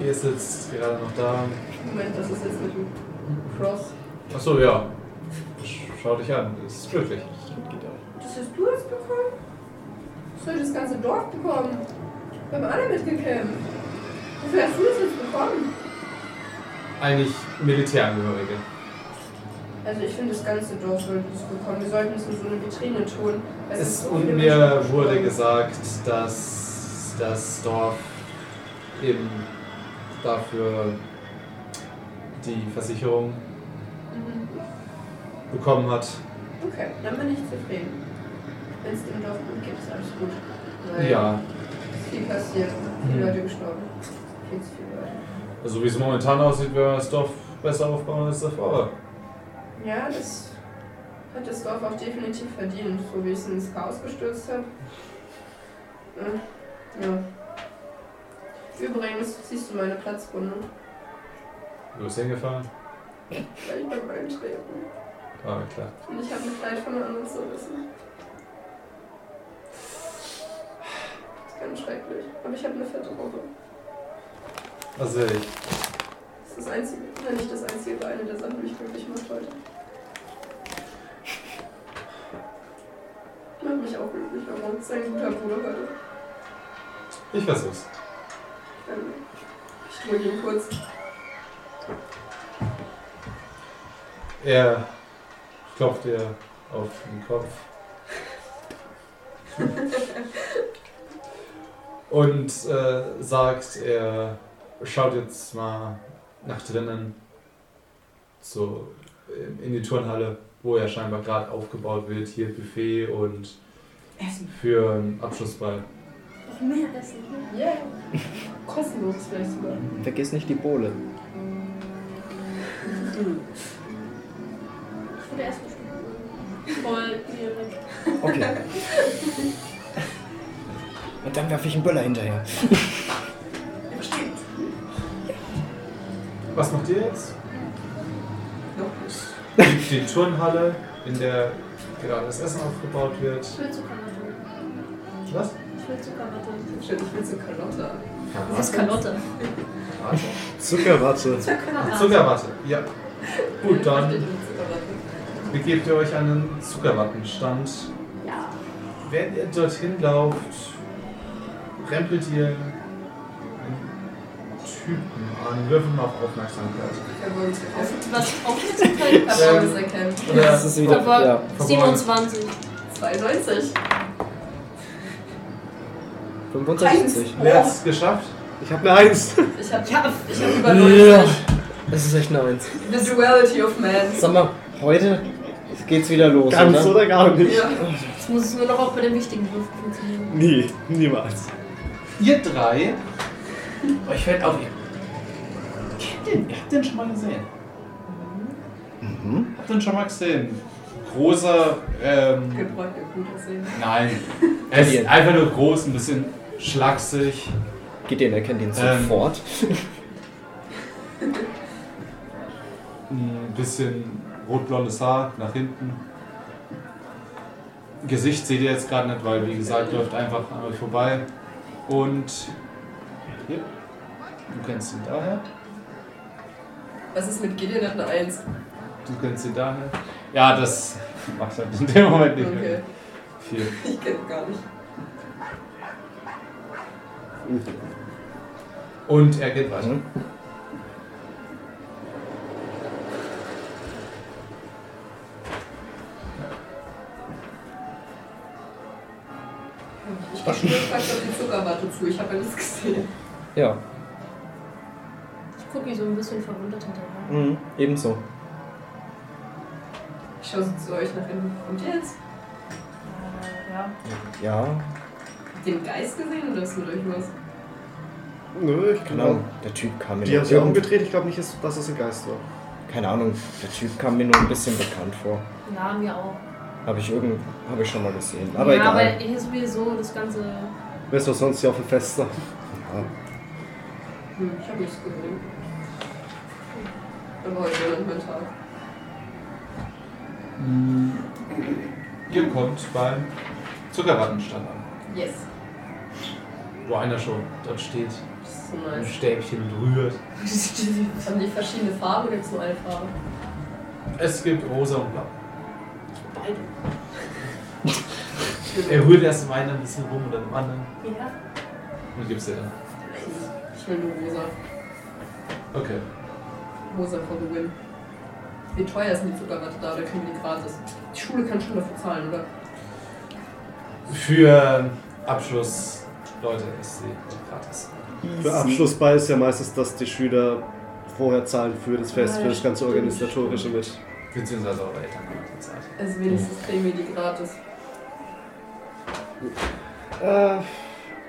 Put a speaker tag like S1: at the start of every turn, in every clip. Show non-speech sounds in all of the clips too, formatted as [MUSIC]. S1: Ihr sitzt gerade noch da.
S2: Moment, das ist jetzt mit dem Cross.
S1: Achso, ja. Schau dich an, es ist glücklich.
S2: Das hast du jetzt bekommen? Das soll das ganze Dorf bekommen. Wir haben alle mitgekämpft. Wofür hast du das jetzt bekommen?
S1: Eigentlich Militärangehörige.
S2: Also ich finde, das ganze Dorf sollte es bekommen. Wir sollten es in so eine Vitrine tun. Es
S1: Es
S2: so
S1: und
S2: viele
S1: mir
S2: Menschen-
S1: wurde gesagt, dass das Dorf eben dafür die Versicherung
S2: Mhm.
S1: bekommen hat.
S2: Okay, dann bin ich zufrieden. Wenn es dem Dorf gut geht, ist alles gut. Weil
S1: Ja,
S2: es ist viel passiert. Viele
S1: Mhm.
S2: Leute gestorben. Viel zu viele Leute.
S1: also wie es momentan aussieht, werden wir das Dorf besser aufbauen als davor.
S2: Ja, das hat das Dorf auch definitiv verdient, so wie ich es ins Chaos gestürzt habe. Ja. ja. Übrigens, siehst du meine Platzwunde?
S1: Du bist hingefallen?
S2: Weil ich beim Eintreten.
S1: Ah, klar.
S2: Und ich habe ein Kleid von einer anderen zu wissen. Das ist ganz schrecklich. Aber ich habe eine fette Woche.
S1: Also ich.
S2: Das ist das einzige, nein, nicht das einzige, aber eine der Sachen, die mich glücklich macht heute. Macht mich auch glücklich, aber es ist ein guter Bruder heute.
S1: Ich versuch's.
S2: Ähm, Ich drücke ihn kurz.
S1: Er klopft dir auf den Kopf. Und äh, sagt, er schaut jetzt mal nach drinnen, so ähm, in- in die Turnhalle, wo ja scheinbar gerade aufgebaut wird. Hier Buffet und
S3: Essen.
S1: für einen Abschlussball.
S4: Noch mehr essen.
S2: Ja. Kostenlos vielleicht sogar.
S5: Vergiss nicht die Bohle.
S4: Ich wurde erst bestimmt. Voll mir mit.
S5: Okay.
S6: [LAUGHS]
S5: Und dann werfe ich einen Böller hinterher.
S2: Stimmt.
S1: Was macht ihr jetzt?
S2: Noch nicht.
S1: Die, die Turnhalle, in der gerade das Essen aufgebaut wird.
S4: Ich will zu Karotte.
S1: Was?
S4: Ich will zu Karotte.
S2: Schön, ich will zu Carlotta.
S4: Das ist Karotte.
S5: Zuckerwatte.
S1: Zuckerwatte, ja. Gut,
S2: Ich
S1: dann
S2: will zu Carlotta.
S1: begebt ihr euch an den Zuckerwattenstand.
S4: Ja.
S1: Wenn ihr dorthin lauft, rempelt ihr einen Typen an. Würfel mal auf Aufmerksamkeit.
S2: Verbogenes Erkennen.
S4: Auf, was
S2: [LAUGHS]
S4: aufgezeigt hat.
S2: Verbogenes Erkennen.
S5: Das ist wieder.
S4: Aber
S5: Ja.
S4: 27.
S2: 92.
S5: 65.
S1: Wer hat's geschafft?
S5: Ich habe eine Eins.
S2: Ich hab, ich hab über 90.
S5: Ja. Das ist echt eine Eins.
S2: The Duality of Man.
S5: Sag mal, heute geht's wieder los,
S6: Ganz
S5: oder?
S6: oder gar nicht.
S2: Ja.
S4: Jetzt muss es nur noch auch bei den wichtigen Würfen funktionieren.
S6: Nee, niemals.
S1: Ihr drei.
S3: Euch fällt auf, ihr
S1: Kennt den, ihr habt den schon mal gesehen.
S5: Mhm.
S1: Habt den schon mal gesehen. Großer, ähm,
S2: Gebräunt ihr gut aussehen.
S1: nein. Er ist
S5: Alien.
S1: einfach nur groß, ein bisschen schlaksig.
S5: Geht den, erkennt ihn
S1: Ähm.
S5: sofort.
S1: Ein bisschen rotblondes Haar nach hinten. Gesicht seht ihr jetzt gerade nicht, weil wie gesagt läuft einfach an euch vorbei. Und hier, du kennst ihn daher,
S2: Was ist mit Gideon nach einer 1?
S1: du kennst ihn daher. Ja, das [LAUGHS] macht halt in dem Moment nicht
S2: Okay.
S1: mehr viel.
S2: Ich kenne gar nicht.
S1: Und er geht weiter.
S5: Mhm.
S2: Ich geh schon gefragt auf die Zuckerwatte zu. Ich habe ja nichts gesehen.
S5: Ja.
S4: Ich gucke mich so ein bisschen verwundert hinterher.
S5: Mhm. Ebenso.
S2: Ich schaue so zu euch nach hinten. Und jetzt?
S4: Äh, ja.
S5: Ja,
S2: Den Geist gesehen oder ist mit euch was?
S6: Nö, ich
S7: Genau.
S5: keine Ahnung. genau. Der Typ kam mir
S6: Genau. Die haben
S5: nur
S6: sich
S5: irgend-
S6: umgedreht. Ich glaube nicht, dass dass es ein Geist war.
S5: Keine Ahnung. Der Typ kam mir nur ein bisschen bekannt vor.
S4: Ja, mir auch.
S5: Habe ich irgend. Habe ich schon mal gesehen. Aber
S4: ja,
S5: egal.
S4: aber hier sowieso das ganze. [LAUGHS]
S6: Weißt du, was sonst hier auf dem Fest sagt?
S2: Hm, ich habe nichts gesehen. Aber heute war nicht mein Tag.
S1: Mhm. Ihr kommt beim Zuckerwattenstand an,
S2: Yes.
S1: wo einer schon dort steht.
S2: Das ist so
S1: ein
S2: nice.
S1: Stäbchen berührt.
S2: Haben die verschiedene Farben oder gibt es nur eine Farbe?
S1: Es gibt rosa und blau.
S4: Beide.
S1: Er rührt erst im einen ein bisschen rum und dann im anderen.
S4: Ja.
S1: Und gibt's dir dann.
S2: Ich will nur rosa.
S1: Okay.
S2: Rosa for the win. Wie teuer ist denn die Zuckerwatte da? Oder kriegen wir die gratis? Die Schule kann schon dafür zahlen, oder?
S1: Für Abschluss, Leute, ist sie gratis.
S6: Für Abschlussball ist ja meistens, dass die Schüler vorher zahlen für das Fest,
S4: Ja,
S6: für das ganze
S4: stimmt.
S6: Organisatorische mit.
S1: Beziehungsweise eure Eltern haben die Zeit.
S2: Also wenigstens kriegen wir die gratis.
S6: Äh,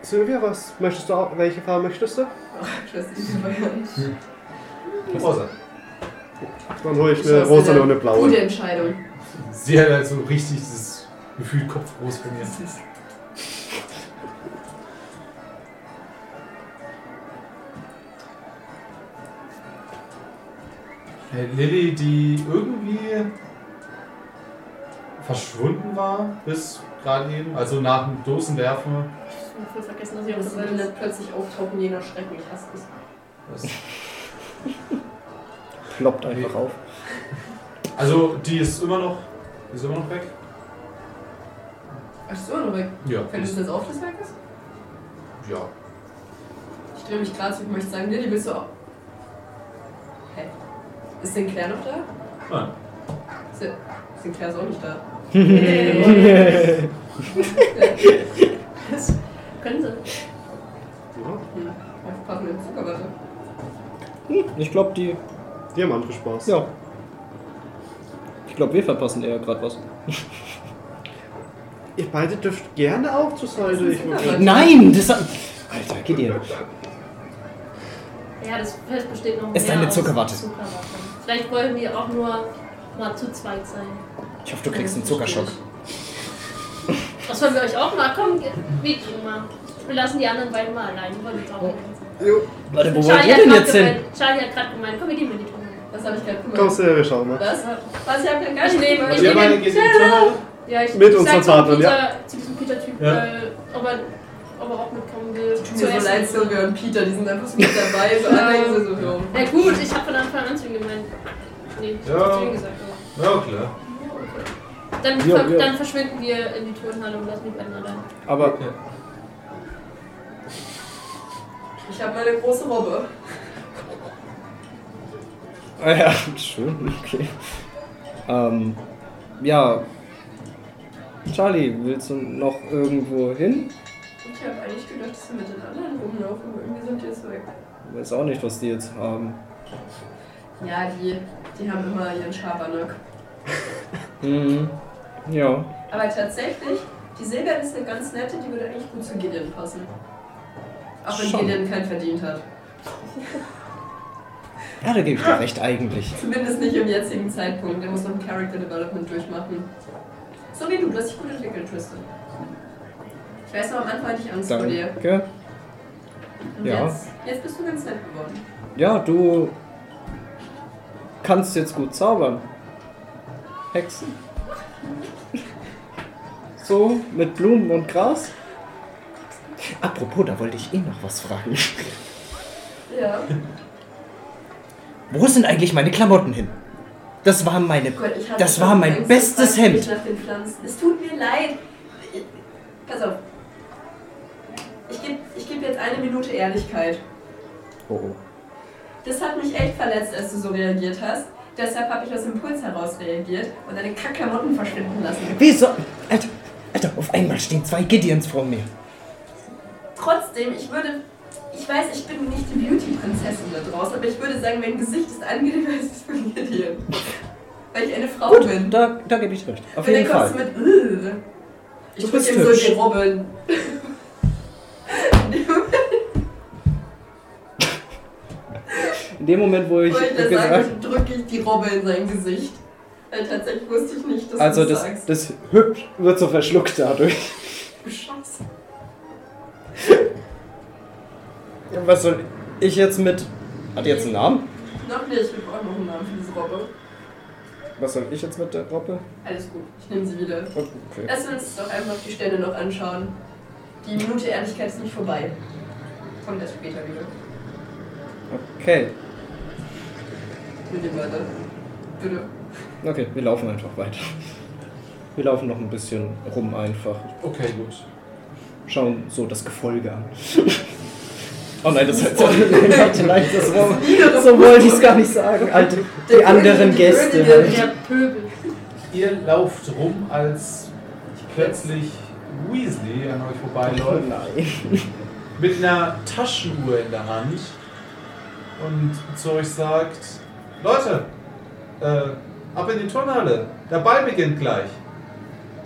S6: Silvia, was möchtest du auch? Welche Farbe möchtest du?
S2: Ach, ich weiß nicht, wie
S1: Rosa.
S6: Dann hole ich eine rosa und eine blaue.
S2: Gute Entscheidung.
S1: Sie hat halt so richtig dieses Gefühl kopfgroß von mir. Äh, Lilly, die irgendwie verschwunden war bis gerade eben, also nach dem Dosenwerfen.
S4: Ich hab voll vergessen, dass ich
S2: Das
S4: auf
S2: würde
S4: der
S2: nicht plötzlich auftauchen, jener Schrecken. Ich hasse das.
S1: Das-
S5: Ploppt einfach auf.
S1: Also die ist immer noch, die ist immer noch weg.
S2: Ach, das ist immer noch weg.
S1: Ja.
S2: Fällt uns jetzt auf, dass weg ist?
S1: Ja.
S2: Ich drehe mich gerade, ich möchte sagen, Lilly, willst du auch. Hä? Ist denn Claire noch da?
S1: Nein.
S2: Ist der- ist denn Claire ist auch nicht da?
S4: Das können sie.
S2: Hm. Aufpassen mit der Zuckerwatte.
S7: Ich glaube, die.
S6: Die haben andere Spaß.
S7: Ja. Ich glaube, wir verpassen eher gerade was.
S6: Ihr beide dürft gerne auch zur Seite. Ich
S2: Zuckerwatte.
S7: Nein! Das hat... Alter, geht ihr.
S4: Ja, das Fest besteht noch
S7: Ist
S4: mehr
S7: eine
S4: aus
S7: Zuckerwatte.
S4: Zuckerwatte. Vielleicht wollen wir auch nur mal zu zweit sein.
S5: Ich hoffe, du kriegst einen Zuckerschock.
S4: Das wollen wir euch auch mal. Komm, ge- wir gehen mal. Wir lassen die anderen beiden mal allein. Wir wollen jetzt auch nicht.
S7: Warte, wo wollt
S4: Charlie
S7: ihr
S4: hat
S7: denn
S4: gerade
S7: jetzt hin?
S4: gemeint, Charlie hat gerade gemeint, komm, wir gehen in die Tunnel.
S2: Das habe ich gerade gemacht.
S6: Komm, Silvia, wir schauen mal.
S2: Was? Was? Ich habe ja gar
S4: Ich
S2: nicht
S4: nehme, ich
S1: Also Ihr
S4: nehme.
S1: beide
S4: den-
S1: geht in den Tunnel.
S4: Ja, ich,
S6: Mit
S4: ich
S6: unserem
S4: sag zu
S6: Partner,
S4: Peter, Zu diesem Peter-Typ,
S1: Ja.
S4: äh, ob, er, ob er auch mitkommen will.
S2: Tut mir so leid, Silvia und Peter, die sind einfach so mit dabei. So
S4: Ja.
S2: alle sind so so.
S4: Na gut, ich habe von Anfang an zu ihm gemeint. Nee, ich
S1: Ja.
S4: habe zu ihm gesagt. aber-
S1: Ja, klar.
S4: Dann,
S6: Ja,
S4: ver
S6: ja.
S4: dann verschwinden wir in die Turnhalle und lassen die beiden allein.
S5: Aber
S2: Ich habe meine große Robbe.
S5: Ah ja, schön, okay. Ähm, ja. Charlie, willst du noch irgendwo hin?
S2: Ich habe eigentlich gedacht, dass wir mit den anderen rumlaufen, aber irgendwie sind die jetzt weg.
S5: Weiß auch nicht, was die jetzt haben.
S2: Ja, die, die haben immer ihren Schabernack.
S5: Mhm. Ja.
S2: Aber tatsächlich, die Silber ist eine ganz nette, die würde eigentlich gut zu Gideon passen. Auch wenn
S5: Schon.
S2: Gideon keinen verdient hat.
S5: Ja, da gebe ich dir recht eigentlich.
S2: Zumindest nicht im jetzigen Zeitpunkt. Der muss noch ein Character Development durchmachen. So wie du, du hast dich gut entwickelt, Tristan. Ich weiß noch, am Anfang hatte ich Angst vor dir.
S5: Danke.
S2: Und
S5: Ja.
S2: jetzt, jetzt bist du ganz nett geworden.
S5: Ja, du kannst jetzt gut zaubern. Hexen. So, mit Blumen und Gras. Apropos, da wollte ich eh noch was fragen.
S2: Ja.
S5: Wo sind eigentlich meine Klamotten hin? Das waren meine.
S2: Gott, ich hatte
S5: Das
S2: schon
S5: war mein
S2: Angst,
S5: bestes
S2: ich fragte mich
S5: Hemd.
S2: Nach den Pflanzen. Es tut mir leid. Ich- Pass auf. Ich gebe ich geb jetzt eine Minute Ehrlichkeit.
S5: Oh, oh.
S2: Das hat mich echt verletzt, als du so reagiert hast. Deshalb habe ich aus Impuls heraus reagiert und deine Kackklamotten verschwinden lassen.
S5: Wieso? Alter, Alter, auf einmal stehen zwei Gideons vor mir.
S2: Trotzdem, ich würde. Ich weiß, ich bin nicht die Beauty-Prinzessin da draußen, aber ich würde sagen, mein Gesicht ist angenehmer als das von dir. Weil ich eine Frau
S5: Gut,
S2: bin.
S5: da, da gebe ich recht. Auf
S2: Und
S5: jeden
S2: dann kommst
S5: Fall.
S2: du mit. "Ugh." Ich
S5: Du
S2: drück
S5: bist
S2: ihm so
S5: hübsch.
S2: den Robben. [LAUGHS]
S5: In dem Moment, wo ich
S2: Wollte ich das
S5: gesagt
S2: sagen, drücke ich die Robbe in sein Gesicht. Weil tatsächlich wusste ich nicht, dass
S5: also
S2: du das
S5: das,
S2: sagst.
S5: das hübsch wird so verschluckt dadurch.
S2: Du Scheiße.
S5: Was soll ich jetzt mit. Hat die jetzt einen Namen?
S2: Noch nicht, wir brauchen noch einen Namen für diese Robbe.
S5: Was soll ich jetzt mit der Robbe?
S2: Alles gut, ich nehme sie wieder.
S5: Okay.
S2: Lass uns doch einfach die Stelle noch anschauen. Die Minute Ehrlichkeit ist nicht vorbei. Kommt erst später wieder.
S7: Okay.
S2: Bitte, Mörder. Bitte.
S7: Okay, wir laufen einfach weiter. Wir laufen noch ein bisschen rum einfach.
S1: Okay, gut.
S7: Schauen so das Gefolge an. Oh nein, das hat [LAUGHS] nein, nein, das war, so wollte ich es gar nicht sagen. Alte, die anderen Gäste
S4: Der
S7: halt.
S4: Pöbel.
S1: Ihr lauft rum, als plötzlich Weasley an euch
S7: Oh
S1: vorbeiläuft.
S7: nein.
S1: Mit einer Taschenuhr in der Hand. Und zu euch sagt, Leute, äh, ab in die Turnhalle. Der Ball beginnt gleich.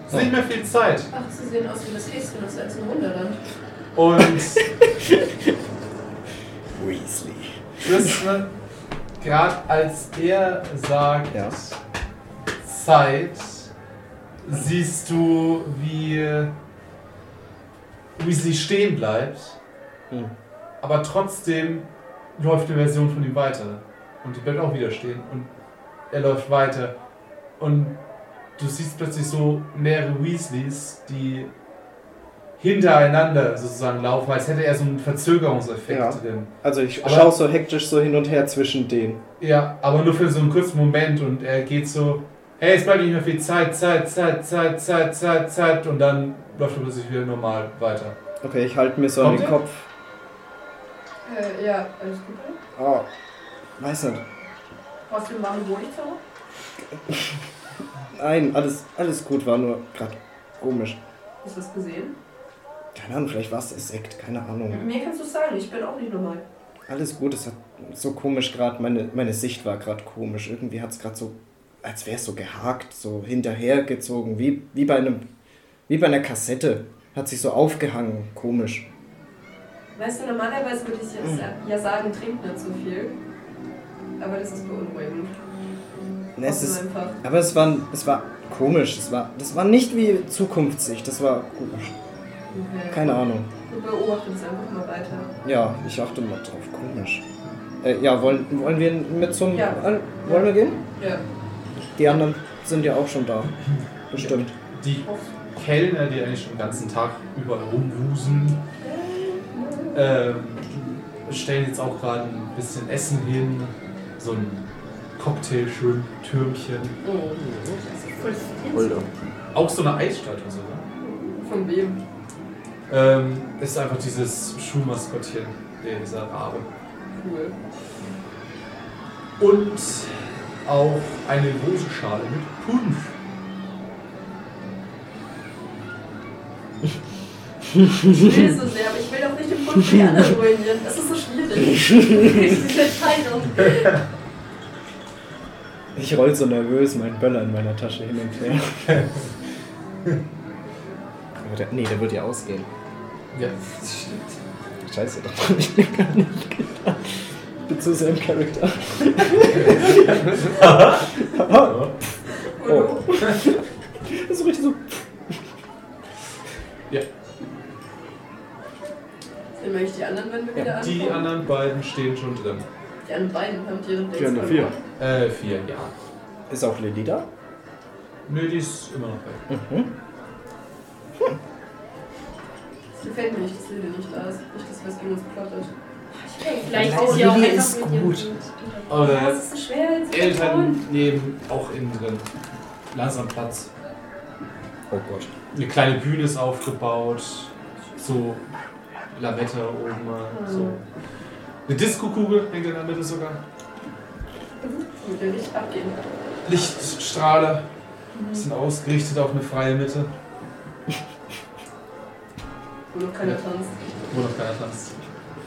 S1: Ist nicht mehr viel Zeit.
S2: Ach, sie sehen aus wie das Häschen aus Essen Wunderland.
S1: Und
S5: Weasley.
S1: Tristan, gerade als er sagt
S5: Ja.
S1: Zeit, siehst du, wie Weasley stehen bleibt,
S7: Hm.
S1: aber trotzdem läuft eine Version von ihm weiter. Und die bleibt auch wieder stehen und er läuft weiter. Und du siehst plötzlich so mehrere Weasleys, die hintereinander sozusagen laufen, als hätte er so einen Verzögerungseffekt
S7: Ja.
S1: drin.
S7: Also ich
S1: Aber-
S7: schaue so hektisch so hin und her zwischen denen.
S1: Ja, aber nur für so einen kurzen Moment und er geht so, hey, es bleibt nicht mehr viel Zeit, Zeit, Zeit, Zeit, Zeit, Zeit, Zeit und dann läuft er plötzlich wieder normal weiter.
S7: Okay, ich halte mir so an
S1: Kommt
S7: den
S1: er?
S7: Kopf.
S2: Äh, ja, alles gut. oder?
S7: Ah, weiß nicht.
S2: Brauchst du einen warmen Honig zu?
S7: Nein, alles, alles gut, war nur gerade komisch.
S2: Hast du was gesehen?
S7: Keine Ahnung, vielleicht war es der Sekt, keine Ahnung.
S2: Mir kannst du sagen, ich bin auch nicht normal.
S7: Alles gut, es hat so komisch gerade, meine, meine Sicht war gerade komisch. Irgendwie hat es gerade so, als wäre es so gehakt, so hinterhergezogen, wie, wie, bei einem, wie bei einer Kassette. Hat sich so aufgehangen, komisch.
S2: Weißt du, normalerweise würde ich
S7: Mhm.
S2: jetzt ja sagen, trink nicht so viel. Aber das ist beunruhigend.
S7: Ne, es ist,
S2: einfach.
S7: aber es war, es war komisch, es war, das war nicht wie Zukunftssicht, das war komisch.
S2: Okay.
S7: Keine Ahnung.
S2: Wir beobachten es einfach mal weiter.
S7: Ja, ich achte mal drauf, komisch. Äh, ja, wollen, wollen wir mit zum...
S2: Ja.
S7: Al- Wollen wir gehen?
S2: Ja.
S7: Die anderen sind ja auch schon da. Bestimmt.
S1: Die Kellner, die eigentlich schon den ganzen Tag überall rumwusen, ähm, stellen jetzt auch gerade ein bisschen Essen hin, so ein Cocktailtürmchen.
S2: Oh.
S5: Holder.
S1: Auch so eine Eisstatue sogar.
S2: Von wem?
S1: Ähm, ist einfach dieses Schuhmaskottchen, der- dieser Rabe.
S2: Cool.
S1: und auch eine große Schale mit Punsch.
S2: Ich will es so sehr, aber ich will doch nicht den Punkt für die anderen ruinieren. Das ist so schwierig.
S4: Diese Entscheidung.
S7: Ich roll so nervös meinen Böller in meiner Tasche hin und her.
S5: [LAUGHS] Aber der, nee, der wird ja ausgehen.
S1: Ja.
S5: Scheiße. doch.
S7: Ich bin zu seinem Charakter.
S2: Oh.
S7: [LAUGHS] Das ist richtig so.
S2: Dann möchte ich die anderen, wenn wir wieder anfangen.
S1: Die anderen beiden stehen schon drin.
S2: Die anderen beiden haben die ihren Dates
S6: Die anderen vier.
S2: verloren.
S1: Äh, vier, ja.
S7: Ist auch Lilly da?
S1: Nö, die ist immer noch weg.
S2: Es gefällt mir nicht, dass Lilly nicht da ist. Nicht, dass wir es gegen uns plottet.
S4: Vielleicht
S2: Oh,
S4: ist sie auch
S2: Lilly
S4: einfach
S2: ist
S4: mit ihrem
S5: gut.
S2: Ja,
S4: Blut.
S1: Aber
S2: es ist so schwer, jetzt zu vertrauen.
S1: Eltern nehmen auch innen drin. Langsam Platz.
S5: Oh Gott.
S1: Eine kleine Bühne ist aufgebaut. So Lavetta oben mal. So. Eine Diskokugel hängt in der Mitte sogar.
S2: Mit der Licht abgehen.
S1: Lichtstrahler sind ausgerichtet auf eine freie Mitte,
S2: Wo noch keiner tanzt.
S1: wo noch keiner tanzt.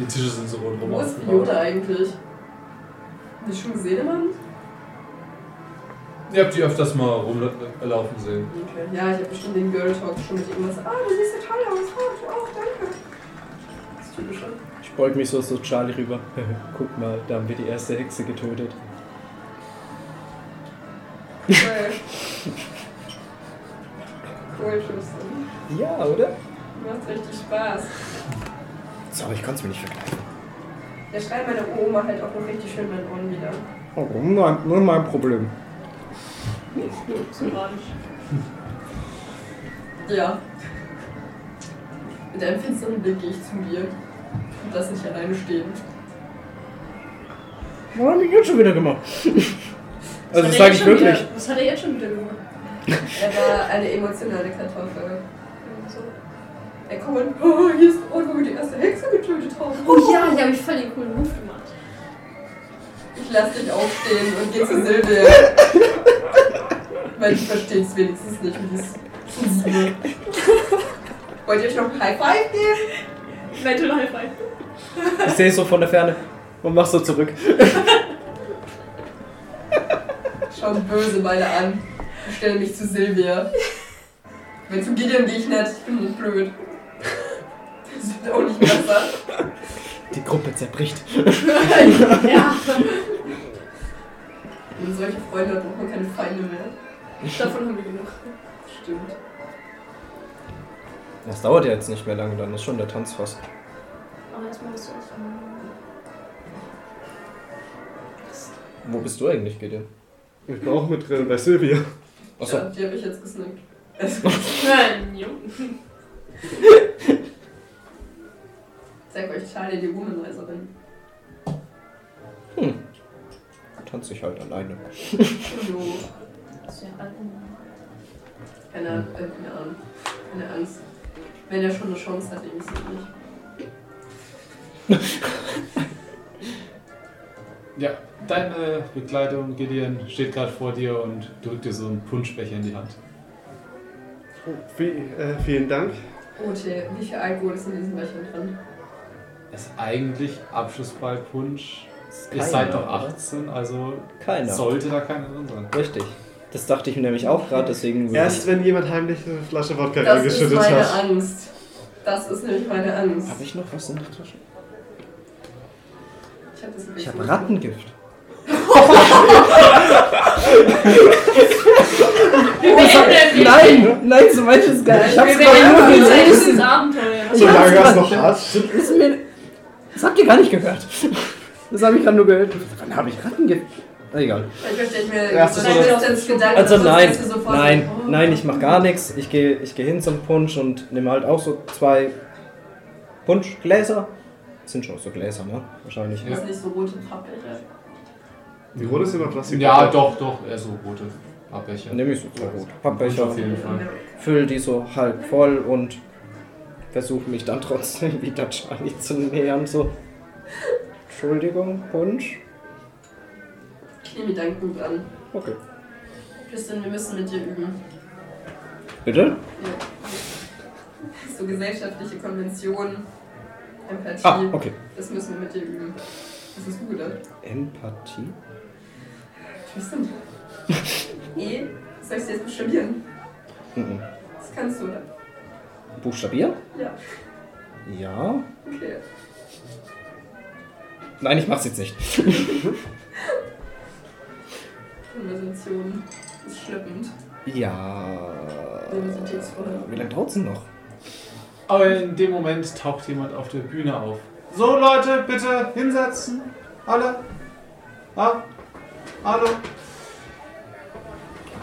S1: Die Tische sind so rundherum
S2: Wo ist Yoda eigentlich? Hab ich schon gesehen im Abend?
S1: Ihr habt die öfters mal rumlaufen sehen.
S2: Okay. Ja, ich habe bestimmt den Girl Talk schon mit irgendwas. Ah, du siehst ja toll aus. Ah, du auch, danke. Das ist typisch. ne?
S7: Ich beug mich so zu Charlie rüber. [LAUGHS] Guck mal, da haben wir die erste Hexe getötet.
S2: Cool. cool, Tristan.
S7: Ja, oder?
S2: Macht richtig Spaß.
S5: Sorry, ich konnte es mir nicht vergleichen.
S2: Der schreibt meine Oma halt auch noch richtig schön meinen Ohren wieder.
S7: Oh, nur, nur mein Problem.
S2: Ja. Mit einem finsteren Blick gehe ich zu dir. Und lass nicht alleine stehen.
S7: Was haben die jetzt schon wieder [LAUGHS] gemacht?
S4: Was
S7: Also
S4: hat
S7: das
S4: er
S7: sage
S4: jetzt
S7: ich
S4: schon
S7: wirklich.
S4: Wieder, was hat er jetzt schon wieder gemacht?
S2: Er war eine emotionale Kartoffel.
S4: Also,
S2: So. Er kommt und, oh, hier ist Brot, wo wir die erste Hexe getötet haben.
S4: Oh ja, hier habe ich voll den coolen Move gemacht.
S2: Ich lass dich aufstehen und geh zu Silvia. Weil ich versteh's wenigstens nicht, wie das funktioniert. Wollt ihr euch noch ein High Five geben?
S4: Mental High Five.
S7: Ich sehe es so von der Ferne und mach so zurück.
S2: Schauen böse beide an. Ich stelle mich zu Silvia. Wenn zu Gideon gehe ich nicht, ich bin nicht blöd. Das wird auch nicht besser.
S7: Die Gruppe zerbricht.
S4: ja,
S2: Und solche Freunde hat man keine Feinde mehr.
S4: davon haben wir genug.
S2: Stimmt.
S7: Das dauert ja jetzt nicht mehr lange, dann ist schon der Tanz fast.
S4: Aber erstmal musst du essen.
S7: Wo bist du eigentlich, Gideon?
S6: Ich bin auch mit drin bei Silvia.
S7: Achso.
S2: Ja, die habe ich jetzt gesnackt. Also,
S4: Nein, jo.
S2: Sag euch Charlie, die Womanizerin.
S7: Tanze ich halt alleine.
S2: Hallo.
S4: Das ist ja bald [LAUGHS] ein-
S2: Keine Ahnung, äh, keine Ahnung. Keine Angst. Wenn er schon eine Chance hat, nehme ich sie nicht.
S1: Ja, deine Begleitung, Gideon, steht gerade vor dir und drückt dir so einen Punschbecher in die Hand.
S6: Oh, vi- äh, vielen Dank.
S2: Ote, Oh, wie viel Alkohol ist in diesem Becher drin?
S1: Ist eigentlich Abschlussball Punsch. Ihr
S7: keiner,
S1: seid doch
S7: oder?
S1: 18, also
S7: Keiner.
S1: sollte da keiner drin sein.
S7: Richtig. Das dachte ich mir nämlich auch gerade, deswegen.
S6: Erst wenn jemand heimlich eine Flasche Wodka
S2: Das ist
S6: reingeschüttet
S2: meine
S6: hat.
S2: Angst. Das ist nämlich meine Angst.
S7: Habe ich noch was in der Tasche?
S2: Ich habe das
S7: Ich habe Rattengift.
S4: Wir beenden
S7: Nein, nein, so weit ist gar nicht. Ich hab's
S4: Wir
S7: gerade nur
S4: beenden
S7: gelesen.
S4: dieses Abenteuer.
S6: Solange er
S2: [LAUGHS]
S6: es noch hat.
S7: Das, ist mir, das habt ihr gar nicht gehört. Das habe ich gerade nur gehört. Wann habe ich Rattengift? Egal.
S2: Ich verstehe ich mir
S6: Ja, das
S2: so
S6: ist
S2: deine
S6: so-
S2: Distanzgedanken,
S7: Also
S2: sonst
S7: nein,
S2: wirst du sofort-
S7: nein,
S2: Oh.
S7: nein, ich mach gar nichts. Ich gehe ich geh hin zum Punsch und nehme halt auch so zwei Punschgläser. Das sind schon so Gläser, ne? Wahrscheinlich.
S2: Das ist nicht so rote Pappbecher.
S6: Die rote ist immer Plastik.
S1: Ja, doch, doch, eher so rote Pappbecher.
S7: Nehme ich so zwei rote
S1: Punsch
S7: Pappbecher,
S1: auf jeden Fall.
S7: fülle die so halb voll und versuche mich dann trotzdem [LAUGHS] wieder Charlie zu nähern. So, Entschuldigung, Punsch.
S2: Ich nehme deinen Gut an.
S7: Okay.
S2: Christian, wir müssen mit dir üben.
S7: Bitte?
S2: So gesellschaftliche Konventionen, Empathie,
S7: Ah, okay.
S2: das müssen wir mit dir üben. Das ist gut gedacht.
S7: Empathie? [LAUGHS]
S2: Tristan. E, soll ich dir jetzt buchstabieren?
S7: Mhm.
S2: Das kannst du, oder?
S7: Buchstabier?
S2: Ja,
S7: Ja.
S2: okay.
S7: Nein, ich mach's jetzt nicht.
S2: Konversation ist schleppend.
S7: Ja.
S2: Universitätsvoll.
S7: Wie lange dauert's denn noch?
S1: Aber in dem Moment taucht jemand auf der Bühne auf. So Leute, bitte hinsetzen. Alle. Ah. Hallo.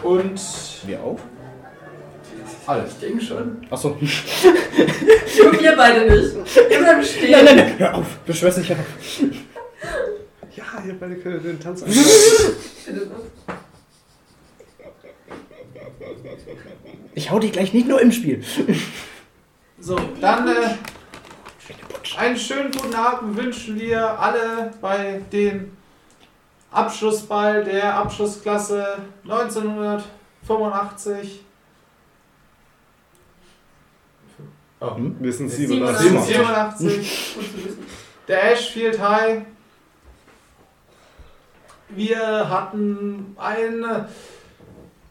S1: Und
S7: Wir auf?
S1: alle.
S2: Ich denke schon.
S5: [LAUGHS]
S7: Achso.
S2: Nur wir beide nicht. Wir bleiben stehen.
S7: Nein, [LAUGHS] nein, nein, hör auf. Du schwörst nicht hör auf.
S6: Ja, ihr beide könnt den Tanz an.
S2: Bitte.
S7: Ich hau dich gleich nicht nur im Spiel.
S1: So, dann äh, einen schönen guten Abend wünschen wir alle bei dem Abschlussball der Abschlussklasse 1985. Oh.
S6: Wir sind
S4: Siebenundachtzig.
S6: 87.
S1: 87.
S2: Gut zu wissen.
S1: Der Ashfield High. Wir hatten ein,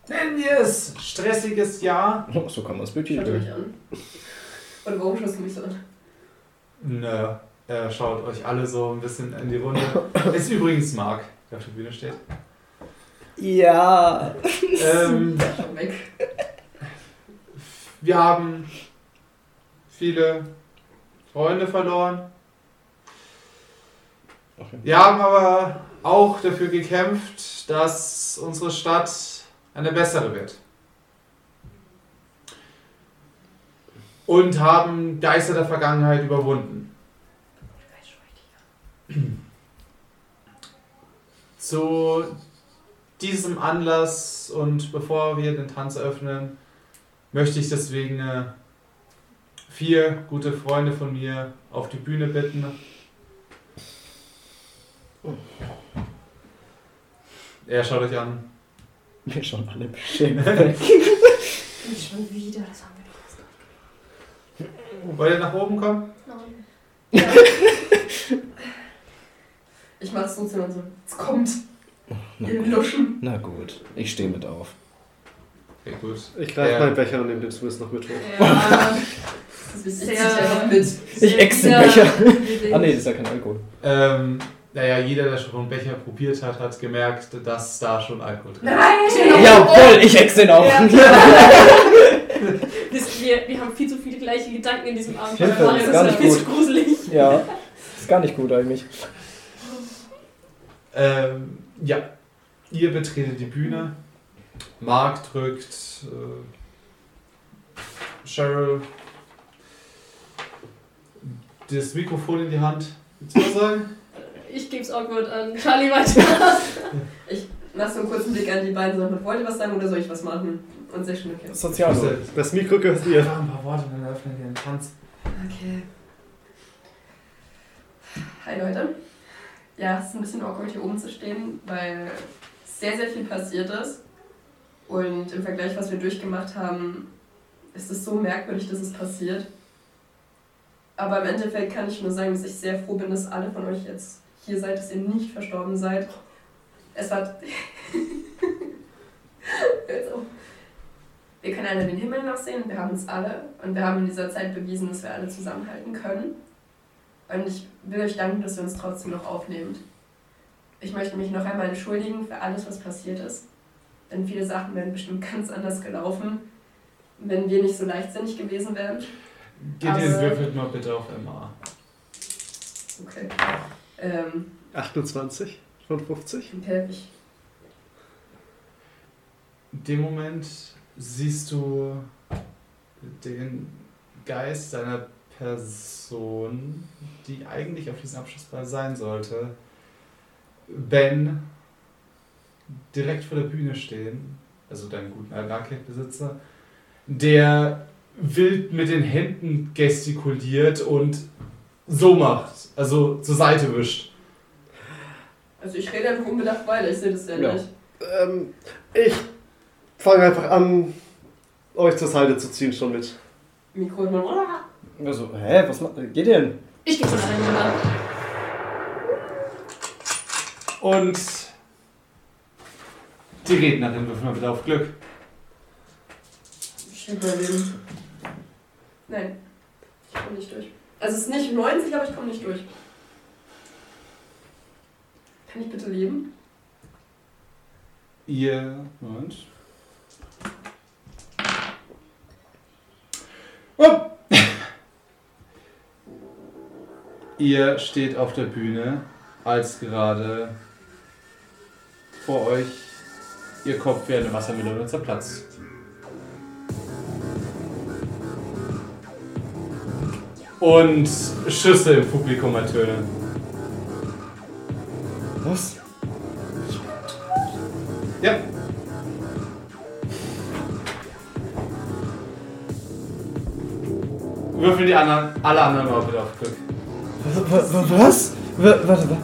S1: nennen wir es, stressiges Jahr.
S7: Oh, so kann man es
S2: Schaut
S7: betiteln.
S2: mich an. Und warum schaust du mich so an?
S1: Nö, er äh, schaut euch alle so ein bisschen in die Runde. Ist übrigens Mark, der auf der Bühne [LAUGHS] steht.
S7: Ja.
S1: Ähm,
S2: Schau weg.
S1: wir haben viele Freunde verloren. Wir haben aber auch dafür gekämpft, dass unsere Stadt eine bessere wird. Und haben Geister der Vergangenheit überwunden. zu diesem Anlass und bevor wir den Tanz öffnen, möchte ich deswegen äh, vier gute Freunde von mir auf die Bühne bitten. Ja, schaut euch an.
S5: Wir schon alle beschämt. [LAUGHS]
S4: Nicht schon wieder, das haben wir doch fast
S1: Wollt ihr nach oben kommen?
S4: Nein.
S2: Ich mach's so zu und so. Es kommt. Ihr Luschen.
S5: Na gut, ich stehe mit auf.
S1: Okay, gut.
S6: Ich greife
S1: Ja.
S6: meinen Becher und nehme den Swiss noch mit hoch.
S2: Ja. Das ist
S4: Sehr-
S2: sehr mit.
S5: [LAUGHS] Ich ex den
S4: Ja.
S5: Becher. Ah nee, das ist ja kein Alkohol.
S1: Ähm, naja, jeder, der schon einen Becher probiert hat, hat gemerkt, dass da schon Alkohol drin ist.
S2: Nein!
S5: Jawohl, ich ex den auch. [LAUGHS]
S4: Das, wir, wir haben viel zu viele gleiche Gedanken in diesem Abend.
S5: Hilfe,
S4: das
S5: ist gar nicht
S4: ist viel zu gruselig.
S5: Ja, ist gar nicht gut eigentlich.
S1: Ähm, ja, ihr betretet die Bühne. Mark drückt äh, Cheryl das Mikrofon in die Hand. Willst du was sagen?
S4: Ich geb's awkward an Charlie weiter.
S2: Mach so einen kurzen Blick an die beiden und sag, wollt ihr was sagen oder soll ich was machen? Und sehr schön, okay.
S5: Sozial.
S6: Also, Das Mikro gehört dir.
S1: Einfach ein paar Worte, dann öffnet ihr den Tanz.
S2: Okay. Hi Leute. Ja, es ist ein bisschen awkward hier oben zu stehen, weil sehr, sehr viel passiert ist. Und im Vergleich, was wir durchgemacht haben, ist es so merkwürdig, dass es passiert. Aber im Endeffekt kann ich nur sagen, dass ich sehr froh bin, dass alle von euch jetzt hier seid, dass ihr nicht verstorben seid. Es [LAUGHS] war. Hört auf. Wir können alle den Himmel nachsehen, wir haben uns alle und wir haben in dieser Zeit bewiesen, dass wir alle zusammenhalten können. Und ich will euch danken, dass ihr uns trotzdem noch aufnehmt. Ich möchte mich noch einmal entschuldigen für alles, was passiert ist. Denn viele Sachen wären bestimmt [LAUGHS] ganz anders gelaufen, wenn wir nicht so leichtsinnig gewesen wären.
S1: Geht ihr
S2: Also-
S1: würfelt mal bitte auf MA.
S2: Okay. Ähm,
S6: 28 von 50.
S2: okay, ich
S1: In dem Moment siehst du den Geist einer Person, die eigentlich auf diesem Abschlussball sein sollte, Ben direkt vor der Bühne stehen, also deinen guten Arcade-Besitzer, der wild mit den Händen gestikuliert und so macht, also zur Seite wischt.
S2: Also ich rede einfach unbedacht weiter, ich sehe das ja,
S5: Ja.
S2: nicht.
S6: Ähm, ich fange einfach an, euch zur Seite zu ziehen schon mit.
S2: Mikro immer.
S5: Also, hä, was ma- geht denn?
S4: [LAUGHS] Ich geb's an einen Mann.
S1: Und die Rednerin wirft mal wieder auf Glück.
S2: Ich überleben. Nein, ich komme nicht durch. Also es ist nicht 90, aber ich komme nicht durch. Kann ich bitte leben?
S1: Ihr. Moment. Oh! [LAUGHS] Ihr steht auf der Bühne, als gerade vor euch ihr Kopf wie eine Wassermelone zerplatzt. Und Schüsse im Publikum ertönen.
S5: Was?
S1: Ja. Würfel die anderen, alle anderen mal bitte auf Glück.
S5: Was? was? Wa- Warte, warte.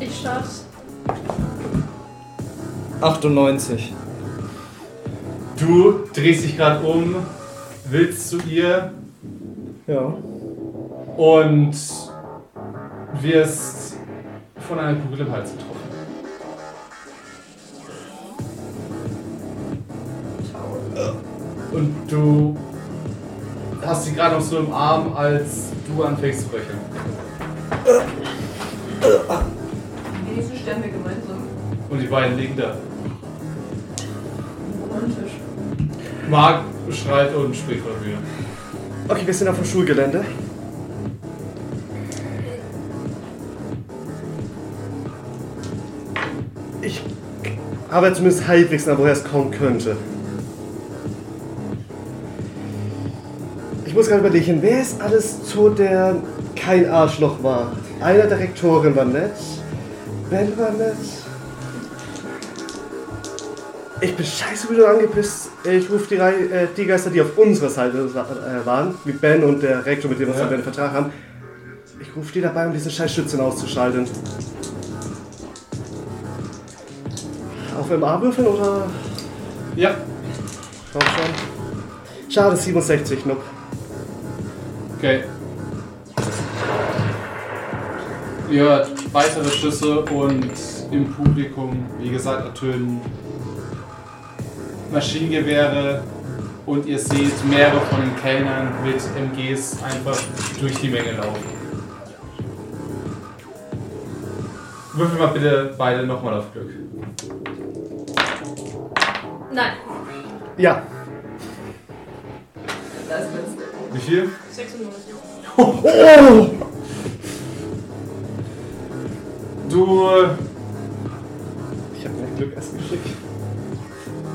S4: Ich schaff's.
S5: 98.
S1: Du drehst dich gerade um, willst zu ihr
S5: Ja.
S1: und wirst von einer Kugel im Hals getroffen. Und du hast sie gerade noch so im Arm, als du anfängst zu röcheln.
S2: Wenigstens sterben wir gemeinsam.
S1: Und die beiden liegen da.
S2: Romantisch.
S1: Marc schreit und springt von der Bühne.
S6: Okay, wir sind auf dem Schulgelände. Ich habe zumindest halbwegs, an, woher es kommen könnte. Ich muss gerade überlegen, wer ist alles tot, der kein Arschloch war? Einer der Rektorin war nett. Wenn man es. Ich bin scheiße wieder angepisst. Ich rufe die, Rei- äh, die Geister, die auf unserer Seite sa- äh, waren, wie Ben und der Rektor, mit dem wir
S1: Ja.
S6: ja. einen Vertrag haben. Ich rufe die dabei, um diese scheiß Schützen auszuschalten. Auf MA würfeln oder?
S1: Ja,
S6: Komm schon. Schade, 67, nope.
S1: okay. Ihr hört weitere Schüsse und im Publikum, wie gesagt, ertönen Maschinengewehre und ihr seht mehrere von den Kellnern mit MGs einfach durch die Menge laufen. Würfel mal bitte beide nochmal auf Glück.
S4: Nein.
S6: Ja,
S2: Da ist es.
S1: Wie viel?
S4: 96.
S1: Du
S6: ich habe mein Glück erst geschickt.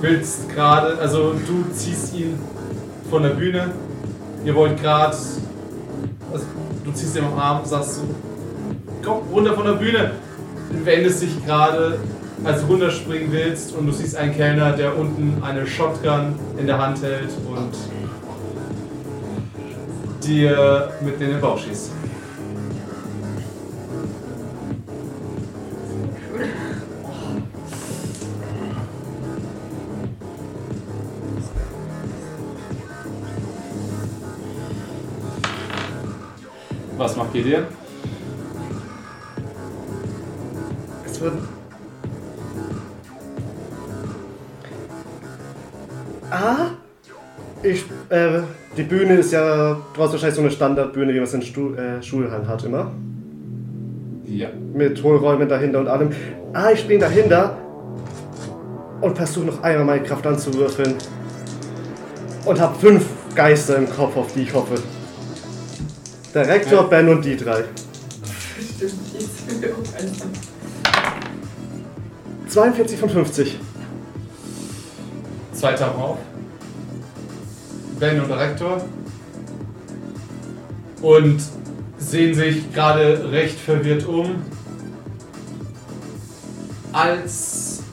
S1: willst gerade, also du ziehst ihn von der Bühne. Ihr wollt gerade, also du ziehst ihn am Arm, sagst so, komm runter von der Bühne. Du wendest dich gerade, als du runterspringen willst und du siehst einen Kellner, der unten eine Shotgun in der Hand hält und dir mitten in den Bauch schießt. Was macht ihr dir?
S6: Es wird. Ah? Ich, äh, die Bühne ist ja draußen wahrscheinlich so eine Standardbühne, wie man es in Stu äh, Schulhallen hat immer.
S1: Ja.
S6: Mit Hohlräumen dahinter und allem. Ah, ich spring dahinter und versuche noch einmal meine Kraft anzuwürfeln. Und habe fünf Geister im Kopf, auf die ich hoffe. Der Rektor, Ben und die drei.
S2: Bestimmt jetzt sind wir auch alles am
S6: 42 von 50.
S1: Zweiter Raum. Ben und der Rektor. Und sehen sich gerade recht verwirrt um. Als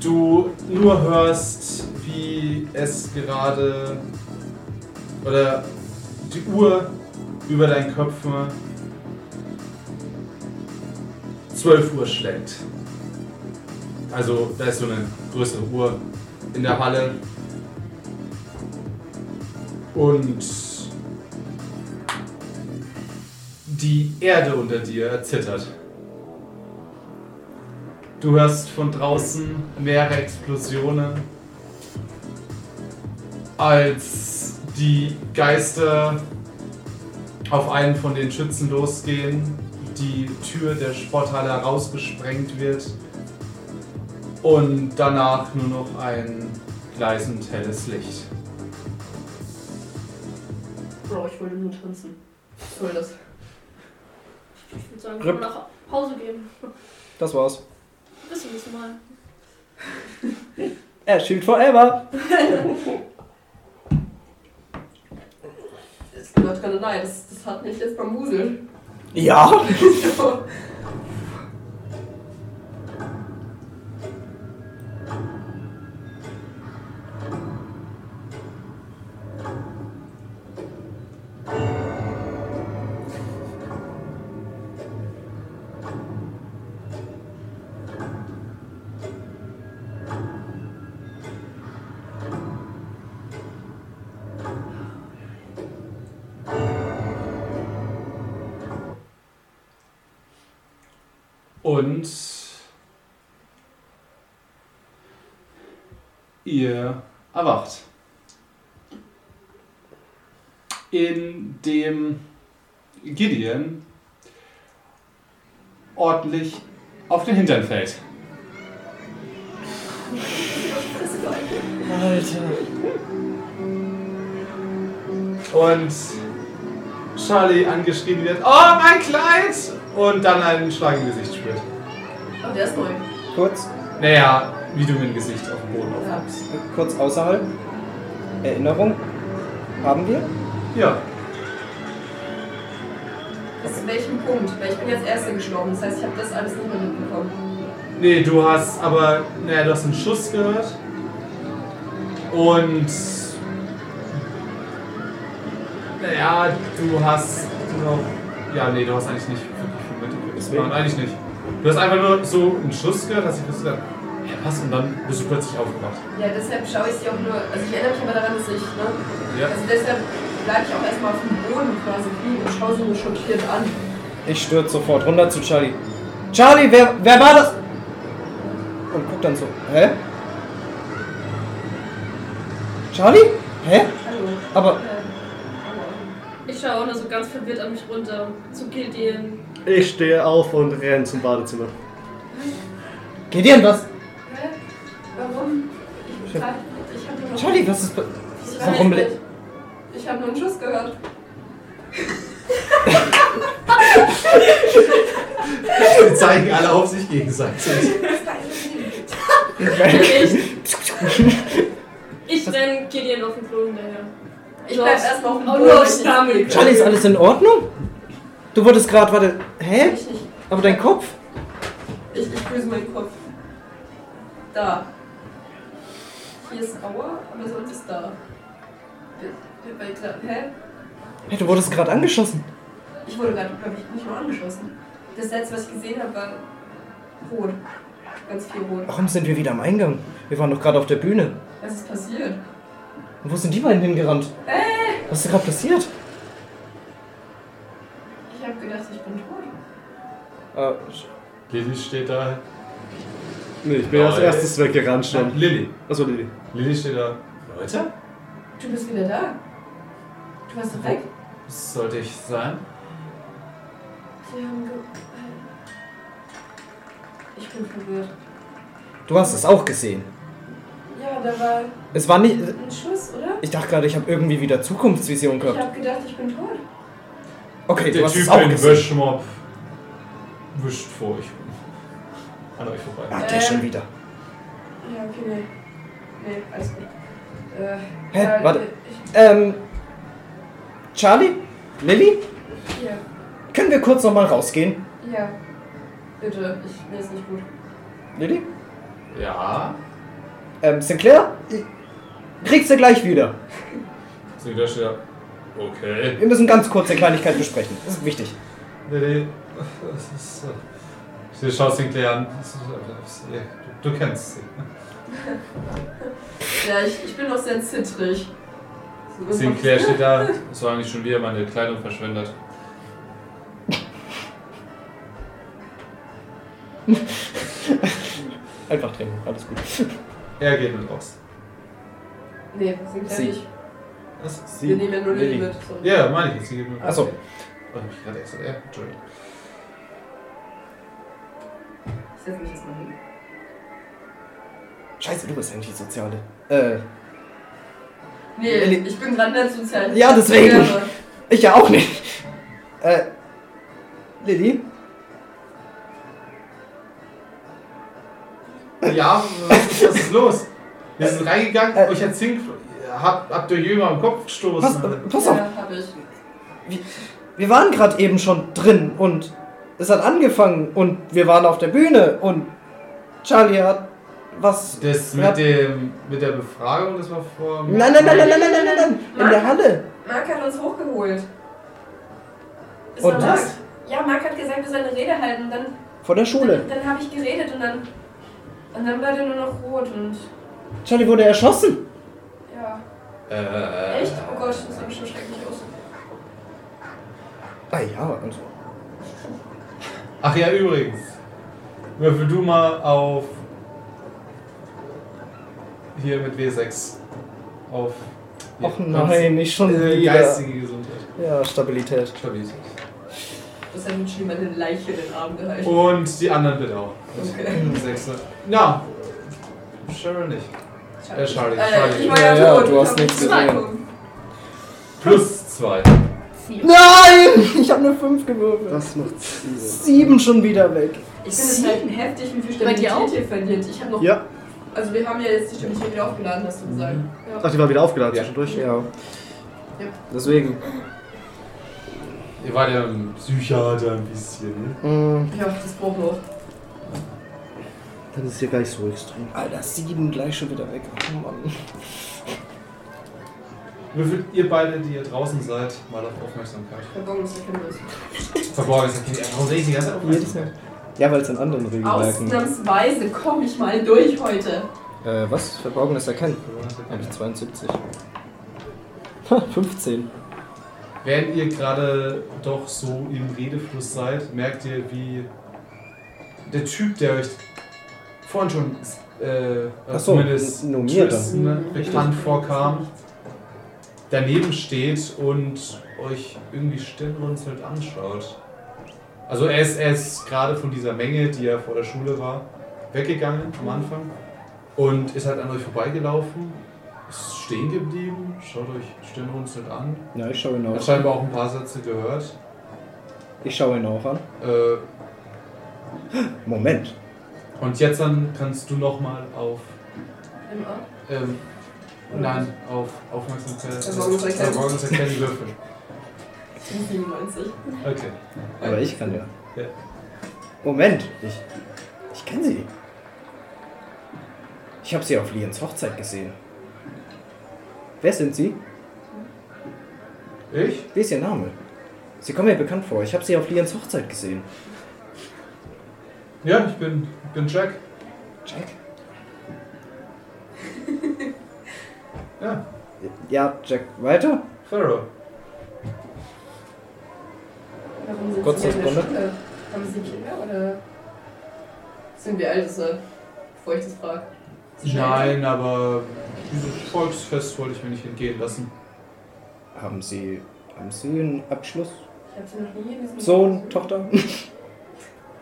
S1: du nur hörst, wie es gerade oder die Uhr über deinen Köpfen 12 Uhr schlägt. Also da ist so eine größere Uhr in der Halle. Und die Erde unter dir zittert. Du hörst von draußen mehrere Explosionen, als die Geister auf einen von den Schützen losgehen, die Tür der Sporthalle herausgesprengt wird und danach nur noch ein gleißend helles Licht.
S2: Bro, ich wollte nur tanzen. Was soll das?
S4: Ich würde sagen,
S5: Rip.
S4: können wir nach Hause gehen.
S5: Das war's.
S4: Bis zum nächsten Mal.
S5: Er schielt forever.
S2: Es gibt auch keine Nein, das, das hat mich jetzt [LAUGHS] bambuselt.
S5: Ja.
S2: So.
S1: Und ihr erwacht. In dem Gideon ordentlich auf den Hintern fällt. Und Charlie angeschrien wird, oh mein Kleid! Und dann einen Schlag im Gesicht spürt.
S2: Oh, der ist neu.
S5: Kurz,
S1: Naja, wie du ein Gesicht auf dem Boden
S2: Ja.
S1: aufkommst.
S5: kurz außerhalb. Erinnerung haben wir?
S1: Ja.
S2: Bis zu welchem Punkt? Weil ich bin jetzt Erste gestorben, das heißt, ich habe das alles nicht mehr mitbekommen.
S1: Nee, du hast aber, naja, du hast einen Schuss gehört. Und. Naja, du hast noch. Ja, nee, du hast eigentlich nicht wirklich viel
S6: Deswegen?
S1: mitbekommen. Nein, eigentlich nicht. Du hast einfach nur so einen Schuss gehört, hast dich kurz gedacht, ja, was? Und dann bist du plötzlich aufgewacht. [LAUGHS]
S2: Ja, deshalb schaue ich sie auch nur. Also ich erinnere mich aber daran, dass ich, ne?
S1: Ja.
S2: Also deshalb bleibe ich auch erstmal auf dem Boden quasi liegen und schaue sie nur schockiert an.
S7: Ich stürze sofort runter zu Charlie. Charlie, wer, wer war das? Und guck dann so. Hä? Charlie? Hä?
S2: Hallo. Ähm,
S7: Aber
S4: Ich schaue auch nur so ganz verwirrt an mich runter und zu Gildian.
S6: Ich stehe auf und renne zum Badezimmer.
S7: Gideon, was?
S2: Hä? Äh, Warum? Ich, ich habe nur noch.
S7: Charlie, was ist. be-
S2: Ich war
S7: Warum
S2: nicht
S7: le-
S2: mit. Ich habe nur einen Schuss gehört.
S1: Wir zeigen alle auf sich gegenseitig.
S4: Ich, ich renn Gideon auf den Flur hinterher. Oh,
S2: Ich bleib erstmal auf dem
S4: Auch
S2: Boden.
S4: nur auf
S2: wenn ich-
S4: Stammel.
S7: Charlie, ist alles in Ordnung? Du wurdest gerade. Warte. Hä?
S2: Ich nicht.
S7: Aber dein Kopf?
S2: Ich, ich grüße meinen Kopf. Da. Hier ist Aua, aber sonst ist da. Bei- bei Kla- Hä?
S7: Hä, du wurdest gerade angeschossen.
S2: Ich wurde gerade, glaube ich, nicht nur angeschossen. Das letzte, was ich gesehen habe, war rot. Ganz viel rot.
S7: Warum sind wir wieder am Eingang? Wir waren doch gerade auf der Bühne.
S2: Was ist passiert?
S7: Und wo sind die beiden hingerannt? Was ist gerade passiert?
S2: Ich habe gedacht, ich bin tot.
S7: Äh,
S1: Lilly steht da.
S6: Nee, ich bin
S1: Oh,
S6: als
S1: ey.
S6: erstes weggerannt schon.
S1: Lilly.
S6: Achso, Lili.
S1: Lilly steht da. Leute?
S2: Du bist wieder da. Du warst doch weg.
S1: Sollte ich sein?
S2: Sie haben ge äh. Ich bin verwirrt.
S7: du hast es auch gesehen.
S2: Ja, da war
S7: Es war nicht.
S2: ein Schuss, oder?
S7: Ich dachte gerade, ich habe irgendwie wieder Zukunftsvision
S2: Ich
S7: gehabt.
S2: habe gedacht, ich bin tot.
S7: Okay, du
S1: Der
S7: hast es
S1: Typ
S7: auch
S1: in
S7: gesehen.
S1: Wischmob wischt vor euch rum. An euch vorbei.
S7: Ah, der
S2: Ähm.
S7: schon wieder.
S2: Ja, okay, nee. Nee, alles gut. Äh,
S7: Hä?
S2: ja,
S7: Warte.
S2: Ich,
S7: Ähm. Charlie? Lilly?
S2: ja,
S7: Können wir kurz nochmal rausgehen?
S2: ja. Bitte, ich, mir ist nicht gut.
S7: Lilly?
S1: Ja.
S7: Ähm, Sinclair? Ich- Kriegst du gleich wieder.
S1: Sie wieder steht da. Okay.
S7: Wir müssen ganz kurz eine Kleinigkeit besprechen. Das ist wichtig.
S1: Lilly. Das ist. äh, Sie schaut Sinclair an. Das ist, äh, das ist, äh, Du, du kennst sie.
S2: Ja, ich, ich bin noch sehr zittrig. So,
S1: Sinclair steht da. So habe ich schon wieder meine Kleidung verschwendet.
S7: Einfach trinken, alles gut.
S1: Er geht mit raus.
S2: Nee, Sinclair
S7: Sie.
S2: nicht.
S1: Das ist
S2: Wir nehmen ja nur Lilly
S7: Lilly.
S2: mit. So.
S1: ja, meine ich jetzt. Sie geht mit raus.
S7: Achso,
S1: Warte, hab ich gerade erst gesagt. Ja, Entschuldigung.
S2: Ich setze mich jetzt mal hin.
S7: scheiße, du bist eigentlich die Soziale. Äh,
S2: Nee,
S7: Lilly.
S2: ich bin gerade nicht sozial.
S7: Ja, deswegen.
S2: Ja,
S7: ich ja auch nicht. Äh, Lilly?
S1: Ja, was, was ist los? Wir sind reingegangen,
S7: Äh,
S1: euch hat Zink. Habt, habt ihr jemand am Kopf
S7: Pass, äh,
S1: gestoßen?
S7: pass auf,
S2: Ja, hab ich.
S7: wir waren gerade eben schon drin und es hat angefangen und wir waren auf der Bühne und Charlie hat was.
S1: Das
S7: Ja.
S1: mit, dem, mit der Befragung, das war vor.
S7: Nein, nein, nein, nein, nein, nein, nein, nein, nein. In der Halle.
S2: Marc hat uns hochgeholt. Ist
S7: Und
S2: doch Marc.
S7: was?
S2: Ja, Marc hat gesagt, wir sollen eine Rede halten. Dann
S7: Vor der Schule.
S2: Dann, dann habe ich geredet und dann. Und dann war der nur noch rot und.
S7: Charlie wurde erschossen.
S2: Ja.
S1: Äh,
S2: Echt? Oh Gott, das sah schon schrecklich aus.
S7: Ah ja, also.
S1: Ach ja, übrigens. Würfel du mal auf. Hier mit W6. Auf. hier,
S7: Och nein, nicht schon
S1: äh,
S7: wieder.
S1: Geistige Gesundheit.
S7: Ja, Stabilität.
S1: Stabilität.
S2: Das hat uns schon jemand eine Leiche in den Arm gehalten.
S1: Und die anderen bitte auch.
S7: Oh.
S2: Okay.
S7: Äh,
S1: Sechser. Na. Cheryl nicht. Äh, Charlie.
S2: Äh, ich
S1: Charlie.
S2: war ja,
S7: Ja, ja,
S2: tot.
S7: du
S2: Ich
S7: hast
S2: hab
S7: nichts
S2: zwei
S7: gesehen.
S2: Punkte.
S1: Plus 2.
S7: Nein! [LAUGHS] Ich habe eine 5 gewürfelt.
S6: Das macht Sinn.
S7: 7 schon wieder weg.
S2: Ich finde es halt heftig, wie viel
S4: Bei dir auch?
S2: Stabilität ihr verliert. Ich habe noch.
S6: Ja.
S2: Also, wir haben ja jetzt die Stabilität wieder aufgeladen, hast du gesagt. Ja.
S6: Ach, die war wieder aufgeladen
S1: Ja.
S6: zwischendurch.
S7: Ja.
S2: Ja.
S7: Deswegen.
S1: Ihr wart ja ein Psychiater ein bisschen, ne?
S7: Mhm.
S6: Mm,
S2: Ja, das Bobo.
S6: Dann ist hier gleich so extrem.
S7: Alter, sieben gleich schon wieder weg. Oh Mann.
S1: Würfelt ihr beide, die ihr draußen seid, mal auf Aufmerksamkeit.
S2: Verborgen ist der Kinder.
S1: Verborgen ist okay. Warum sehe ich die ganze Zeit
S7: Jedes
S1: Aufmerksamkeit?
S7: Mal. Ja, weil es in anderen Regelwerken.
S2: Ausnahmsweise komme ich mal durch heute.
S7: Äh, was? Verborgenes Erkennen?
S1: Verborgen ist
S7: Habe ich
S1: okay.
S7: 72. Ha, 15.
S1: Während ihr gerade doch so im Redefluss seid, merkt ihr, wie der Typ, der euch vorhin schon äh,
S7: Ach so,
S1: zumindest
S7: n- nominiert
S1: Tristan ne,
S2: dann. Mhm.
S1: bekannt vorkam, daneben steht und euch irgendwie stirnrunzelnd anschaut. Also er ist, er ist gerade von dieser Menge, die ja vor der Schule war, weggegangen
S7: Mhm.
S1: am Anfang und ist halt an euch vorbeigelaufen, ist stehen geblieben, schaut euch stirnrunzelnd an,
S7: Ja, ich schaue ihn
S1: hat
S7: auch.
S1: scheinbar auch ein paar Sätze gehört.
S7: Ich schaue ihn auch an.
S1: Äh,
S7: Moment.
S1: und jetzt dann kannst du nochmal auf,
S2: Im Ort.
S1: ähm, nein, auf Aufmerksamkeit,
S2: Verborgenes Erkennen.
S1: Verborgenes Erkennen würfeln.
S2: Ich bin 97.
S1: Okay.
S7: Aber ich kann ja.
S1: Ja.
S7: Moment. Ich, ich kenne sie. Ich habe sie auf Liens Hochzeit gesehen. Wer sind sie?
S1: Ich?
S7: Wie ist ihr Name? Sie kommen mir bekannt vor. Ich habe sie auf Liens Hochzeit gesehen.
S1: Ja, ich bin, bin Jack.
S7: Jack?
S1: Ja,
S7: Ja, Jack, weiter?
S1: Pharaoh.
S2: Warum sind
S7: Kurze
S2: wir in der
S7: Sekunde.
S2: Schule? Äh, Haben Sie Kinder oder sind wir Älteste? Bevor ich das frage.
S1: Nein, aber dieses Volksfest wollte ich mir nicht entgehen lassen.
S7: Haben Sie. Haben Sie einen Abschluss?
S2: Ich habe sie noch nie in diesem
S7: Sohn, Tochter?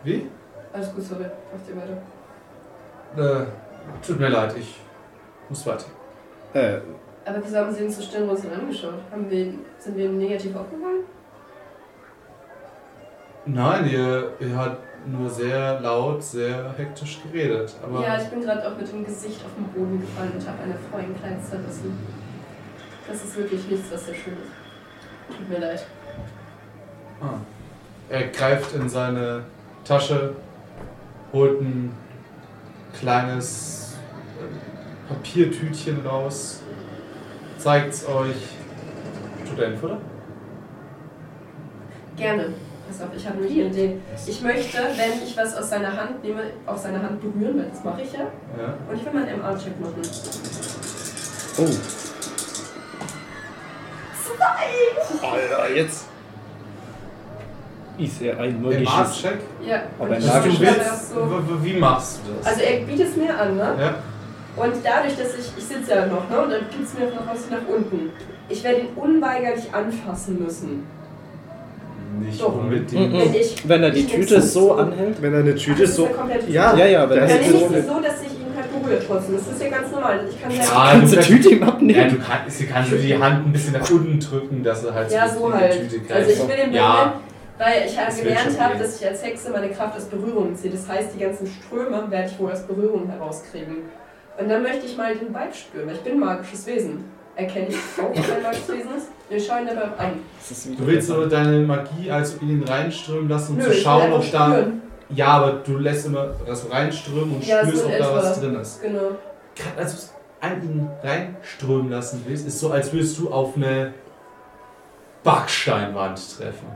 S1: Wie?
S2: Alles gut, sorry. Macht ihr weiter.
S1: Äh, tut mir leid, ich muss weiter.
S7: äh,
S2: Aber wieso haben Sie uns so stirnrunzeln angeschaut? Haben wir, sind wir negativ aufgefallen?
S1: Nein, ihr, ihr habt nur sehr laut, sehr hektisch geredet. Aber
S2: Ja, ich bin gerade auch mit dem Gesicht auf den Boden gefallen und habe eine Frau in kleinen zerrissen. Das ist wirklich nichts, was sehr schön ist. Tut mir leid.
S1: Ah. Er greift in seine Tasche, holt ein kleines äh, Papiertütchen raus, zeigt's euch. Tut er ein Futter?
S2: Gerne. Pass auf, ich habe eine Idee. Ich möchte, wenn ich was aus seiner Hand nehme, auch seine Hand berühren, weil das mache ich ja.
S1: Ja.
S2: Und ich will mal einen MR-Check machen.
S7: oh.
S2: Zwei!
S7: Alter, jetzt. Ist er ein
S1: Im Artcheck?
S2: Ja.
S7: Aber
S2: und
S7: ein
S2: ich
S1: Also, du
S7: Lagerschlag.
S2: schreibe das
S1: willst,
S2: so.
S1: w- w- wie machst du das?
S2: Also er bietet es mir an, ne?
S1: ja?
S2: Und dadurch, dass ich, ich sitze ja noch, ne? Und dann gibt es mir noch was nach unten. Ich werde ihn unweigerlich anfassen müssen.
S1: Nicht
S2: Doch.
S1: unbedingt.
S7: Mhm.
S2: Wenn ich.
S7: Wenn er die
S2: ich
S7: Tüte
S2: nix-
S7: so anhält.
S6: Wenn eine
S2: Ach,
S6: Tüte
S2: das ist
S6: ist
S2: ja
S6: so.
S2: komplett.
S6: Ja,
S7: Ja, ja, wenn
S6: da
S2: Dann
S7: er die
S6: hätte
S2: nehme ich
S7: so-
S2: sie so, dass ich ihn halt berühre trotzdem. Das ist ja ganz normal. Ich kann
S1: Ja,
S7: Kannst du
S1: kannst-
S7: Tüte ihm abnehmen?
S1: Ja, du kannst, du kannst die Hand ein bisschen nach unten drücken, dass er halt
S2: Ja,
S1: in die
S2: so
S1: Tüte
S2: halt.
S1: greift.
S2: Also ich will den
S1: ja,
S2: berühren, weil ich halt
S1: Das wird
S2: gelernt
S1: schon
S2: habe,
S1: gehen.
S2: dass ich als Hexe meine Kraft aus Berührung ziehe. Das heißt, die ganzen Ströme werde ich wohl aus Berührung herauskriegen. Und dann möchte ich mal den Vibe spüren, weil ich bin ein magisches Wesen. Erkenne ich
S1: [LAUGHS]
S2: auch, dass ich ein magisches Wesen ist? Wir schauen dabei ein.
S7: Das ist wieder
S1: Du willst
S7: besser.
S1: so deine Magie als in ihn reinströmen lassen, um
S2: Nö,
S1: zu
S2: ich will
S1: schauen,
S2: einfach
S1: ob da.
S2: spüren.
S1: Ja, aber du lässt immer das reinströmen und
S2: Ja,
S1: spürst,
S2: so
S1: ob
S2: in
S1: da was
S2: etwa.
S1: drin ist.
S2: Genau.
S1: Kann- Als du es an ihn reinströmen lassen willst, ist so, als würdest du auf eine Backsteinwand treffen.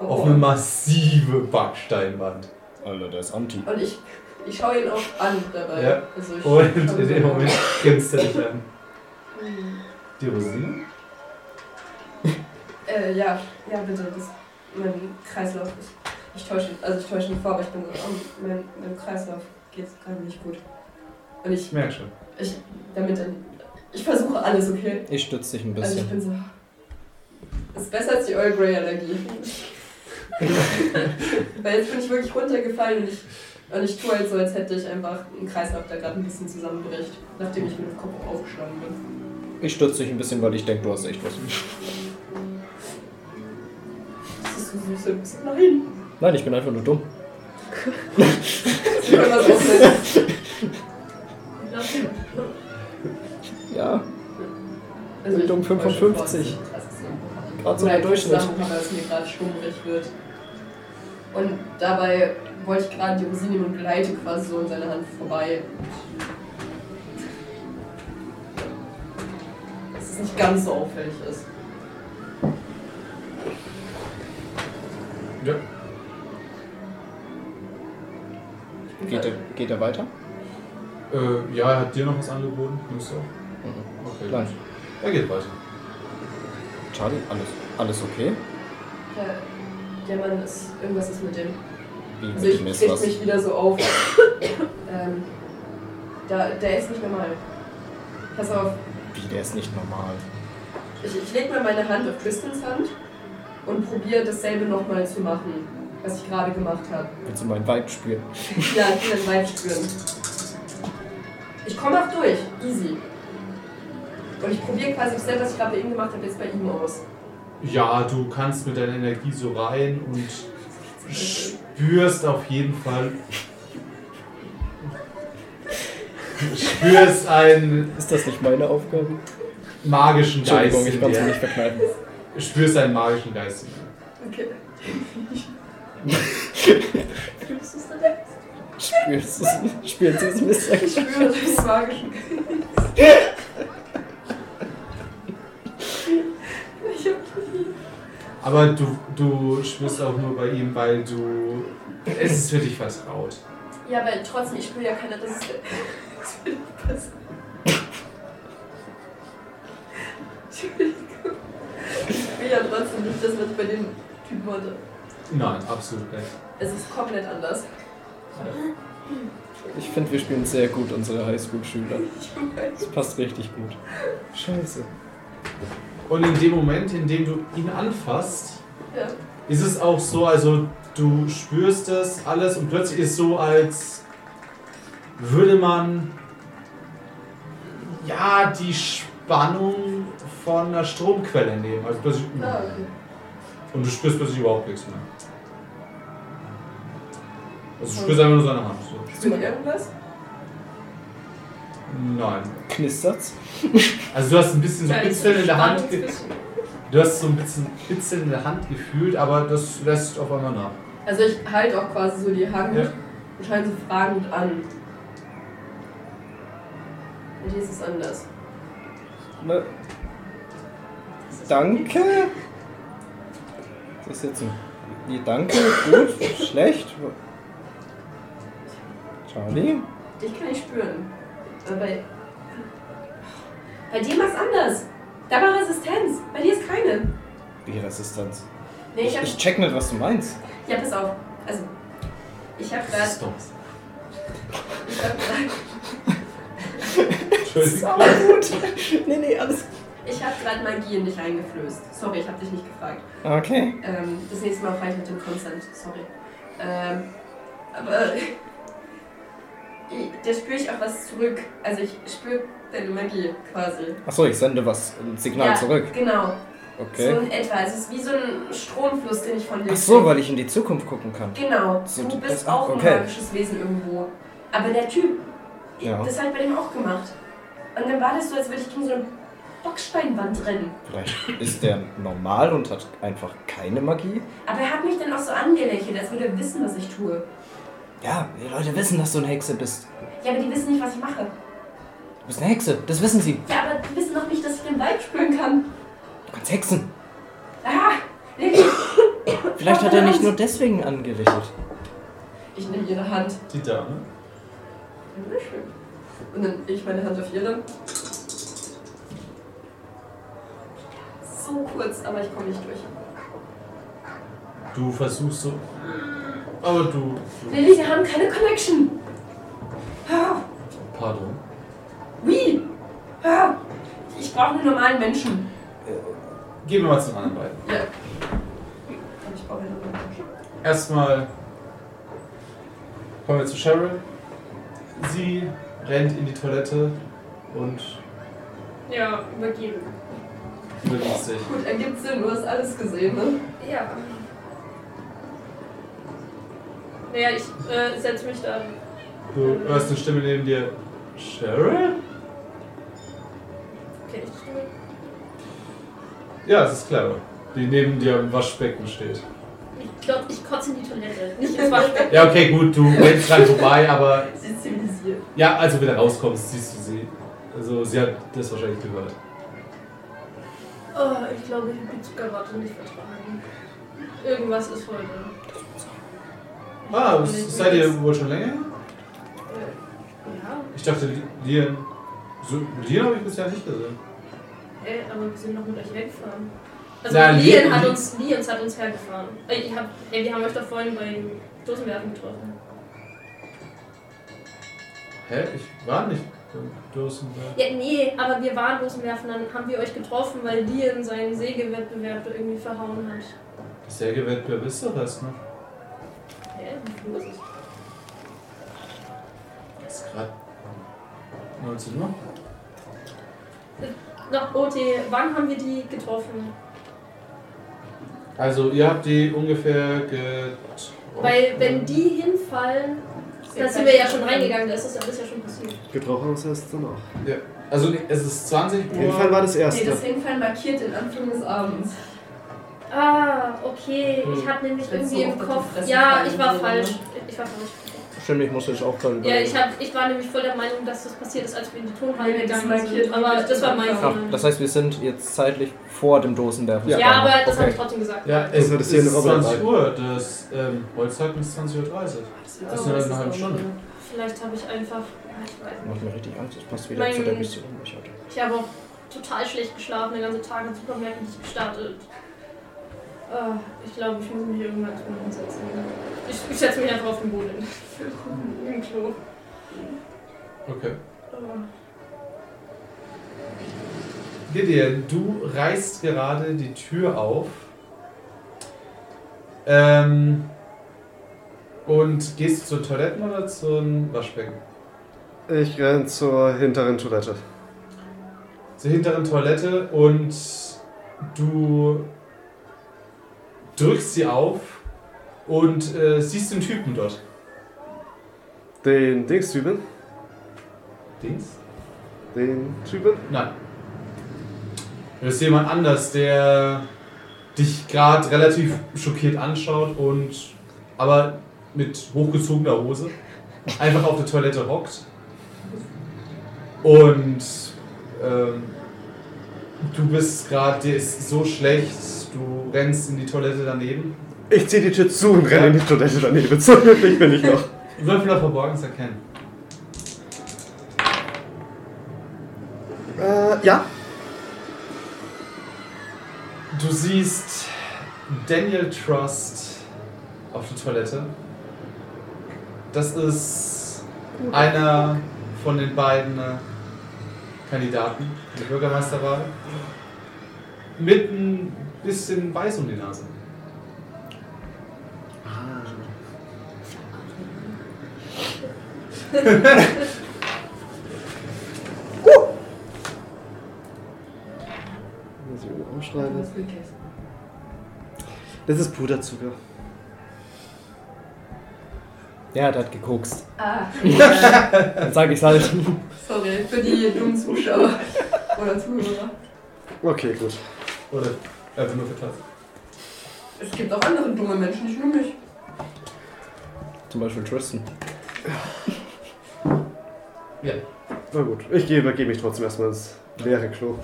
S2: Oh,
S1: Auf
S2: wow.
S1: eine massive Backsteinwand.
S7: Alter, der ist Anti.
S2: Und ich, ich schaue ihn auch an dabei.
S1: Ja.
S2: Also ich
S1: Und [LAUGHS] in dem Moment grinst er dich an.
S2: Hm.
S1: Die Rosine?
S2: Äh, ja, ja, bitte. Das, mein Kreislauf ist. Ich täusche, also ich täusche ihn vor, aber ich bin so, oh, mein, mein Kreislauf geht gerade nicht gut. Und
S1: Ich
S2: ich,
S1: merke schon.
S2: ich, damit, dann- ich versuche alles, okay?
S7: Ich stütze dich ein
S2: Also ich
S7: bisschen.
S2: bin so, ist besser als die Earl Grey Allergie. Weil jetzt bin ich wirklich runtergefallen und ich, und ich tue halt so, als hätte ich einfach einen Kreislauf, der gerade ein bisschen zusammenbricht, nachdem ich mit dem Kopf aufgeschlagen bin.
S7: Ich stütze dich ein bisschen, weil ich denke, du hast echt was.
S2: Das ist so süß, ein bisschen nein.
S7: Nein, ich bin einfach nur dumm.
S2: Das ist immer so süß. Ja. Also
S7: Bildung 55. Gerade so der Durchschnitt.
S2: zusammen, weil es mir gerade schummrig wird. Und dabei wollte ich gerade die Rosine nehmen und gleite quasi so in seiner Hand vorbei. Dass es nicht ganz so auffällig ist.
S1: Ja.
S7: Geht er, geht er weiter?
S1: Äh, ja, er hat dir noch was angeboten. Nimmst du auch? Okay.
S7: Mhm. Nein.
S1: Er geht weiter.
S7: Charlie, alles, alles okay?
S2: Der, der Mann ist. Irgendwas ist mit dem.
S7: Wie
S2: Also
S7: mit
S2: ich
S7: ihm ist
S2: krieg
S7: was?
S2: mich wieder so auf. [COUGHS] ähm, da, der ist nicht normal. Pass auf,
S7: Wie, der ist nicht normal.
S2: ich, ich lege mal meine Hand auf Tristans Hand und probiere dasselbe nochmal zu machen, was ich gerade gemacht habe.
S7: Willst du meinen Vibe spüren?
S2: Ja, ich will den Vibe spüren. Ich komme auch durch, easy. Und ich probiere quasi dasselbe, was ich gerade bei ihm gemacht habe, jetzt bei ihm aus.
S1: Ja, du kannst mit deiner Energie so rein und spürst auf jeden Fall. spürst einen
S7: Ist das nicht meine Aufgabe?
S1: magischen Geist.
S7: Entschuldigung, ich
S1: in
S7: kann es
S1: dir.
S7: nicht verkneifen.
S1: Spürst einen magischen Geist. in dir.
S2: Okay.
S4: Fühlst du es denn?
S7: Spürst du es? Spürst du es, Mister?
S2: Ich spüre das [LAUGHS] magischen Geist. Ich hab
S1: Aber du, du spürst auch nur bei ihm, weil du. Es ist für dich vertraut.
S2: Ja, aber trotzdem, ich spüre ja keiner, dass es [LAUGHS] das wird nicht passieren. Entschuldigung. Ich spüre ja trotzdem nicht das, was ich bei dem Typen hatte.
S1: Nein, absolut nicht.
S2: Es ist komplett anders.
S7: Ich finde, wir spielen sehr gut unsere Highschool-Schüler.
S2: Ich weiß.
S7: Das passt richtig gut. Scheiße.
S1: Und in dem Moment, in dem du ihn anfasst,
S2: Ja.
S1: ist es auch so, also du spürst das alles und plötzlich ist es so, als würde man ja die Spannung von einer Stromquelle nehmen. Also plötzlich,
S2: Ah, okay.
S1: und du spürst plötzlich überhaupt nichts mehr. Also du spürst einfach nur seine Hand. So.
S2: Spürt ihr irgendwas?
S1: Nein.
S7: Knistert's?
S1: Also du hast ein bisschen so
S2: Ja, ich
S1: Kitzeln in der Hand.
S2: spannend
S1: ge-
S2: zwischen-
S1: Du hast so ein bisschen Kitzeln in der Hand gefühlt, aber das lässt auf einmal nach.
S2: Also ich halte auch quasi so die Hand
S1: Ja.
S2: und schaue ihn so fragend an. Und hier ist es anders.
S7: Ne? Danke. Das ist jetzt ein. Nee, danke. Gut. Schlecht. Charlie?
S2: Dich kann ich spüren. Aber bei, bei dir was anders. Da war Resistenz. Bei dir ist keine.
S7: Wie Resistenz?
S2: Nee, ich
S7: Ich,
S2: hab.
S7: ich check nicht, was du meinst.
S2: Ja, pass auf. Also, ich hab grad.
S1: doch.
S2: Ich hab grad.
S1: Entschuldigung.
S7: Nee, nee, alles.
S2: Ich hab grad Magie in dich eingeflößt. Sorry, ich hab dich nicht gefragt.
S7: Okay.
S2: Ähm, das nächste Mal fahre ich mit dem Consent. Sorry. Ähm, aber. [LAUGHS] Ich- Da spüre ich auch was zurück. Also, ich spüre deine Magie quasi.
S7: Achso, ich sende was, ein Signal
S2: ja,
S7: zurück.
S2: Genau. So
S7: Okay.
S2: in etwa. Also Es ist wie so ein Stromfluss, den ich von dir
S7: Ach so,
S2: krieg.
S7: weil ich in die Zukunft gucken kann.
S2: Genau,
S7: So,
S2: du
S7: das-
S2: bist auch
S7: okay.
S2: ein magisches Wesen irgendwo. Aber der Typ, ich-
S7: Ja.
S2: das habe ich bei dem auch gemacht. Und dann war das so, als würde ich gegen so eine Bocksteinwand rennen.
S7: Vielleicht ist der normal und hat einfach keine Magie.
S2: Aber er hat mich dann auch so angelächelt, als würde er wissen, was ich tue.
S7: Ja, die Leute wissen, dass du eine Hexe bist.
S2: Ja, aber die wissen nicht, was ich mache.
S7: Du bist eine Hexe, das wissen sie.
S2: Ja, aber die wissen doch nicht, dass ich den Wald spüren kann.
S7: Du kannst hexen.
S2: Ah, Lilly.
S7: Vielleicht hat er nicht nur deswegen angelächelt.
S2: Ich nehme ihre Hand.
S1: Die Dame.
S2: Dankeschön. Und dann ich meine Hand auf ihre. So kurz, aber ich komme nicht durch.
S1: Du versuchst so. Aber du. du
S2: Lilly, wir haben keine Connection. Hör auf.
S1: pardon.
S2: Wie? Hör! Ich brauche einen normalen Menschen.
S1: Gehen wir mal zum anderen beiden.
S2: Ja. Ich brauche einen normalen Menschen.
S1: Erstmal kommen wir zu Cheryl. Sie rennt in die Toilette und
S4: Ja, übergeben.
S1: benutzt sich.
S2: Gut, ergibt Sinn, du hast alles gesehen, ne?
S4: Ja. Naja, ich äh, setze mich dann.
S1: Du hörst eine Stimme neben dir. Cheryl?
S4: Okay, ich stimme.
S1: Ja, es ist clever. die neben dir im Waschbecken steht.
S4: Ich glaube, ich kotze in die [LAUGHS] Toilette. Nicht ins Waschbecken.
S1: Ja, okay, gut, du rennst dran vorbei, aber
S2: Sie ist zivilisiert.
S1: ja, als du wieder rauskommst, siehst du sie. Also sie hat das wahrscheinlich gehört.
S4: Oh, ich glaube, ich habe die Zuckerwatte nicht vertragen. Irgendwas ist heute.
S1: Ah, s- seid ihr wohl schon länger?
S4: Äh, Ja,
S1: Ich dachte, Lien. So, Lien habe ich bisher nicht gesehen.
S4: ey, Äh, aber wir sind noch mit euch weggefahren. Also
S1: Na,
S4: Liens
S1: Lien-
S4: hat uns, Liens hat uns hergefahren. Ey, ich hab, ey, wir haben euch doch vorhin beim Dosenwerfen getroffen.
S1: Hä? Ich war nicht. Dosen.
S4: Ja, nee, aber wir waren Dosenwerfen, dann haben wir euch getroffen, weil Lien seinen Sägewettbewerb irgendwie verhauen hat.
S1: Sägewettbewerb ist doch das, ne?
S4: Hä? Wie viel Uhr ist es?
S1: Ist gerade 19 Uhr?
S4: Nach OT, wann haben wir die getroffen?
S1: Also ihr habt die ungefähr get Oh,
S4: Weil
S1: ähm,
S4: wenn die hinfallen, da sind wir ja schon reingegangen, da ist das alles ja schon passiert.
S6: Getroffen hast du es dann auch.
S1: Also es ist 20
S6: Auf jeden Fall
S1: Uhr.
S6: war das
S2: Nee,
S6: erste.
S2: das Hinfallen markiert den Anfang des Abends.
S4: Ah, okay. Ich
S1: Hm.
S4: hatte nämlich
S2: Wenn
S4: irgendwie
S2: so
S4: im
S2: oft
S4: Kopf.
S2: auf die Fresse
S4: Ja,
S2: fallen
S4: ich war
S2: würde,
S4: falsch.
S2: ne?
S4: Ich war falsch.
S7: Stimmt, ich muss jetzt auch gerade
S4: Ja,
S7: überlegen.
S4: ich, hab, ich war nämlich voll der Meinung, dass das passiert ist, als wir in die Turnhalle
S2: Wenn wir das
S4: gegangen sind.
S2: markiert,
S4: Aber
S2: wenn wir
S4: das war mein
S2: das
S7: Ach,
S4: Fehler.
S7: das heißt, wir sind jetzt zeitlich vor dem Dosenwerfen.
S4: ähm, Ja, aber das habe ich
S7: okay.
S4: trotzdem gesagt.
S1: Ja, es
S6: Also das hier
S1: ist
S6: eine Robbe
S1: 20 Uhr. Das ähm, Holzhacken ist 20.30 Uhr. Das sind halt eine halbe Stunde.
S4: Vielleicht habe ich einfach. Ja, ich weiß nicht.
S7: Macht mir richtig Angst, das passt wieder
S4: Mein-
S7: zu der Mission, die ich hatte.
S4: Ich habe auch total schlecht geschlafen, den ganzen Tag in Supermärkten nicht gestartet. Ah, ich glaube, ich muss mich irgendwann zum Hund setzen. Ich, ich setze mich einfach auf den Boden. [LAUGHS] Im Klo.
S1: Okay.
S4: Ah.
S1: Gideon, du reißt gerade die Tür auf. Ähm, und gehst zur Toilette oder zum Waschbecken?
S6: Ich renn zur hinteren Toilette.
S1: zur hinteren Toilette und du drückst sie auf und äh, siehst den Typen dort.
S6: Den Dingstypen.
S1: Dings?
S6: Den Typen.
S1: Nein. Das ist jemand anders, der dich gerade relativ schockiert anschaut und aber mit hochgezogener Hose einfach auf der Toilette hockt. Und ähm, du bist gerade, dir ist so schlecht, du rennst in die Toilette daneben.
S6: Ich zieh die Tür zu und renne in die Toilette daneben. [LAUGHS] So glücklich bin ich noch.
S1: Würfel auf Verborgenes erkennen.
S6: Äh, ja.
S1: Du siehst Daniel Trust auf der Toilette. Das ist einer von den beiden äh, Kandidaten der Bürgermeisterwahl. Mit ein bisschen Weiß um die Nase.
S6: Muss ich oben aufschreiben. Das ist Puderzucker.
S7: Ja, der hat gekokst.
S2: Ah,
S1: [LAUGHS]
S7: Dann sag ich's halt. [LAUGHS]
S2: sorry, für die dummen Zuschauer oder Zuhörer.
S6: Okay, gut.
S1: Oder einfach nur für Trust.
S2: Es gibt auch andere dumme Menschen, nicht nur mich.
S7: Zum Beispiel Tristan.
S6: Na gut. Ich gehe, übergebe mich trotzdem erstmal ins leere Klo.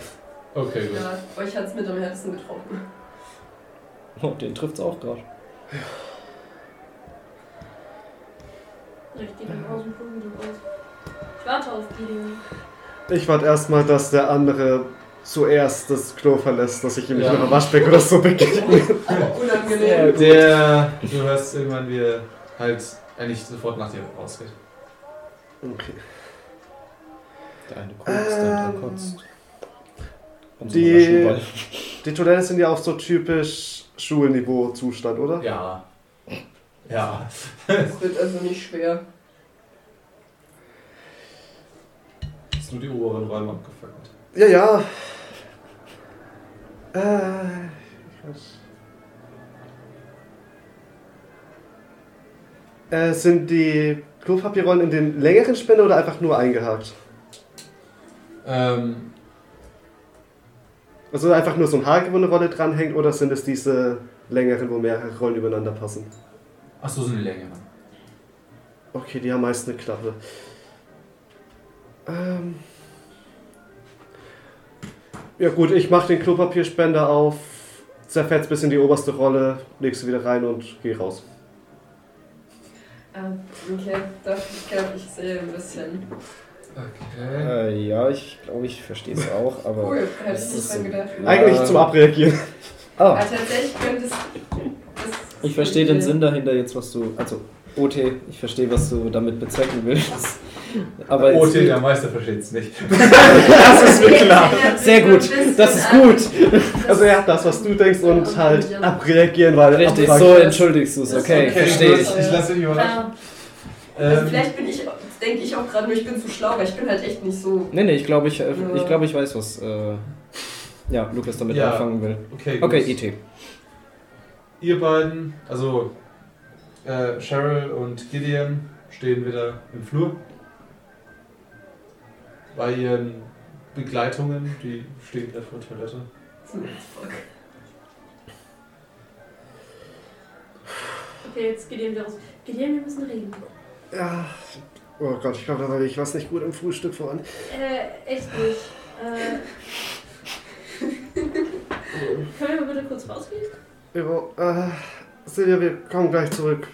S1: Okay, gut.
S2: Ja, euch hat es mit am Herzen getroffen.
S7: Oh, den trifft's auch gerade.
S4: So, Ich gehe dann raus und gucke, wie du raus. Ich warte auf Gideon.
S6: Ich warte erstmal, dass der andere zuerst das Klo verlässt, dass ich ihm nicht
S1: Ja.
S6: mit einem Waschbecken oder [LAUGHS] so begegne.
S2: Unangenehm.
S1: Der, du hörst irgendwann, wie er halt eigentlich sofort nach dir rausgeht.
S6: Okay.
S7: Der eine kokst, der andere
S6: Ähm,
S7: kotzt. Und
S6: die-
S7: so ein
S6: Die Toiletten sind ja auch so typisch Schulniveau-Zustand, oder?
S1: Ja. Ja.
S2: Es wird also nicht schwer.
S1: Ist nur die oberen Räume abgefackelt.
S6: Ja, ja. Äh, ich weiß. Äh, sind die Klopapierrollen in den längeren Spender oder einfach nur eingehakt?
S1: Ähm,
S6: Also einfach nur so ein Haken, wo eine Rolle dranhängt, oder sind es diese längeren, wo mehrere Rollen übereinander passen?
S1: Achso, so eine längere.
S6: Okay, die haben meist eine Klappe. Ähm. Ja gut, ich mache den Klopapierspender auf, zerfetz bis in die oberste Rolle, leg sie wieder rein und geh raus.
S2: Ah, okay, doch, ich glaube, ich sehe ein bisschen.
S1: Okay.
S7: Äh, ja, ich glaube, ich verstehe es auch, aber.
S2: Cool, hätte
S7: das
S2: ich nicht
S7: ist
S2: dran
S7: so-
S2: gedacht.
S7: Ja.
S6: Eigentlich zum Abreagieren.
S7: [LAUGHS] Ah,
S2: Aber tatsächlich könnte es. das-
S7: Ich verstehe den Sinn dahinter jetzt, was du. Also, OT, ich verstehe, was du damit bezwecken willst. Aber
S1: OT,
S7: jetzt,
S1: der Meister versteht es nicht.
S6: Das ist mir klar.
S7: Sehr gut, das ist gut.
S6: Also ja, das, was du denkst und halt abreagieren, weil
S7: Richtig,
S6: abfuck.
S7: so entschuldigst du es. Okay,
S2: Okay,
S7: verstehe
S2: gut.
S7: ich.
S1: Ich, ich lasse mich überraschen.
S4: Klar.
S2: Also
S1: Ähm,
S2: vielleicht bin ich, denke ich auch gerade nur, ich bin zu schlau, weil ich bin halt echt nicht so.
S7: Nee, nee, ich glaube, ich, äh,
S2: Ja.
S7: ich, glaube, ich weiß, was äh, ja, Lukas damit
S1: Ja.
S7: anfangen will.
S1: okay, gut.
S7: Okay, E ET.
S1: Ihr beiden, also äh, Cheryl und Gideon, stehen wieder im Flur. Bei ihren Begleitungen, die stehen wieder vor der Toilette.
S2: Fuck.
S4: Okay, jetzt geht ihr wieder raus. Gideon, wir müssen reden.
S6: Ja. Oh Gott, ich glaube, da war ich was nicht gut im Frühstück voran.
S4: Äh, echt nicht. Äh. Können wir mal bitte kurz rausgehen?
S6: Iro, äh, Silvia, wir kommen gleich zurück.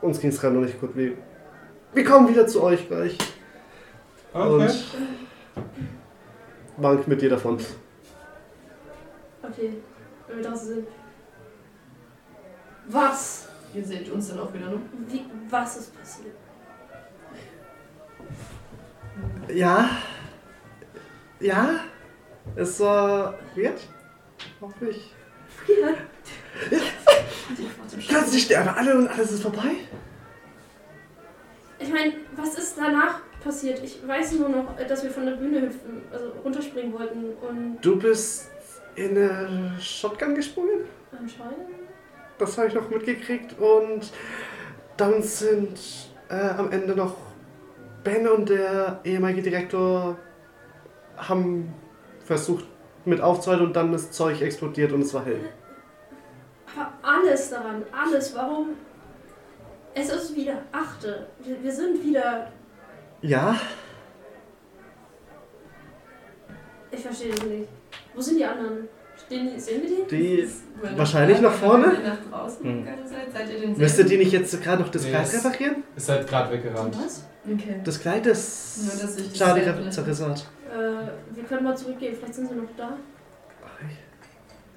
S6: Uns ging's gerade noch nicht gut. Wir, wir kommen wieder zu euch gleich. Und wank mit dir davon.
S4: Okay, wenn wir draußen sind. Was?
S2: Ihr seht uns dann auch wieder, ne?
S4: Wie, was ist passiert?
S6: Ja. Ja. Es war weird. Hoffe ich. Plötzlich sterben alle und alles ist vorbei.
S4: Ich meine, was ist danach passiert? Ich weiß nur noch, äh, dass wir von der Bühne hüpfen, also runterspringen wollten und
S6: Du bist in eine Shotgun gesprungen?
S4: anscheinend.
S6: Das habe ich noch mitgekriegt. Und dann sind äh, am Ende noch Ben und der ehemalige Direktor haben versucht mit aufzuhalten und dann das Zeug explodiert und es war hell.
S4: Aber alles daran, alles, warum? Es ist wieder achte. Wir, wir sind wieder.
S6: Ja,
S4: Ich verstehe das nicht. Wo sind die anderen? Stehen die, sehen wir die?
S6: die
S2: Wenn ihr
S6: Wahrscheinlich nach vorne? Hm.
S2: Wenn ihr nach draußen gegangen seid, seid ihr den
S6: müsste die nicht jetzt gerade noch das
S1: Nee,
S6: Kleid
S1: das-
S6: reparieren?
S1: Ist halt gerade weggerannt.
S4: Was?
S2: Okay.
S6: Das Kleid
S2: Nur, dass ich
S6: ist
S2: das
S6: Charlie
S2: Kleid
S6: rep-
S2: nicht-
S6: zerrissen hat.
S4: Äh, wir können mal zurückgehen, vielleicht sind sie noch da.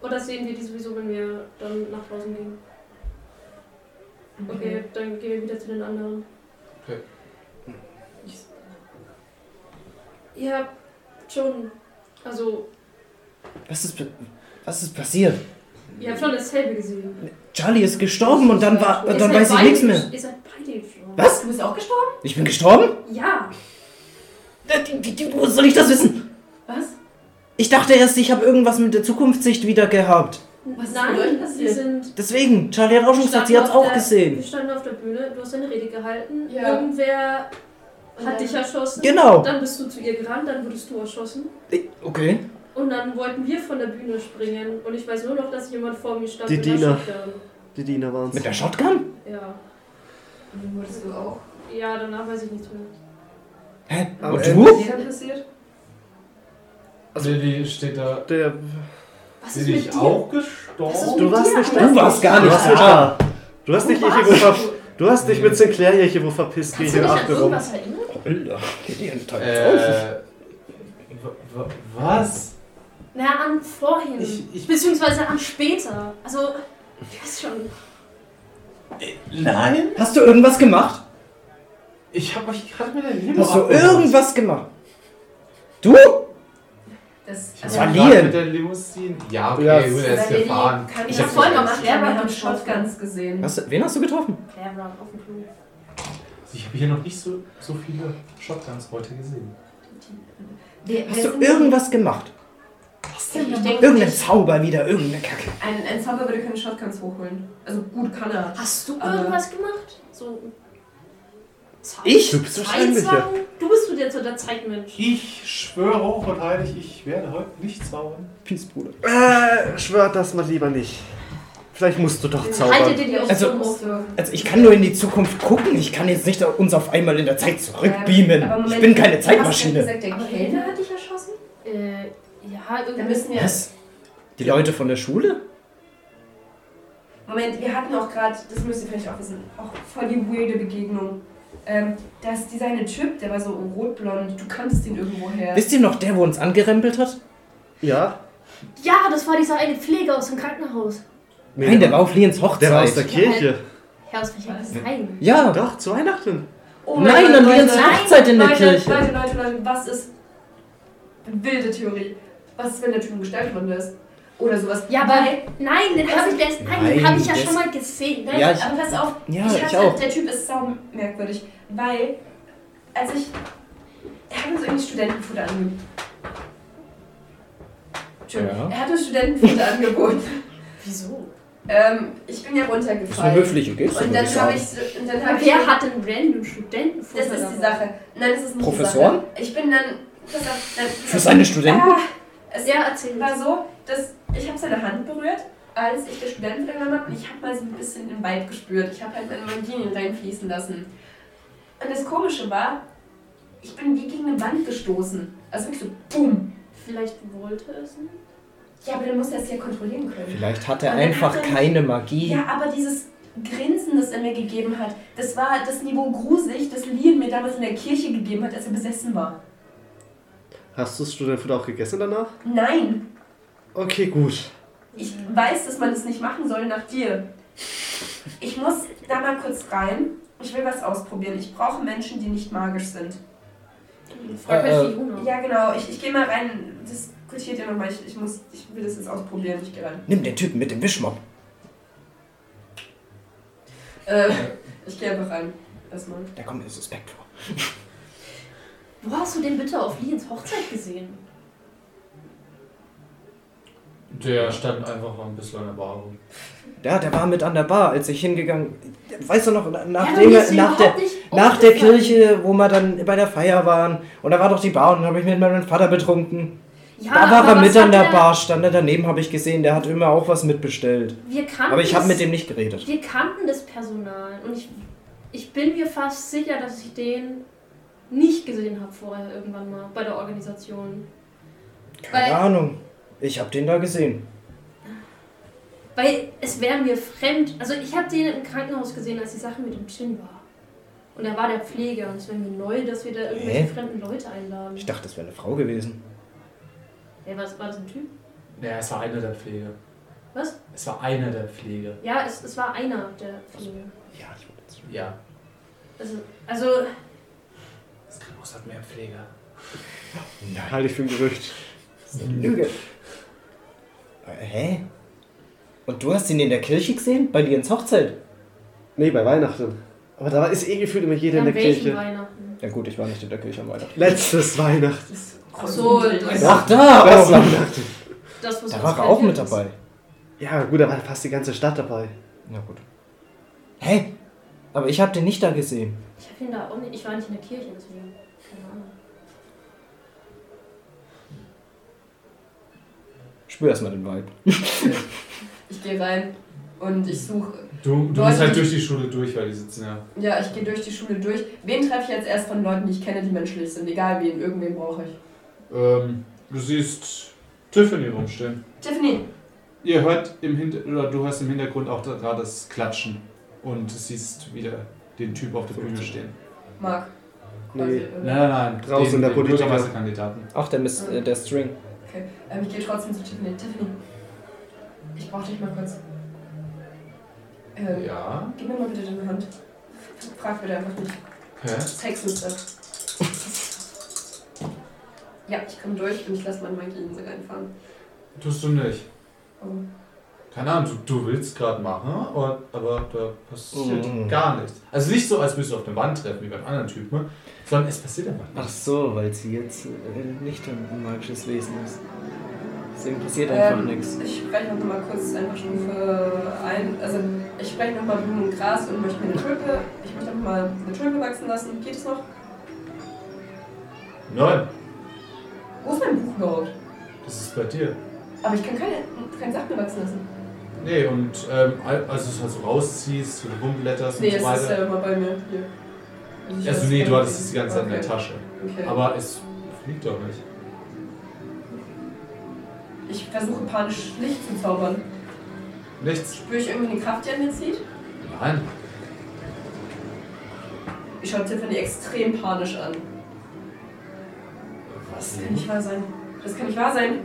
S4: Oder sehen wir die sowieso, wenn wir dann nach draußen gehen.
S2: Mhm.
S4: Okay,
S2: Okay.
S4: dann gehen wir wieder zu den anderen.
S1: Okay.
S4: Ihr habt schon, also,
S7: Was ist, was ist passiert?
S4: ihr habt schon dasselbe gesehen.
S7: Charlie ist gestorben und dann, war,
S4: Ihr
S7: dann
S4: seid
S7: weiß ich
S4: beide
S7: nichts
S4: gesch-
S7: mehr.
S4: Ihr seid beide gestorben.
S7: Was?
S2: Du bist auch gestorben?
S7: Ich bin gestorben?
S4: Ja.
S7: Äh, Wo soll ich das wissen?
S2: Was?
S7: Ich dachte erst, ich habe irgendwas mit der Zukunftssicht wieder gehabt.
S2: Was ist mit euch
S4: Nein,
S2: passiert?
S4: wir sind...
S7: Deswegen, Charlie hat auch schon gesagt, sie hat es
S4: standen auf
S7: auch
S4: der- Wir
S7: gesehen.
S4: standen auf der Bühne, du hast deine Rede gehalten,
S2: Ja.
S4: irgendwer
S2: Und
S4: hat
S2: dann-
S4: dich erschossen.
S7: Genau.
S4: Dann bist du zu ihr gerannt, dann wurdest du erschossen.
S7: Okay.
S4: Und dann wollten wir von der Bühne springen und ich weiß nur noch, dass jemand vor mir stand
S6: Die
S4: mit einer
S6: Diener.
S4: Shotgun.
S6: Die Diener waren
S7: Mit der Shotgun?
S4: Ja.
S2: Und dann wurdest du auch.
S4: Ja, danach weiß ich nichts mehr.
S7: Hä?
S6: Am
S7: Und
S6: Ende-
S7: du?
S2: Ist dir dann passiert?
S1: Also, Lilly steht da.
S6: Der,
S4: Was
S1: Bin ich auch gestorben?
S6: du warst nicht da.
S7: Du warst gar
S6: Ah, Du
S7: nicht
S6: warst nicht
S7: da.
S6: da. Du hast dich, Ichigo, ver- du hast dich mit Sinclair Ichigo verpisst, geh
S3: Kannst du
S6: hier
S3: dich an
S6: achte rum.
S3: irgendwas erinnern?
S7: Bilder. Geht ihr einen Teil drauf?
S1: Äh, w- w- was?
S4: Na, an vorhin.
S1: Ich- ich-
S4: Beziehungsweise an später. Also, ich weiß schon.
S3: Nein.
S7: Hast du irgendwas gemacht?
S1: Ich habe euch gerade mit der Limo
S7: Hast du
S1: abgeholt.
S7: irgendwas gemacht? Du?
S2: Das,
S1: Ich
S2: also,
S1: war
S7: Verlieren.
S1: gerade mit der Limousine. Ja, okay,
S6: Ja,
S1: gut, er ist
S2: Lilly
S1: gefahren.
S2: kann
S7: Ich
S2: ja
S7: hab's
S2: voll
S7: nicht
S2: gemacht,
S4: gesehen.
S2: ja, wir haben Shotguns gesehen.
S7: Hast du, wen hast du getroffen?
S4: Claire war auf dem Klo.
S1: Ich habe hier noch nicht so, so viele Shotguns heute gesehen.
S2: Wir-
S7: Hast
S2: wir
S7: du
S2: sind-
S7: irgendwas gemacht?
S2: Ich denke
S7: Irgendein
S2: nicht.
S7: Zauber wieder, irgendeine Kacke.
S2: Ein, ein Zauber würde keine Shotguns hochholen. Also gut kann er.
S4: Hast du
S2: Aber-
S4: irgendwas gemacht? So. Zau-
S7: Ich?
S6: Du bist
S4: Zwei
S6: wahrscheinlich, ja.
S4: Zauber? Du bist du jetzt so der Zeitmensch.
S8: Ich schwöre hoch und heilig, ich werde heute nicht zaubern.
S7: Peace, Bruder.
S6: Äh, schwört das mal lieber nicht. Vielleicht musst du doch
S4: Haltet
S6: zaubern.
S4: ihr die auf
S7: Also-
S4: so hoch?
S7: Also ich kann nur in die Zukunft gucken. Ich kann jetzt nicht uns auf einmal in der Zeit zurückbeamen.
S2: Aber Moment,
S7: ich bin keine
S2: hast du
S7: Zeitmaschine.
S2: gesagt, der
S4: Aber-
S2: Kellner hat dich erschossen?
S4: Äh, ja,
S2: Da
S4: irgendwie.
S2: müssen wir.
S7: Was? Die Leute von der Schule?
S2: Moment, wir hatten auch gerade, das müsst ihr vielleicht auch wissen, auch voll die weirde Begegnung. Ähm, dass dieser eine Typ, der war so rotblond, du kannst ihn irgendwo her.
S7: Wisst ihr noch, der, wo uns angerempelt hat?
S6: Ja?
S4: Ja, das war dieser eine Pfleger aus dem Krankenhaus.
S6: Nee,
S7: Nein, der war auf Liens Hochzeit.
S6: der war aus der Kirche.
S4: Herr, aus welcher
S2: Was?
S4: Verein?
S2: halt.
S7: ja,
S6: Doch, zu Weihnachten.
S2: Oh
S7: Nein, dann wieder
S2: Leute.
S7: zur Hochzeit in der
S2: Leute,
S7: Kirche.
S2: Leute, Leute, Leute, was ist. Wilde Theorie. Was ist, wenn der Typ ein Gestaltwunder ist? Oder sowas.
S4: Ja, aber
S2: Weil-
S4: nein, den habe ich, der ist- nein, den
S7: Nein,
S4: hab ich ja
S7: das-
S4: schon mal gesehen. ne?
S2: Nein,
S7: Ja, ich-
S2: aber pass auf,
S7: ja,
S2: ich
S7: ich
S2: hatte,
S7: auch.
S2: der Typ ist sau merkwürdig, weil als ich, er hat uns irgendwie Studentenfutter angeboten. Entschuldigung,
S7: Ja.
S2: er hat uns Studentenfutter [LAUGHS] angeboten.
S4: Wieso?
S2: Ähm, ich bin ja
S7: Das ist eine
S2: runtergefallen.
S7: höfliche Geste,
S2: Und
S7: würde
S2: dann
S7: ich
S2: habe
S7: sagen.
S2: ich, und dann habe ich,
S4: Wer hat einen random Studenten
S2: das ist die Sache. Nein, das ist nicht
S7: Professoren?
S2: die Sache. Ich bin dann, pass auf, dann,
S7: Für seine Studenten?
S2: Ah, es
S4: Ja, erzähl.
S2: war so, dass ich habe seine Hand berührt, als ich der Student genommen habe und ich habe mal so ein bisschen den Vibe gespürt. Ich habe halt meine Mandinien reinfließen lassen. Und das Komische war, ich bin wie gegen eine Wand gestoßen. Also wirklich so, boom.
S4: Vielleicht wollte es ne? nicht.
S2: Ja, aber dann muss er es ja kontrollieren können.
S7: Vielleicht hat er
S2: Und dann
S7: einfach
S2: hat er-
S7: keine Magie.
S2: Ja, aber dieses Grinsen, das er mir gegeben hat, das war das Niveau gruselig, das Lian mir damals in der Kirche gegeben hat, als er besessen war.
S6: Hast du das Studentenfutter auch gegessen danach?
S2: Nein,
S6: Okay, gut.
S2: ich weiß, dass man das nicht machen soll nach dir. Ich muss da mal kurz rein. Ich will was ausprobieren. Ich brauche Menschen, die nicht magisch sind.
S4: Frag
S7: Äh,
S4: mal
S7: äh,
S4: Fiona.
S2: Ja, genau. Ich, ich gehe mal rein. Diskutiert ihr nochmal. Ich, ich, muss, ich will das jetzt ausprobieren. Ich gehe rein.
S7: Nimm den Typen mit dem Wischmopp.
S2: Äh, ich gehe einfach rein. Erstmal.
S7: Da kommt der Suspekt vor.
S4: Wo hast du den bitte auf Liens Hochzeit gesehen?
S1: Der stand einfach ein bisschen an der Bar rum.
S7: Ja, der war mit an der Bar, als ich hingegangen. Weißt du noch, na-
S4: Ja,
S7: nach,
S4: aber
S7: dem,
S4: mir ist
S7: nach, der,
S4: überhaupt nicht
S7: nach der
S4: aufgefallen.
S7: Kirche, wo wir dann bei der Feier waren. Und da war doch die Bar und dann habe ich mit meinem Vater betrunken.
S4: Ja,
S7: da war
S4: aber
S7: er
S4: was
S7: mit an
S4: hat
S7: der
S4: er-
S7: Bar, stand er daneben, habe ich gesehen. Der hat immer auch was mitbestellt.
S4: Wir kannten
S7: Aber ich habe
S4: das-
S7: mit dem nicht geredet.
S4: Wir kannten das Personal und ich, ich bin mir fast sicher, dass ich den nicht gesehen habe vorher irgendwann mal bei der Organisation.
S7: Keine
S4: Weil,
S7: Ahnung. Ich habe den da gesehen.
S4: weil es wäre mir fremd. Also ich habe den im Krankenhaus gesehen, als die Sache mit dem Chin war. Und da war der Pfleger und es wäre mir neu, dass wir da irgendwelche
S7: Hä?
S4: fremden Leute einladen.
S7: Ich dachte, das wäre eine Frau gewesen.
S4: Ey, was war das ein Typ?
S8: Naja, es war einer der Pflege.
S4: Was?
S8: Es war einer der Pflege.
S4: Ja, es, es war einer der Pflege.
S8: Ja, ich wollte jetzt. Ja.
S4: Also, also
S8: Das Krankenhaus hat mehr Pfleger.
S6: Halte ich Halt für ein Gerücht.
S7: Lüge. Äh, Hä? Und du hast ihn in der Kirche gesehen? Bei dir ins Hochzeit?
S6: Nee, bei Weihnachten. Aber da ist eh gefühlt immer jeder in
S4: an
S6: der
S4: welchen
S6: Kirche.
S4: Weihnachten?
S7: Ja gut, ich war nicht in der Kirche am Weihnachten.
S6: Letztes Weihnachten.
S2: Ach so, das
S7: Ach da! oh
S6: Das
S7: auch.
S6: Weihnachten.
S4: Das, was uns
S7: Da war er auch
S4: passiert
S7: mit
S4: ist.
S7: dabei.
S6: Ja, gut, da war fast die ganze Stadt dabei.
S7: Na gut. Hä? Aber ich hab den nicht da gesehen.
S4: Ich hab ihn da auch nicht, ich war nicht in der Kirche, deswegen. Keine Ahnung.
S7: Spür erstmal den Vibe.
S2: Ich gehe rein und ich suche
S1: Du, du
S2: Leute,
S1: musst halt
S2: die-
S1: durch die Schule durch, weil die sitzen ja.
S2: Ja, ich gehe durch die Schule durch. Wen treffe ich jetzt erst von Leuten, die ich kenne, die menschlich sind? Egal wen, irgendwen brauche ich.
S1: Ähm, du siehst Tiffany rumstehen.
S2: Tiffany,
S1: Ihr hört im Hintergrund, oder du hörst im Hintergrund auch da gerade das Klatschen. Und siehst wieder den Typ auf der Bühne stehen.
S2: Marc.
S6: Nee.
S2: Quasi, äh,
S1: Nein, nein, nein.
S6: Draußen
S1: den,
S6: der
S1: den
S6: Politiker.
S1: Bürgermeisterkandidaten.
S7: Ach, der, Miss, äh, der String.
S2: Okay. Ähm, ich gehe trotzdem zu Tiffany. Tiffany, ich brauche dich mal kurz. Ähm,
S1: Ja.
S2: Gib mir mal bitte deine Hand. Frag bitte einfach nicht.
S1: Hä?
S2: Zeig's uns das. Ja, ich komme durch und ich lasse meinen Magieinsel einfahren.
S1: Tust du nicht.
S2: Oh.
S1: Keine Ahnung, du, du willst gerade machen, und, aber da passiert
S7: Mhm.
S1: gar nichts. Also nicht so, als würdest du auf den Wand treffen, wie beim anderen Typen, sondern es passiert einfach nichts.
S7: Ach so, weil sie jetzt äh, nicht ein magisches Wesen ist. Deswegen passiert
S2: Ähm, Ich spreche noch mal kurz einfach Stufe ein. Also ich spreche noch mal Blumen und Gras und möchte mir eine Tulpe. Ich möchte noch mal eine Tulpe wachsen lassen. Geht es noch?
S1: Nein,
S2: Wo ist mein Buch überhaupt?
S1: das ist bei dir.
S2: Aber ich kann keine, keine Sachen wachsen lassen.
S1: Nee, und ähm, als du es halt so rausziehst und rumblätterst
S2: Nee,
S1: und
S2: es
S1: so
S2: ist
S1: weiter.
S2: ja immer bei mir. Hier. ich
S1: also
S2: weiß
S1: nee,
S2: gar
S1: du
S2: nicht,
S1: hattest
S2: wie-
S1: es die ganze Zeit in der
S2: okay,
S1: Tasche.
S2: Okay.
S1: Aber es fliegt doch nicht.
S2: ich versuche panisch Licht zu zaubern.
S1: Nichts.
S2: Spüre ich irgendwie eine Kraft, die an mir zieht?
S1: Nein.
S2: Ich schaue Tiffany extrem panisch an.
S1: Was
S2: Das kann nicht wahr sein. Das kann nicht wahr sein.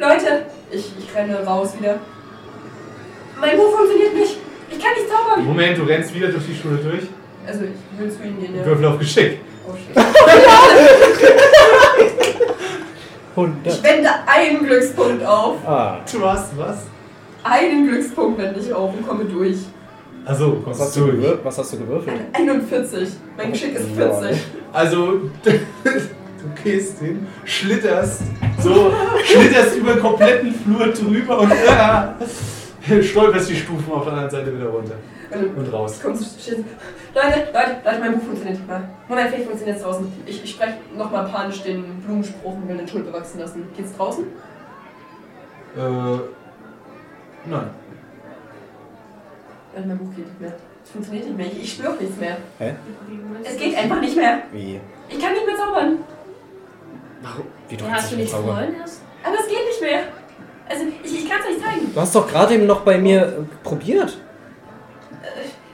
S2: Leute! Ich, ich renne raus wieder. Mein Buch funktioniert nicht! Ich kann nicht zaubern!
S1: Moment, du rennst wieder durch die Schule durch.
S2: Also, ich will zu ihnen gehen, ja.
S1: Würfel auf Geschick. [LAUGHS]
S2: Oh shit. Ich wende einen Glückspunkt auf.
S7: Ah,
S1: Du hast was?
S2: Einen Glückspunkt wende ich auf und komme durch.
S1: Also, kommst
S7: was hast, du
S1: du durch.
S7: gewür- was hast du gewürfelt?
S2: 41. Mein Geschick ist 40.
S1: Also, [LAUGHS] du gehst hin, schlitterst, so, schlitterst über den kompletten Flur drüber und [LAUGHS] äh, stolperst die Stufen auf der anderen Seite wieder runter
S2: Und
S1: und raus.
S2: Komm zu Schießen. Leute, Leute, Leute, mein Buch funktioniert nicht mal. Moment, vielleicht funktioniert es draußen. Ich, ich spreche nochmal panisch den Blumenspruch und will eine Tulpe wachsen lassen. Geht's draußen?
S1: Äh, nein.
S2: Leute, mein Buch geht nicht mehr. Es funktioniert nicht mehr. Ich, ich spüre nichts mehr. Es
S4: Es
S2: geht einfach nicht mehr.
S7: Wie?
S2: Ich kann nicht mehr zaubern.
S7: Warum? Wie
S4: Ja, hast du
S7: nicht
S4: nichts
S7: zaubern?
S4: wollen erst?
S2: Aber es geht nicht mehr. Also, ich, ich kann es euch zeigen.
S5: Du hast doch gerade eben noch bei mir äh, probiert.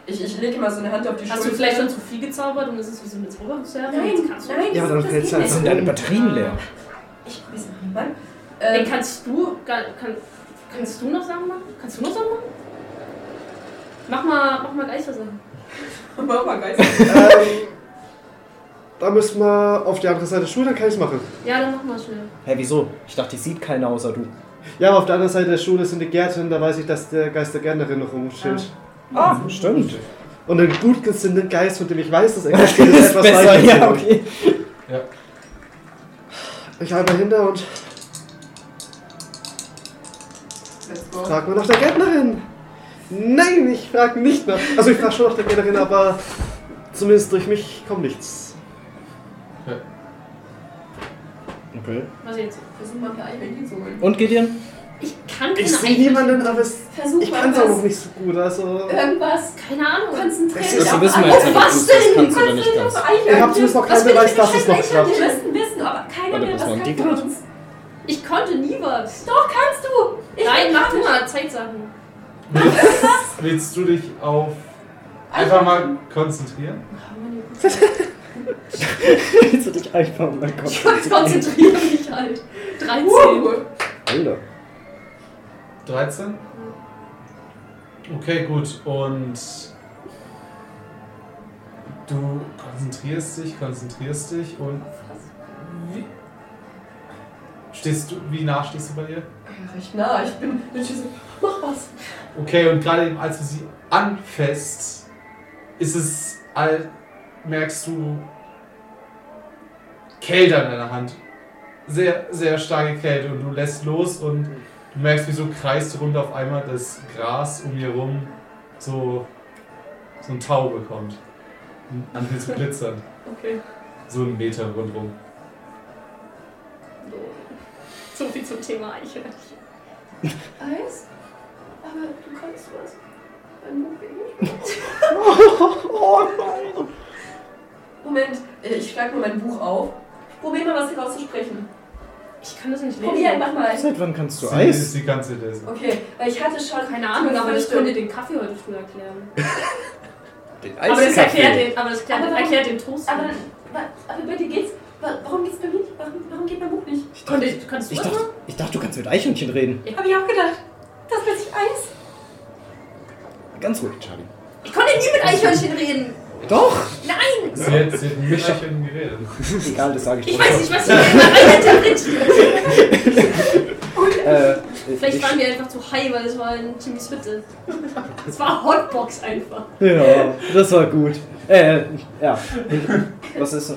S2: Ich, ich lege mal so eine Hand auf die Schulter.
S4: Hast du vielleicht schon zu viel gezaubert und ist es wie so eine Zauberungsserie?
S2: Nein,
S4: kannst du
S2: nein.
S6: Ja, aber dann
S2: das
S6: fällt's
S2: geht
S6: halt
S2: nicht.
S7: Sind deine Batterien leer?
S2: Ich weiß nicht, Mann.
S4: Nee,
S2: Äh, [LAUGHS]
S4: kannst du, kann, kann, kannst du noch Sachen machen? Kannst du noch Sachen machen? Mach mal, mach mal Geistersachen.
S2: mach mal Geist.
S6: ähm, da müssen wir auf die andere Seite der Schule, dann kann ich es machen.
S4: Ja, dann mach mal schnell.
S7: Hä, wieso? Ich dachte, die sieht keiner außer [LAUGHS] du.
S6: Ja, aber auf der anderen Seite der Schule sind die Gärten, da weiß ich, dass der Geist der Gärtnerin noch rumsteht.
S7: Ah, stimmt.
S6: Und ein gut gesinnten Geist, von dem ich weiß, dass er existiert, ist
S7: Ist
S6: etwas
S7: besser,
S6: weiter.
S7: ja, okay.
S6: Ich halte mal hinter und
S2: Let's go.
S6: frage mal nach der Gärtnerin. Nein, ich frage nicht nach. Also ich frage schon nach der Gärtnerin, aber zumindest durch mich kommt nichts.
S7: Okay.
S4: Was jetzt?
S2: Versuch mal, ein Eichhörnchen zu holen.
S5: Und Gideon?
S4: Ich kann keine
S6: Ich sehe
S4: Eichhörnchen.
S6: niemanden, aber es,
S2: Versuch
S6: ich
S2: mal
S6: kann es auch
S2: was.
S6: noch nicht so gut. Also
S2: Irgendwas.
S4: Keine Ahnung.
S2: Konzentrier
S6: Das
S2: dich
S6: ist-
S2: auf
S7: wissen wir
S2: alles.
S7: jetzt nicht, ob
S2: Was
S7: du's das
S2: denn?
S7: kannst oder
S2: Konzentrier
S7: nicht
S2: dich auf
S7: kannst.
S2: Eichhörnchen.
S6: Ihr habt zumindest noch keinen
S2: Was will
S6: Beweis,
S2: ich mit
S6: dass es noch
S2: scheiß Eichhörnchen?
S6: klappt.
S2: Wir müssen wissen, aber keiner
S7: Warte,
S2: will
S7: was
S2: was
S7: waren die
S2: kann von
S7: gerade?
S2: uns.
S4: Ich konnte nie was.
S2: Doch, kannst du. Ich
S4: Nein,
S2: will
S4: mach du
S2: nicht.
S4: mal Zeitsachen.
S1: Willst du dich auf
S2: Also
S1: einfach
S2: [LAUGHS]
S1: mal konzentrieren?
S7: Willst du dich einfach mal
S4: Ich konzentriere mich halt. 13.
S2: Uh.
S7: Alter.
S1: 13? Okay, gut. Und du konzentrierst dich, konzentrierst dich und wie? Stehst du, wie nah stehst du bei ihr?
S2: Ja, Recht nah. Ich bin ich so, mach was.
S1: Okay, und gerade eben, als du sie anfasst, ist es, all, merkst du Kälte an deiner Hand. Sehr, sehr starke Kälte und du lässt los und du merkst, wie so kreist rund auf einmal das Gras um ihr rum so, so ein Tau bekommt. Und Anfängt zu glitzern.
S4: Okay.
S1: So einen Meter rundherum.
S4: So. So viel zum Thema Eichhörnchen.
S2: Eis? Aber du kannst was. Mein Buch geht nicht. [LAUGHS] Moment, äh, ich schlag mir mein Buch auf. Probier mal, was hier rauszusprechen.
S4: Ich kann das nicht lesen.
S2: Probier einfach mal.
S7: Seit wann kannst du
S1: sie,
S7: Eis?
S1: Sie kann sie lesen.
S2: Okay, weil ich hatte schon
S4: Keine Ahnung, aber ich
S2: stimmt.
S4: könnte den Kaffee heute früh erklären.
S7: Den
S4: Aber das
S7: Eiskaffee.
S4: erklärt den, aber das erklärt,
S2: Aber warum-
S4: erklärt den Toast.
S2: Aber,
S4: nicht.
S2: wa- aber bei dir geht's. wa- Warum geht's bei mir nicht? Warum, warum geht mein Buch nicht?
S7: Ich
S4: Konnte
S7: dachte,
S4: ich, kannst du
S7: ich,
S4: das
S7: dachte,
S4: machen?
S7: ich dachte, du kannst mit Eichhörnchen reden.
S2: Hab ich auch gedacht. Das wird sich Eis.
S7: Ganz ruhig, Charlie.
S4: Ich konnte nie mit Eichhörnchen reden.
S7: Doch!
S4: Nein!
S1: Sie hat, sie hat mit Lächeln geredet.
S7: Egal, das sage ich
S4: Ich
S7: trotzdem.
S4: weiß nicht, was ich [LAUGHS] immer reininterpretiere.
S7: Äh,
S4: Vielleicht
S7: ich-
S4: waren wir einfach zu high, weil es war in Timmys Hütte. Es war Hotbox einfach.
S7: Ja, das war gut. Äh, ja. Was ist, äh,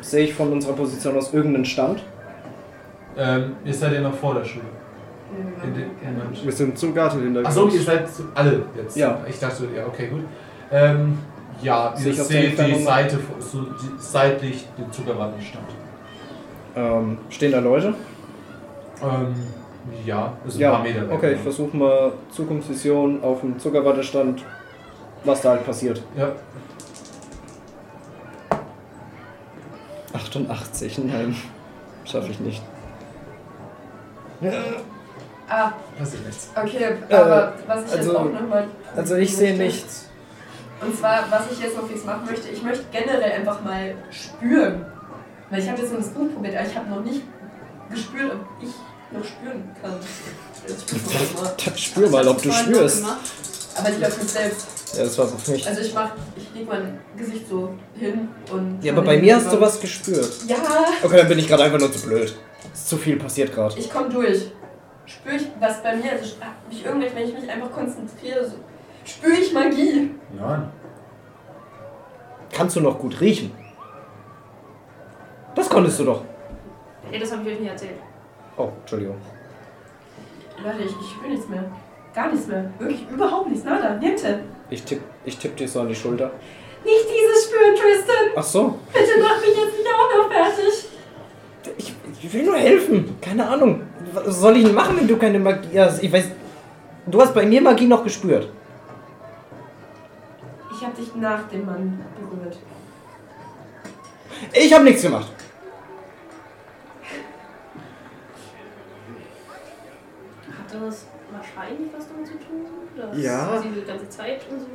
S7: sehe ich von unserer Position aus irgendeinen Stand?
S1: Ähm, ihr seid ja noch vor der Schule. In den, in den,
S6: wir sind zum Garten hintergegangen.
S1: Achso, ihr seid zu- alle jetzt.
S7: Ja.
S1: Ich dachte, ja, okay, gut. Ähm, Ja,
S7: Sich
S1: ihr
S7: auf der
S1: seht die
S7: Entfernung-
S1: Seite, von- so, die, seitlich den zugewandt stand.
S7: Ähm, stehen da Leute?
S1: Ähm, ja, ist ein paar Meter weg.
S7: okay, ich
S1: ne?
S7: versuche mal Zukunftsvision auf dem Zuckerwattestand, was da halt passiert.
S1: Ja,
S7: 88, nein, schaffe ich nicht.
S2: Ah,
S1: passiert nichts.
S2: okay, aber was ich jetzt
S7: also-
S2: auch nochmal.
S7: Also ich sehe nichts.
S2: Und zwar, was ich jetzt noch fix machen möchte, ich möchte generell einfach mal spüren. Weil ich habe jetzt nur das Buch probiert, aber ich habe noch nicht gespürt, ob ich noch spüren kann. Ich probiere das mal.
S7: Spür mal, ob du
S4: Vorhin noch
S7: spürst.
S4: gemacht.
S2: Aber ich glaube mich selbst.
S7: Ja, das war's auf mich.
S2: Also ich mach, ich leg mein Gesicht so hin und.
S7: Ja, aber bei mir hast du was gespürt.
S2: Ja,
S7: Okay, dann bin ich gerade einfach nur zu blöd. Ist zu viel passiert gerade.
S2: ich komme durch. Spüre ich was bei mir, also hab ich irgendwelche, wenn ich mich einfach konzentriere, so, spüre ich Magie.
S1: Nein.
S7: Kannst du noch gut riechen? Das konntest du doch.
S4: Ey, das habe ich euch nicht erzählt.
S7: Oh, Entschuldigung.
S2: Leute, ich, ich spüre nichts mehr. Gar nichts mehr. Wirklich überhaupt nichts. Nada, niente.
S7: Ich tipp, ich tipp dir so an die Schulter.
S2: Nicht dieses Spüren, Tristan.
S7: Ach so.
S2: Bitte mach mich jetzt nicht auch noch fertig.
S7: Ich, ich will nur helfen. Keine Ahnung. Was soll ich denn machen, wenn du keine Magie hast? Also, Ich weiß. Du hast bei mir Magie noch gespürt.
S2: Ich habe dich nach dem Mann berührt.
S7: Ich habe nichts gemacht.
S4: Hat das wahrscheinlich was damit zu tun? Dass
S6: Ja.
S4: Sie die ganze Zeit und so.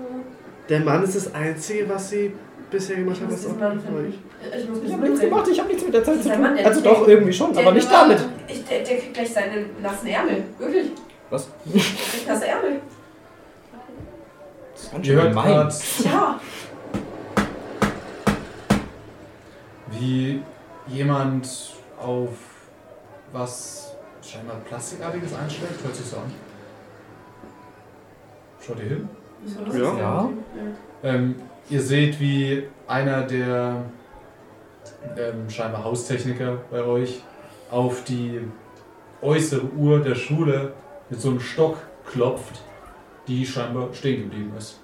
S6: Der Mann ist das Einzige, was sie bisher gemacht
S2: Ich
S6: hat,
S2: muss
S6: was
S2: diesen
S6: auch
S2: Mann
S6: euch.
S2: finden. Ich muss
S7: Ich
S2: mich
S7: habe nichts
S2: mitnehmen.
S7: gemacht. Ich habe nichts mit der Zeit zu
S2: Der
S7: tun.
S2: Mann, der-
S7: Also doch, irgendwie schon, aber nicht damit.
S2: Ich, der, der kriegt gleich seinen nassen Ärmel. Wirklich.
S7: Was?
S2: Der kriegt nasse Ärmel.
S7: Das ist ganz
S1: Ihr hört grad,
S2: Ja.
S1: wie jemand auf was scheinbar Plastikartiges einschlägt. Hört sich so an. Schaut ihr hin?
S6: Ja.
S7: Ja.
S1: Ähm, ihr seht, wie einer der ähm, scheinbar Haustechniker bei euch auf die äußere Uhr der Schule mit so einem Stock klopft, die scheinbar stehen geblieben ist.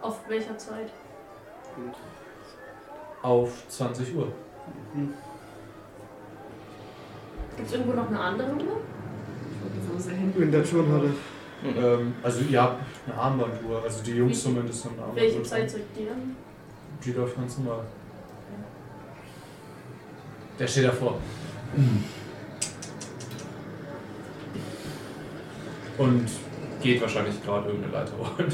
S4: Auf welcher Zeit?
S1: Auf 20 Uhr.
S4: Gibt es irgendwo noch eine andere Uhr?
S6: In der Turnhalle.
S1: Ähm, also ihr habt eine Armbanduhr, also die Jungs zumindest haben eine
S4: Mhm. Welche
S1: Armbanduhr.
S4: Zeit soll ich die dann?
S1: Die läuft ganz normal. Der steht davor. Und geht wahrscheinlich gerade irgendeine Leiter holen.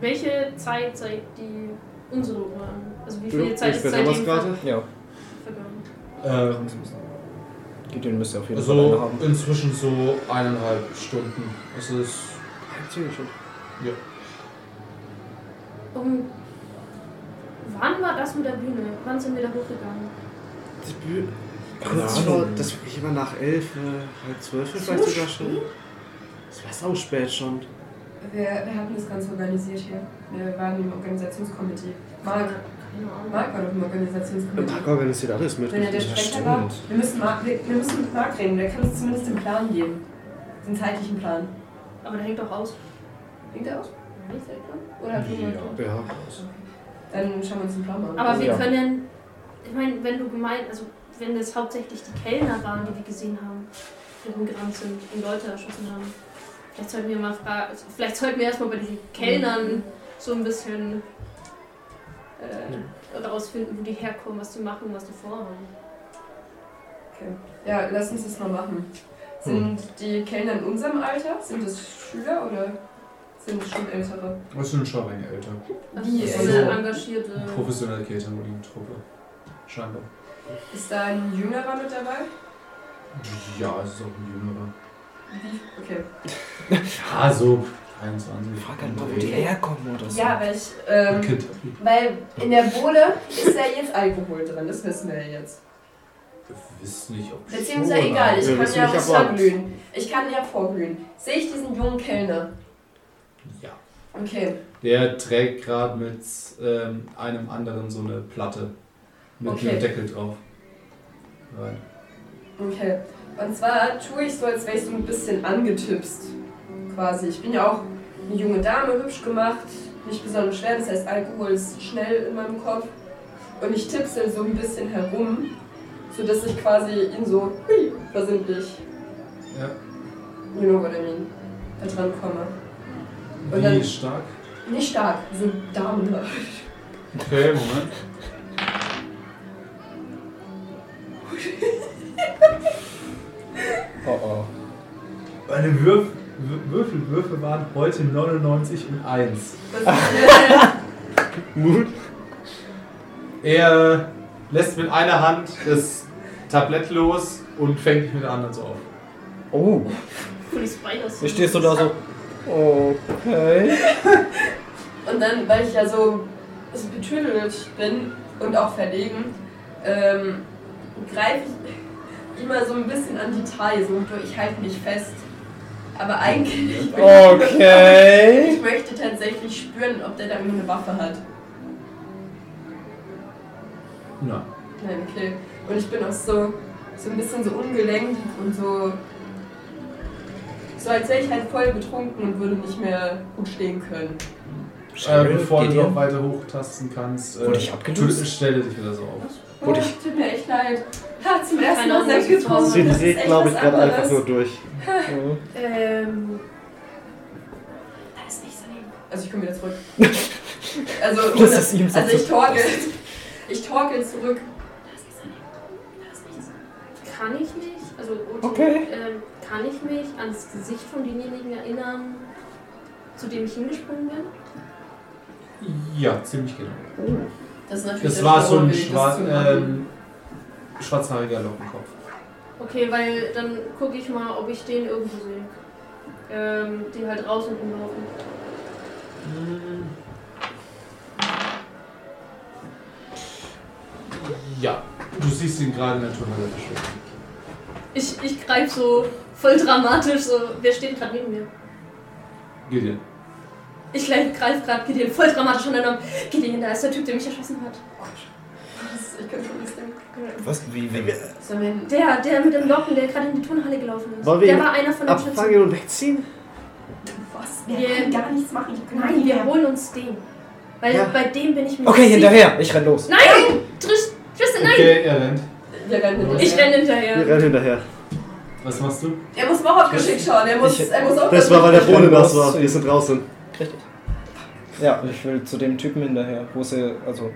S4: Welche Zeit zeigt die unsere Uhr an? Also wie viel
S6: Ja,
S4: Zeit
S6: ich
S4: ist
S6: bin damals
S4: seitdem
S6: gerade.
S4: ver-
S7: Ja,
S4: vergangen?
S1: Ähm,
S7: geht den müsst ihr auf jeden Fall eine
S1: also
S7: haben.
S1: inzwischen so eineinhalb Stunden. Es ist.
S4: Um, wann war das mit der Bühne? Wann sind wir da hochgegangen?
S6: Das Bü-
S7: Keine
S6: Kurz
S7: Ahnung.
S6: vor, das war immer nach elf, äh, halb zwölf vielleicht
S4: So
S6: sogar schon. Das war sau spät schon.
S2: Wir, wir hatten das Ganze organisiert hier. Wir waren im Organisationskomitee. Marc,
S4: Keine Ahnung.
S2: Marc war doch im
S6: Der
S2: Organisationskomitee.
S6: Park organisiert alles mit.
S2: Wenn er der
S7: Ja,
S2: Sprecher
S7: stimmt.
S2: war, wir müssen, Marc, wir, wir müssen mit Marc reden. Der kann uns zumindest den Plan geben. Den zeitlichen Plan.
S4: Aber da hängt doch aus.
S2: Klingt der aus?
S4: Nicht sehr
S2: Oder hat jemand-
S6: Ja.
S2: Dann schauen wir uns den Plan mal an.
S5: Oh
S4: Aber wir
S7: Ja.
S4: können, ich meine, wenn du gemeint, also wenn es hauptsächlich die Kellner waren, die wir gesehen haben, die rumgerannt sind und Leute erschossen haben, vielleicht sollten wir mal fragen, also vielleicht sollten wir erstmal bei diesen
S5: Mhm.
S4: Kellnern so ein bisschen äh, rausfinden, wo die herkommen, was die machen, was die vorhaben.
S2: Ja, lass uns das mal machen. Sind die Kellner in unserem Alter? Sind das Schüler oder sind es schon ältere?
S1: Was sind schon eine älter?
S4: Also
S2: Wie
S4: so
S1: also-
S4: eine engagierte.
S1: Professionelle Catering-Truppe. Scheinbar.
S2: Ist da ein Jüngerer mit dabei?
S1: Ja, es ist auch ein jüngerer.
S2: Okay.
S1: Ah, so halt 21.
S7: Frag einfach, wo die herkommen oder so.
S2: Ja, weil ich. Ähm,
S1: Kind.
S2: weil in der Bohle ist ja jetzt Alkohol drin, das wissen wir ja jetzt.
S1: Ich weiß nicht, ob
S2: Beziehungsweise
S1: schon,
S2: egal, ich
S6: wir
S2: kann
S6: wissen
S2: ja
S6: nicht, ob
S2: vorglühen. Ich kann ja vorglühen. Sehe ich diesen jungen Kellner?
S1: Ja.
S2: Okay.
S1: Der trägt gerade mit ähm, einem anderen so eine Platte mit
S2: Okay.
S1: einem Deckel drauf. Rein.
S2: Okay. Und zwar tue ich so, als wäre ich so ein bisschen angetipst. Quasi. Ich bin ja auch eine junge Dame, hübsch gemacht, nicht besonders schwer, das heißt Alkohol ist schnell in meinem Kopf und ich tipsel so ein bisschen herum, sodass ich quasi ihn so hui, versehentlich,
S1: Ja.
S2: you know what I mean, da dran komme. Und
S1: Wie
S2: dann-
S1: stark?
S2: Nicht stark, sind Damen da.
S1: Okay, [LAUGHS] Moment.
S7: Oh oh.
S1: Meine Würf Wür- Würfelwürfe waren heute 99 und 1.
S6: Mut.
S1: Er lässt mit einer Hand das Tablett los und fängt mich mit der anderen so auf.
S5: Oh,
S4: Cooles Spiders.
S5: ich stehst du da
S1: [LAUGHS]
S5: so. Okay.
S2: Und dann, weil ich ja so, so betüdelt bin und auch verlegen, ähm, greife ich [LAUGHS] immer so ein bisschen an die Taille, so und ich halte mich fest. Aber eigentlich.
S5: Okay.
S2: [LAUGHS]
S1: Äh,
S2: Ich möchte tatsächlich spüren, ob der da irgendwie eine Waffe hat.
S1: Nein.
S2: Nein, okay. Und ich bin auch so, so ein bisschen so ungelenkt und so. So als wäre ich halt voll betrunken und würde nicht mehr gut stehen können.
S1: Äh,
S7: Sheriff,
S1: bevor
S7: geht
S1: du
S7: ihr?
S1: noch weiter hochtasten kannst, äh,
S7: Wurde ich abgeduzt?
S1: tu- stelle dich wieder so auf.
S2: Oh, tut mir echt leid. Ha, zum ersten
S4: Keine
S2: Mal
S4: Ahnung, was
S2: selbst
S4: ich
S2: getrunken.
S4: drauf
S6: Sie
S4: habe.
S2: Das ist
S6: dreht,
S2: echt
S6: glaube ich,
S2: was
S6: gerade
S2: anderes.
S6: einfach nur durch.
S4: Ähm.
S2: Da ist nichts daneben. Also ich komme wieder zurück. Also,
S5: Das ist ihm so
S2: also ich
S5: zu-
S2: torkel. Ich torkel zurück.
S4: Kann ich mich, also Oti,
S5: Okay.
S4: ähm, kann ich mich ans Gesicht von demjenigen erinnern, zu dem ich hingesprungen bin?
S1: Ja, ziemlich genau.
S2: Das ist natürlich
S1: Das
S2: der
S1: war so ein
S2: schlaue Weg, das
S1: schwar
S2: zu machen.
S1: ähm, schwarzhaariger Lockenkopf.
S4: Okay, weil dann gucke ich mal, ob ich den irgendwo sehe. Ähm, den halt raus und umlaufen.
S1: Ja, du siehst ihn gerade in der Turnhalle verschwinden.
S4: Ich, ich greife so voll dramatisch, so, wer steht gerade neben mir?
S1: Gideon.
S4: Ich greife gerade Gideon voll dramatisch aneinander. Gideon, da ist der Typ, der mich erschossen hat.
S2: Das- Ich kann schon das denken.
S7: Was? Wie? wie
S2: Sollen wir ihn-
S4: Der, der mit dem Locken, der gerade in die Turnhalle gelaufen ist.
S6: Wollen wir
S4: der
S6: ihn
S4: war einer von den Schützen.
S6: Abfangen und wegziehen?
S2: Was?
S4: Wir-
S2: Wir können gar nichts machen. Ich kann
S4: Nein, wir holen uns den. Weil
S6: Ja.
S4: bei dem bin ich mir
S5: Okay,
S4: nicht sicher.
S5: hinterher. Ich renn los.
S4: Nein! Trish, Tristan, nein!
S1: Okay, er rennt.
S2: Wir rennen hinterher.
S4: Ich renne
S6: Wir
S4: hinterher.
S6: rennen hinterher.
S1: Was machst du?
S2: Er muss überhaupt geschickt schauen. Er muss,
S5: Ich-
S2: er muss auch
S6: Das war, weil der
S5: Ich
S2: oh,
S6: Boden
S5: renn
S6: nass
S5: los.
S6: war. Wir sind draußen.
S5: Richtig. Ja, ich will zu dem Typen hinterher, wo sie, also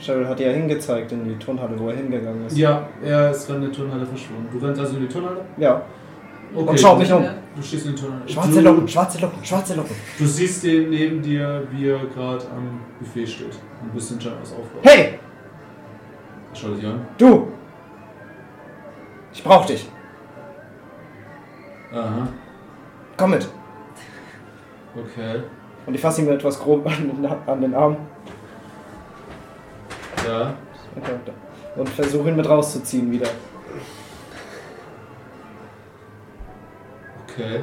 S5: Cheryl hat ja hingezeigt in die Turnhalle, wo er hingegangen ist.
S1: Ja, er ist gerade in der Turnhalle verschwunden. Du rennst also in die Turnhalle?
S5: Ja.
S1: Okay.
S5: Und schau mich um.
S1: Du stehst in die Turnhalle.
S5: Schwarze
S1: du,
S5: Locken, schwarze Locken, schwarze Locken.
S1: Du siehst den neben dir, wie er gerade am Buffet steht. Ein bisschen Jambos aufbaut.
S5: Hey,
S1: Schau dich an.
S5: du! Ich brauch dich.
S1: Aha,
S5: Komm mit.
S1: okay.
S5: Und ich fasse ihm etwas grob an den, an den Arm
S1: Ja.
S5: und versuche ihn mit rauszuziehen wieder.
S1: Okay.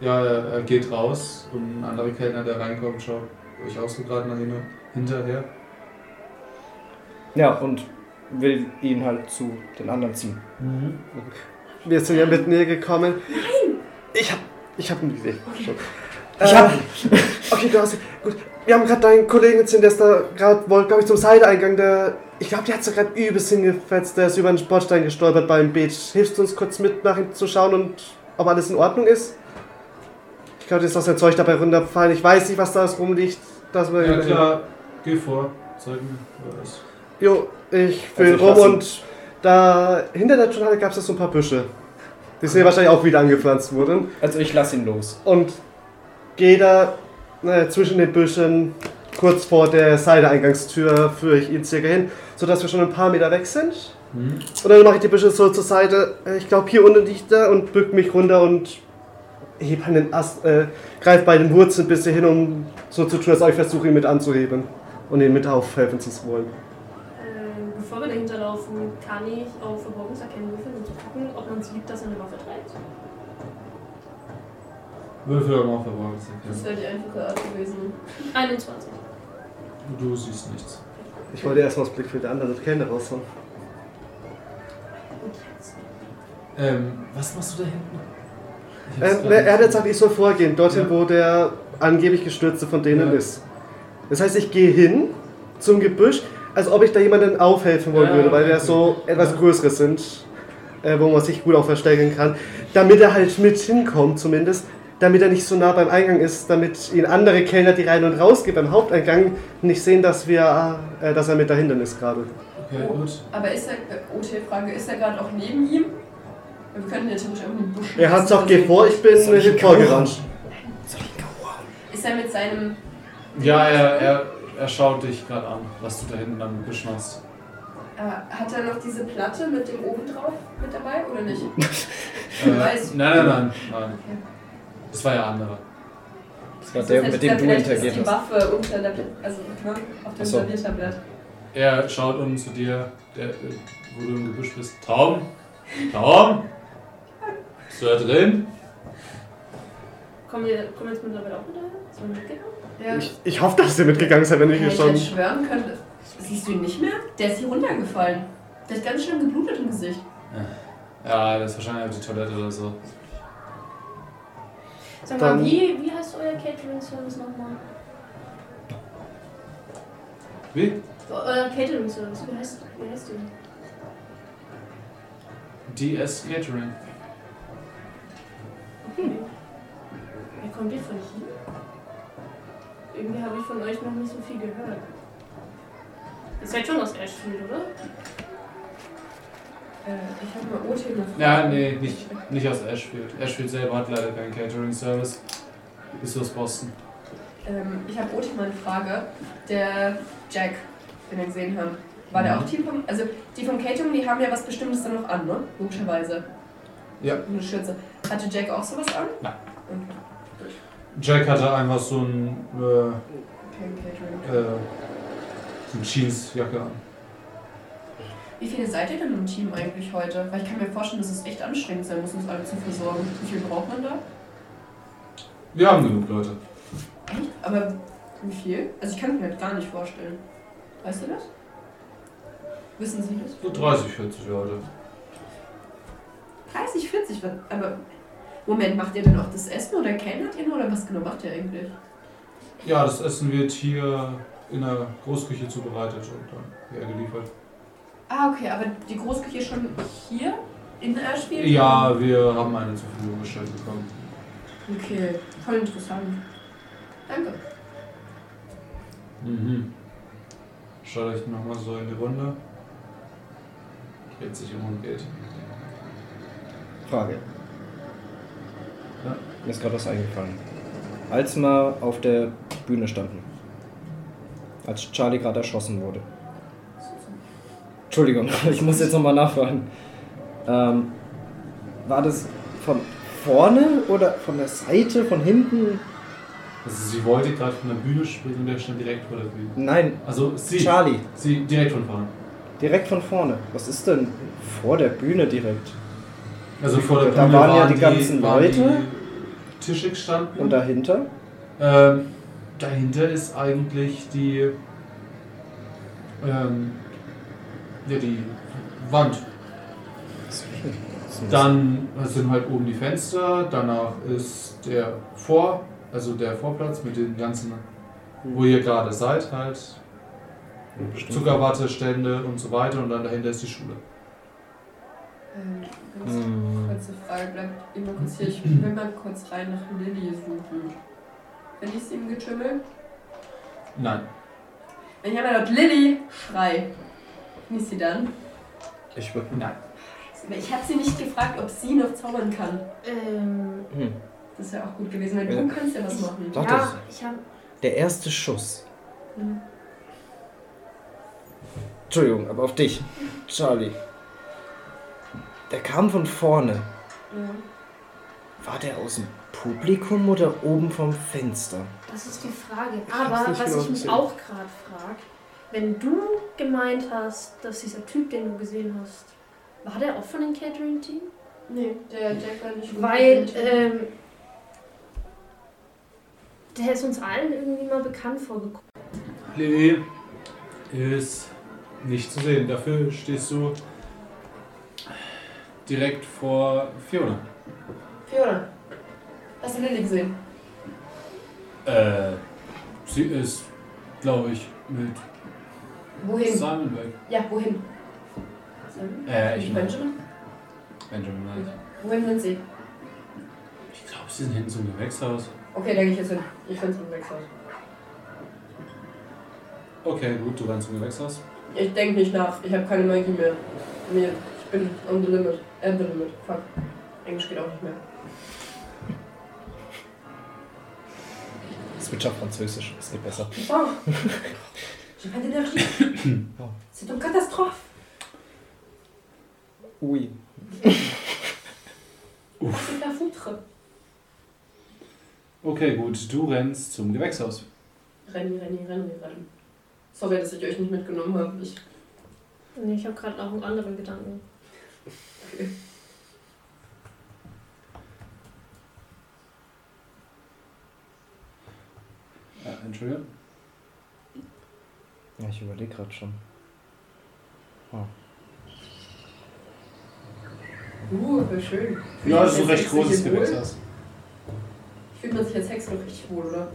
S1: Ja, er er geht raus und ein anderer Kellner, der reinkommt, schaut euch auch so gerade nach hinten hinterher.
S5: Ja, und will ihn halt zu den anderen ziehen.
S6: Mhm. Wir sind ja mit mir gekommen. Nein! Ich hab. Ich hab ihn gesehen.
S5: Ich
S6: Äh,
S5: hab.
S6: Okay, du hast ihn. Gut. Wir haben gerade deinen Kollegen gesehen, der ist da gerade, wollte, glaube ich, zum Seideeingang. Der, ich glaube, der hat sich gerade übelst hingefetzt. Der ist über einen Sportstein gestolpert beim Beach. Hilfst du uns kurz mit, nach ihm zu schauen und ob alles in Ordnung ist? Ich glaube, dir ist aus dem Zeug dabei runtergefallen. Ich weiß nicht, was da alles rumliegt. Das war
S1: Ja klar, geh vor. Zeig mir, wer ist.
S6: Jo, ich will
S7: Also, ich lass ihn.
S6: rum und da hinter der Turnhalle gab es so ein paar Büsche. Die sind wahrscheinlich auch wieder angepflanzt wurden.
S5: Also ich lass ihn los.
S6: und gehe da naja, zwischen den Büschen kurz vor der Seiteeingangstür führe ich ihn circa hin, sodass wir schon ein paar Meter weg sind.
S1: Hm?
S6: Und dann mache ich die Büsche so zur Seite, äh, ich glaube hier unten liegt er und bück mich runter und heb an den Ast, äh, greif bei den Wurzeln ein bisschen hin, um so zu tun, als ob ich versuche ihn mit anzuheben und ihn mit aufhelfen zu wollen.
S4: Ähm, bevor wir dahinter laufen, kann ich auf Verborgenes erkennen würfeln, um zu gucken, ob man sieht, dass er eine Waffe trägt.
S1: Würfel am Aufverborgen zu
S2: Das
S1: erkennen.
S2: wäre die einfache Art gewesen.
S4: 21.
S1: Du siehst nichts.
S6: Ich wollte erstmal das Blickfeld der anderen Kellner raushauen.
S4: Und jetzt?
S1: Ähm, was machst du da hinten? Ich hab's
S6: Ähm,
S1: grad
S6: ne, er er hat
S1: nicht-
S6: jetzt gesagt, ich soll vorgehen, dorthin,
S1: Ja.
S6: wo der angeblich gestürzte von denen
S8: Ja.
S6: ist. Das heißt, ich gehe hin zum Gebüsch, als ob ich da jemanden aufhelfen wollen
S8: Ja,
S6: würde, weil wir
S8: okay.
S6: so etwas Größeres sind, äh, wo man sich gut auch verstecken kann. Damit er halt mit hinkommt zumindest, damit er nicht so nah beim Eingang ist, damit ihn andere Kellner, die rein und raus gehen beim Haupteingang, nicht sehen, dass, wir, äh, dass er mit dahinter ist gerade.
S8: Okay, gut.
S2: Aber ist er, äh, OT-Frage, ist er gerade auch neben ihm? Wir können ja theoretisch irgendwie Busch.
S6: Er hat's auch vor, ich bin
S7: Soll ich ihn
S6: vorgerannt.
S2: Ist er mit seinem.
S1: Ja, er, er, er schaut dich gerade an, was du da hinten am Gebüsch machst.
S2: Äh, hat er noch diese Platte mit dem oben drauf mit dabei oder
S7: [LAUGHS]
S2: nicht?
S1: Äh,
S2: Weiß.
S1: nein, nein, nein, nein. Das war ja anderer.
S7: Das war der, mit dem du
S2: Ist die
S7: interagiert hast.
S2: Waffe unter der Pla- also ne, auf dem
S7: Ach so.
S2: Serviertablett.
S1: Er schaut um zu dir, der, äh, wo du im Gebüsch bist. Tom? Tom? Bist du da drin?
S4: Kommen wir, kommen wir jetzt mittlerweile auch wieder hin? Sollen wir mitgehen?
S2: Ja.
S6: Ich, ich hoffe, dass ihr mitgegangen seid, wenn ich
S2: Wenn
S6: hier
S2: ich hätte
S6: schon.
S2: schwören können. Siehst du ihn nicht mehr? Der ist hier runtergefallen. Der hat ganz schön geblutet im Gesicht.
S1: Ja, das ist wahrscheinlich auf die Toilette oder so.
S4: Sag mal,
S6: Dann-
S4: wie, wie heißt euer Catering-Service nochmal?
S1: Wie?
S4: Oh, Euer Catering-Service, wie heißt, wie heißt die?
S1: DS Catering.
S4: Okay. Ja, kommt ihr von hier? Irgendwie habe ich von euch noch nicht so viel gehört. Ihr seid schon aus Ashfield, oder?
S2: Äh, ich habe mal OT eine Frage.
S1: Ja, nee, nicht, nicht aus Ashfield. Ashfield selber hat leider keinen Catering-Service. Ist aus Boston.
S2: Ähm, ich habe Oti mal eine Frage. Der Jack, den wir gesehen haben, war
S1: Mhm.
S2: der auch Team vom. Also die vom Catering, die haben ja was Bestimmtes dann noch an, ne? Logischerweise.
S1: Ja.
S2: Eine Schürze. Hatte Jack auch sowas an?
S1: Nein.
S2: Okay,
S1: Jack hatte einfach so ein, äh,
S2: Kein Catering.
S1: äh, so eine Jeansjacke an.
S2: Wie viele seid ihr denn im Team eigentlich heute? Weil ich kann mir vorstellen, dass es echt anstrengend sein muss, uns alle zu versorgen. Wie viel braucht man da?
S1: Wir haben genug Leute.
S2: Echt? Aber wie viel? Also ich kann es mir halt gar nicht vorstellen. Weißt du das? Wissen Sie das?
S1: So 30, 40 Leute.
S2: 30, 40, was- aber. Moment, macht ihr denn auch das Essen oder kellnert ihr nur oder was genau macht ihr eigentlich?
S1: Ja, das Essen wird hier in der Großküche zubereitet und dann hergeliefert.
S2: Ah, okay, aber die Großküche ist schon hier in Ashfield?
S1: Ja, wir haben eine zur Verfügung gestellt bekommen.
S2: Okay, voll interessant. Danke.
S1: Mhm. Schaut euch nochmal so in die Runde. Dreht sich um und geht.
S7: Frage.
S1: Ja.
S7: Mir ist gerade was eingefallen. Als wir auf der Bühne standen, als Charlie gerade erschossen wurde. Entschuldigung, [LAUGHS] ich muss jetzt nochmal nachfragen. Ähm, war das von vorne oder von der Seite, von hinten?
S1: Also sie wollte gerade von der Bühne springen und der stand direkt vor der Bühne.
S7: Nein,
S1: Also sie.
S7: Charlie,
S1: Sie direkt von vorne.
S7: direkt von vorne. Was ist denn vor der Bühne direkt?
S1: Also vor der
S7: Da
S1: Bühne
S7: waren ja die ganzen
S1: waren
S7: Leute.
S1: Die Tische gestanden.
S7: Und dahinter?
S1: Ähm, dahinter ist eigentlich die. Ähm, ja, die Wand.
S7: Was ist denn das?
S1: Dann sind halt oben die Fenster, danach ist der Vor, also der Vorplatz mit den ganzen, wo ihr gerade seid, halt Zuckerwattestände und so weiter und dann dahinter ist die Schule.
S2: Ähm, ganz
S7: Hm.
S2: kurze Frage, bleibt immer kurz hier. Ich will mal kurz rein nach Lilly suchen. Wenn ich sie im Getümmel.
S1: Nein.
S2: Wenn ich einmal dort Lilly schrei, ist sie dann.
S7: Ich würde.
S1: Nein.
S2: Ich habe sie nicht gefragt, ob sie noch zaubern kann.
S4: Ähm,
S7: Hm.
S2: Das ist ja auch gut gewesen, weil
S7: Ja.
S2: du kannst ja was machen.
S7: Warte.
S4: ja, ich habe
S7: Der erste Schuss.
S2: Mhm.
S7: Entschuldigung, aber auf dich, Charlie. Der kam von vorne.
S2: Ja.
S7: War der aus dem Publikum oder oben vom Fenster?
S4: Das ist die Frage.
S6: hab's
S4: Aber
S6: nicht
S4: was
S6: genau
S4: ich mich
S6: gesehen.
S4: auch gerade frage, wenn du gemeint hast, dass dieser Typ, den du gesehen hast, war der auch von dem Catering-Team?
S2: Nee, der Jack war nicht
S4: Weil,
S2: äh,
S4: ähm, der ist uns allen irgendwie mal bekannt vorgekommen.
S1: Lilly ist nicht zu sehen. Dafür stehst du direkt vor Fiona.
S2: Fiona, hast du Lilly gesehen?
S8: Äh, sie ist, glaube ich, mit
S2: Wohin?
S8: Simon weg.
S2: Ja, wohin? Simon?
S8: Äh, ich meine,
S2: Benjamin?
S8: Benjamin halt.
S2: Wohin sind sie?
S8: Ich glaube, sie sind hinten zum Gewächshaus.
S2: Okay, da gehe ich jetzt hin. Ich bin zum Gewächshaus.
S8: Okay, gut, du rennst zum Gewächshaus.
S2: Ich denke nicht nach. Ich habe keine Magie mehr. Mir, ich bin on the limit. At the limit. Fuck. Englisch geht auch nicht mehr.
S7: Switch auf Französisch, ist nicht besser.
S8: [LAUGHS]
S2: Bon. J'ai pas d'énergie. C'est une catastrophe.
S7: Ui.
S2: C'est la foutre.
S8: Okay, gut, du rennst zum Gewächshaus.
S2: Renni, Renni, Renni, Renni. Sorry, dass ich euch nicht mitgenommen habe. Ich,
S4: Nee, ich habe gerade noch einen anderen Gedanken.
S8: Äh, Entschuldigung.
S7: Ja, ich überlege gerade schon.
S2: uh, voll schön.
S8: Ja, das ist ein
S2: Fühlt man sich
S8: recht
S2: jetzt
S8: großes
S2: richtig wohl?
S8: Gewächshaus.
S2: Fühlt man sich als Hex noch richtig wohl, oder?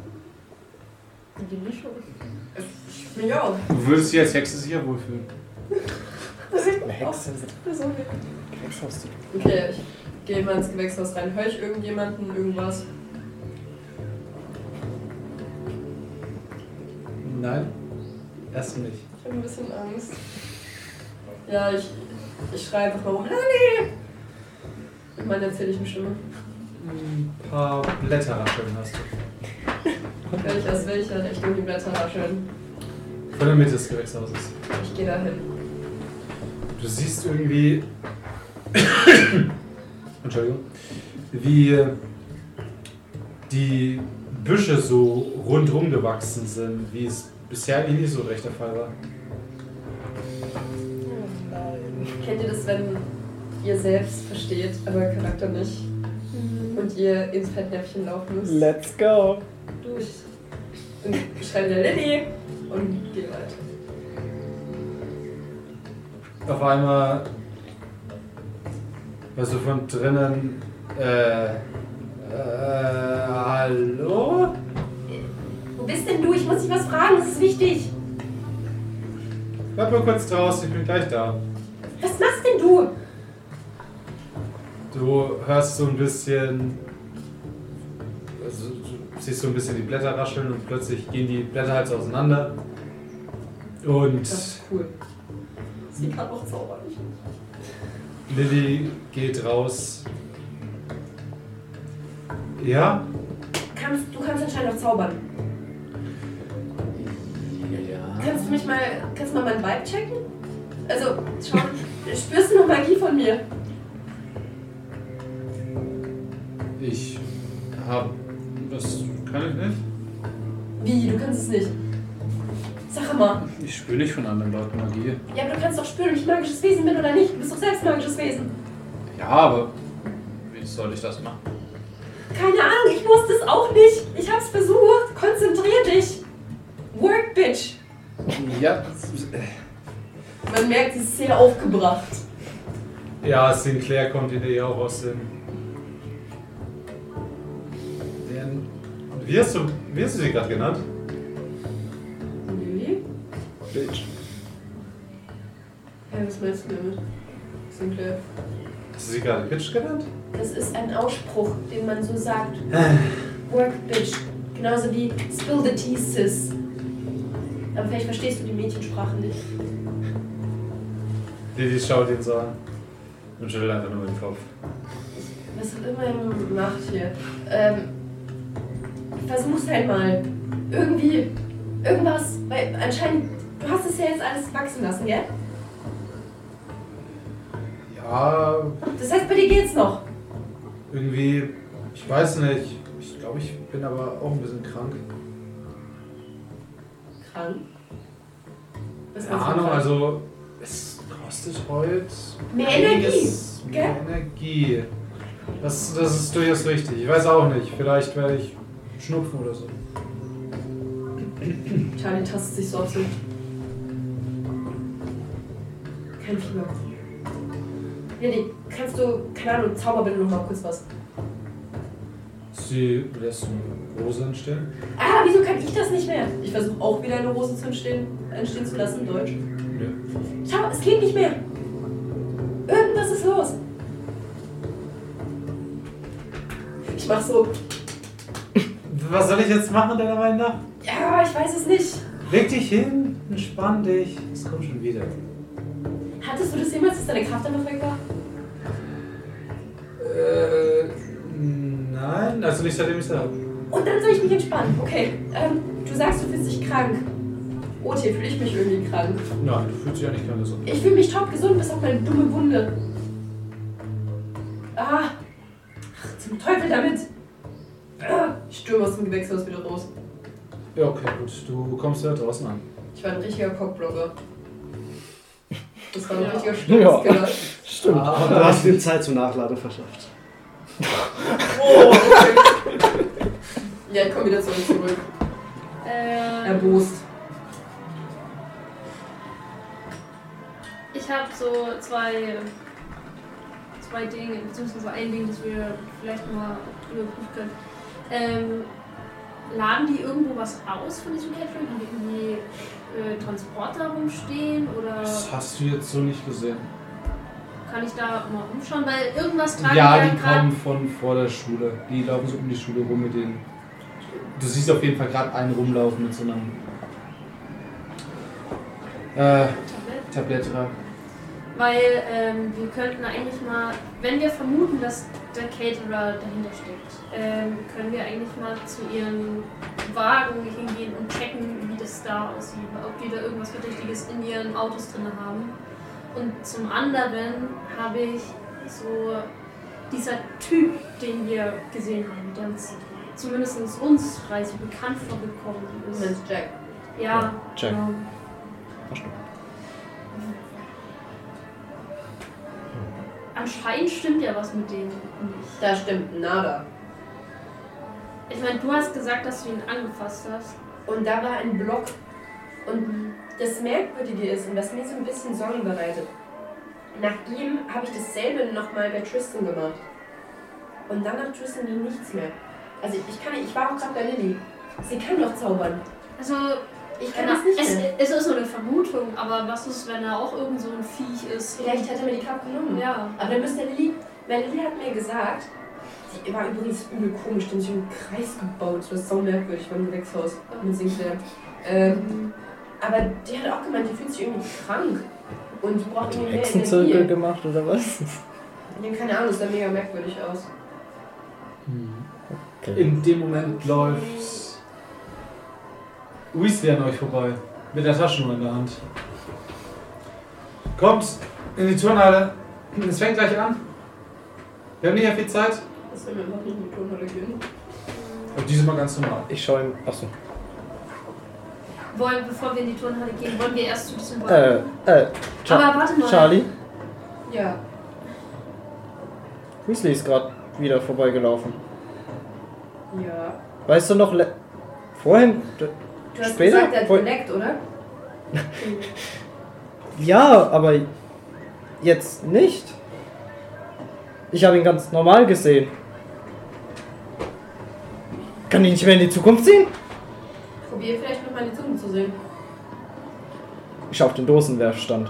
S4: Die Mischung.
S2: Ich mich auch.
S8: Du würdest dich als Hexe sicher wohlfühlen.
S7: Eine Hexe mit Gewächshaus zu tun.
S2: Okay, ich gehe mal ins Gewächshaus rein. Höre ich irgendjemanden, irgendwas?
S1: Nein, erst nicht.
S2: Ich habe ein bisschen Angst. Ja, ich, ich schreie einfach mal rum. Renni! Mit meiner erzähllichen Stimme.
S1: Ein paar Blätter rascheln hast du.
S2: Welcher ist welcher? Ich nehme die Blätter rascheln.
S1: Von der Mitte des Gewächshauses.
S2: Ich gehe da hin.
S1: Du siehst irgendwie. [COUGHS] Entschuldigung. Wie äh, die Büsche so rundum gewachsen sind, wie es bisher eh nicht so recht der Fall war.
S2: Kennt ihr das, wenn ihr selbst versteht, aber Charakter nicht?
S4: Mhm.
S2: Und ihr ins Fettnäpfchen laufen müsst?
S7: Let's go!
S2: durch. Und schreibe der Lilly und gehe weiter.
S1: auf einmal, also von drinnen, äh, äh, hallo?
S2: Wo bist denn du? Ich muss dich was fragen, das ist wichtig.
S1: Bleib mal kurz draußen, ich bin gleich da.
S2: Was machst denn du?
S1: Du hörst so ein bisschen, also du siehst so ein bisschen die Blätter rascheln und plötzlich gehen die Blätter halt so auseinander. Und
S2: Das ist cool. Sie kann auch zaubern.
S1: Lilly geht raus. Ja?
S2: Kannst, du kannst anscheinend auch zaubern.
S3: Ja.
S2: Kannst du mich mal, kannst du mal meinen Vibe checken? Also, schau, spürst du noch Magie von mir?
S8: Ich habe. Das kann ich nicht.
S2: Wie, du kannst es nicht? Sag mal.
S8: Ich spüre nicht von anderen Leuten Magie.
S2: Ja, aber du kannst doch spüren, ob ich ein magisches Wesen bin oder nicht. Du bist doch selbst ein magisches Wesen.
S8: Ja, aber. Wie soll ich das machen?
S2: Keine Ahnung, ich wusste es auch nicht. Ich hab's versucht. Konzentrier dich. Work, bitch.
S8: Ja.
S2: Man merkt, sie ist sehr aufgebracht.
S1: Ja, Sinclair kommt in der auch aus dem. Den, wie, hast du, wie hast du sie gerade genannt?
S2: Lilly?
S7: Bitch.
S2: Ja, was meinst du damit? Sinclair.
S1: Hast du sie gerade Pitch genannt?
S2: Das ist ein Ausspruch, den man so sagt. Work, bitch. Genauso wie spill the tea, sis. Aber vielleicht verstehst du die Mädchensprache nicht.
S1: Lili schaut ihn so an und schüttelt einfach nur den Kopf.
S2: Was auch immer ihr macht hier. Ähm, versuch's halt mal. Irgendwie, irgendwas, weil anscheinend, du hast es ja jetzt alles wachsen lassen, gell?
S1: Ja,
S2: Das heißt, bei dir geht's noch.
S1: irgendwie, ich weiß nicht. Ich glaube, ich bin aber auch ein bisschen krank.
S2: Krank. Was
S1: Keine
S2: meinst du
S1: Ahnung,
S2: krank?
S1: also es kostet heute
S2: Mehr
S1: einiges
S2: Energie,
S1: Mehr Energie. Das, das ist durchaus richtig. Ich weiß auch nicht. Vielleicht werde ich schnupfen oder so.
S2: Charlie tastet sich so auf so. Kein Fieber. Lilly, kannst du, keine Ahnung, Zauber bitte noch mal kurz was.
S1: Sie lässt ihn Rose entstehen?
S2: Ah, wieso kann ich das nicht mehr? Ich versuche auch wieder eine Rose zu entstehen, entstehen zu lassen, Deutsch.
S1: Nö.
S2: Schau, es geht nicht mehr. Irgendwas ist los. Ich mach so.
S8: Was soll ich jetzt machen, deiner Meinung nach?
S2: Ja, ich weiß es nicht.
S8: Leg dich hin, entspann dich. Es kommt schon wieder.
S2: Hattest du das jemals, dass deine Kraft einfach weg war?
S1: Äh, nein, also nicht seitdem ich da bin.
S2: Und dann soll ich mich entspannen. Okay. Ähm, du sagst, du fühlst dich krank. OT Oh, fühle ich mich irgendwie krank.
S1: Nein, du fühlst dich ja nicht ganz so.
S2: Ich fühle mich top gesund bis auf meine dumme Wunde. Ah. Ach, zum Teufel damit. Ah, Ich stürme aus dem Gewächshaus wieder raus.
S1: Ja, okay, gut. Du kommst ja draußen an.
S2: Ich war ein richtiger Cockblocker. Das war ein
S4: Ja.
S2: richtiger Sturzkiller.
S5: Stimmt.
S6: Du hast ihm Zeit zum Nachladen verschafft.
S2: Oh, okay. [LAUGHS] ja, ich komme wieder zu euch zurück.
S4: Äh,
S2: Erbost.
S4: ich habe so zwei, zwei Dinge, beziehungsweise ein Ding, das wir vielleicht mal überprüfen können. Ähm, laden die irgendwo was aus von diesem Catering? Haben die irgendwie äh, Transporter rumstehen oder
S1: Das hast du jetzt so nicht gesehen.
S4: kann ich da mal umschauen? Weil irgendwas tragen
S1: ja,
S4: die ja
S1: die
S4: gerade
S1: kommen von vor der Schule. Die laufen so um die Schule rum mit denen. Du siehst auf jeden Fall gerade einen rumlaufen mit so einem äh,
S4: Tablet.
S1: Tablett. ja.
S4: Weil ähm, wir könnten eigentlich mal, wenn wir vermuten, dass der Caterer dahinter steckt, ähm, können wir eigentlich mal zu ihren Wagen hingehen und checken, wie das da aussieht, ob die da irgendwas Verdächtiges in ihren Autos drin haben. Und zum anderen habe ich so dieser Typ, den wir gesehen haben, der uns zumindest uns reise bekannt vorgekommen ist.
S2: Moment, Jack.
S4: Ja,
S7: Check.
S4: genau. Anscheinend stimmt ja was mit denen nicht.
S2: Da stimmt nada.
S4: Ich meine, du hast gesagt, dass du ihn angefasst hast.
S2: Und da war ein Block. Und das Merkwürdige ist, und was mir so ein bisschen Sorgen bereitet, nach ihm habe ich dasselbe nochmal bei Tristan gemacht. Und dann nach Tristan ging nichts mehr. Also ich, ich kann, ich war auch gerade bei Lilly. Sie kann doch zaubern.
S4: Also,
S2: Ich kann
S4: keine
S2: das
S4: Ahnung,
S2: nicht
S4: es,
S2: mehr.
S4: es ist nur eine Vermutung, aber was ist, wenn er auch irgend so ein Viech ist?
S2: Vielleicht hat er mir die Kraft genommen.
S4: Ja.
S2: Aber dann müsste Lilly, weil Lilly hat mir gesagt, sie war übrigens übel komisch, denn sie im Kreis gebaut. Das ist so merkwürdig beim Gewächshaus mit Sinclair. Ähm, aber die hat auch gemeint, die fühlt sich irgendwie krank. Und die braucht irgendwie mehr
S5: Hexenzirkel
S2: Energie.
S5: gemacht oder was?
S2: Ja, keine Ahnung, sah mega merkwürdig aus.
S8: Hm.
S1: In dem Moment läuft Weasley an euch vorbei. Mit der Taschenuhr in der Hand. Kommt in die Turnhalle. Es fängt gleich an. Wir haben nicht mehr viel Zeit.
S2: Das soll mir überhaupt nicht in die Turnhalle gehen.
S1: Aber dieses Mal ganz normal.
S5: Ich schaue ihm. Achso.
S4: Wollen, bevor wir in die Turnhalle gehen, wollen wir erst zu diesem
S7: Äh,
S4: Wagen.
S7: äh, Cha
S4: aber warte mal.
S7: Charlie?
S2: Ja.
S7: Weasley ist gerade wieder vorbeigelaufen.
S2: Ja.
S7: Weißt du noch, le vorhin? D-
S2: Du hast
S7: Später?
S2: gesagt, er hat
S7: Voll-
S2: geleckt, oder?
S7: Ja, aber jetzt nicht. Ich habe ihn ganz normal gesehen. Kann ich nicht mehr in die Zukunft sehen?
S2: Probier vielleicht nochmal die Zunge zu sehen.
S7: Ich schaue auf den Dosenwerfstand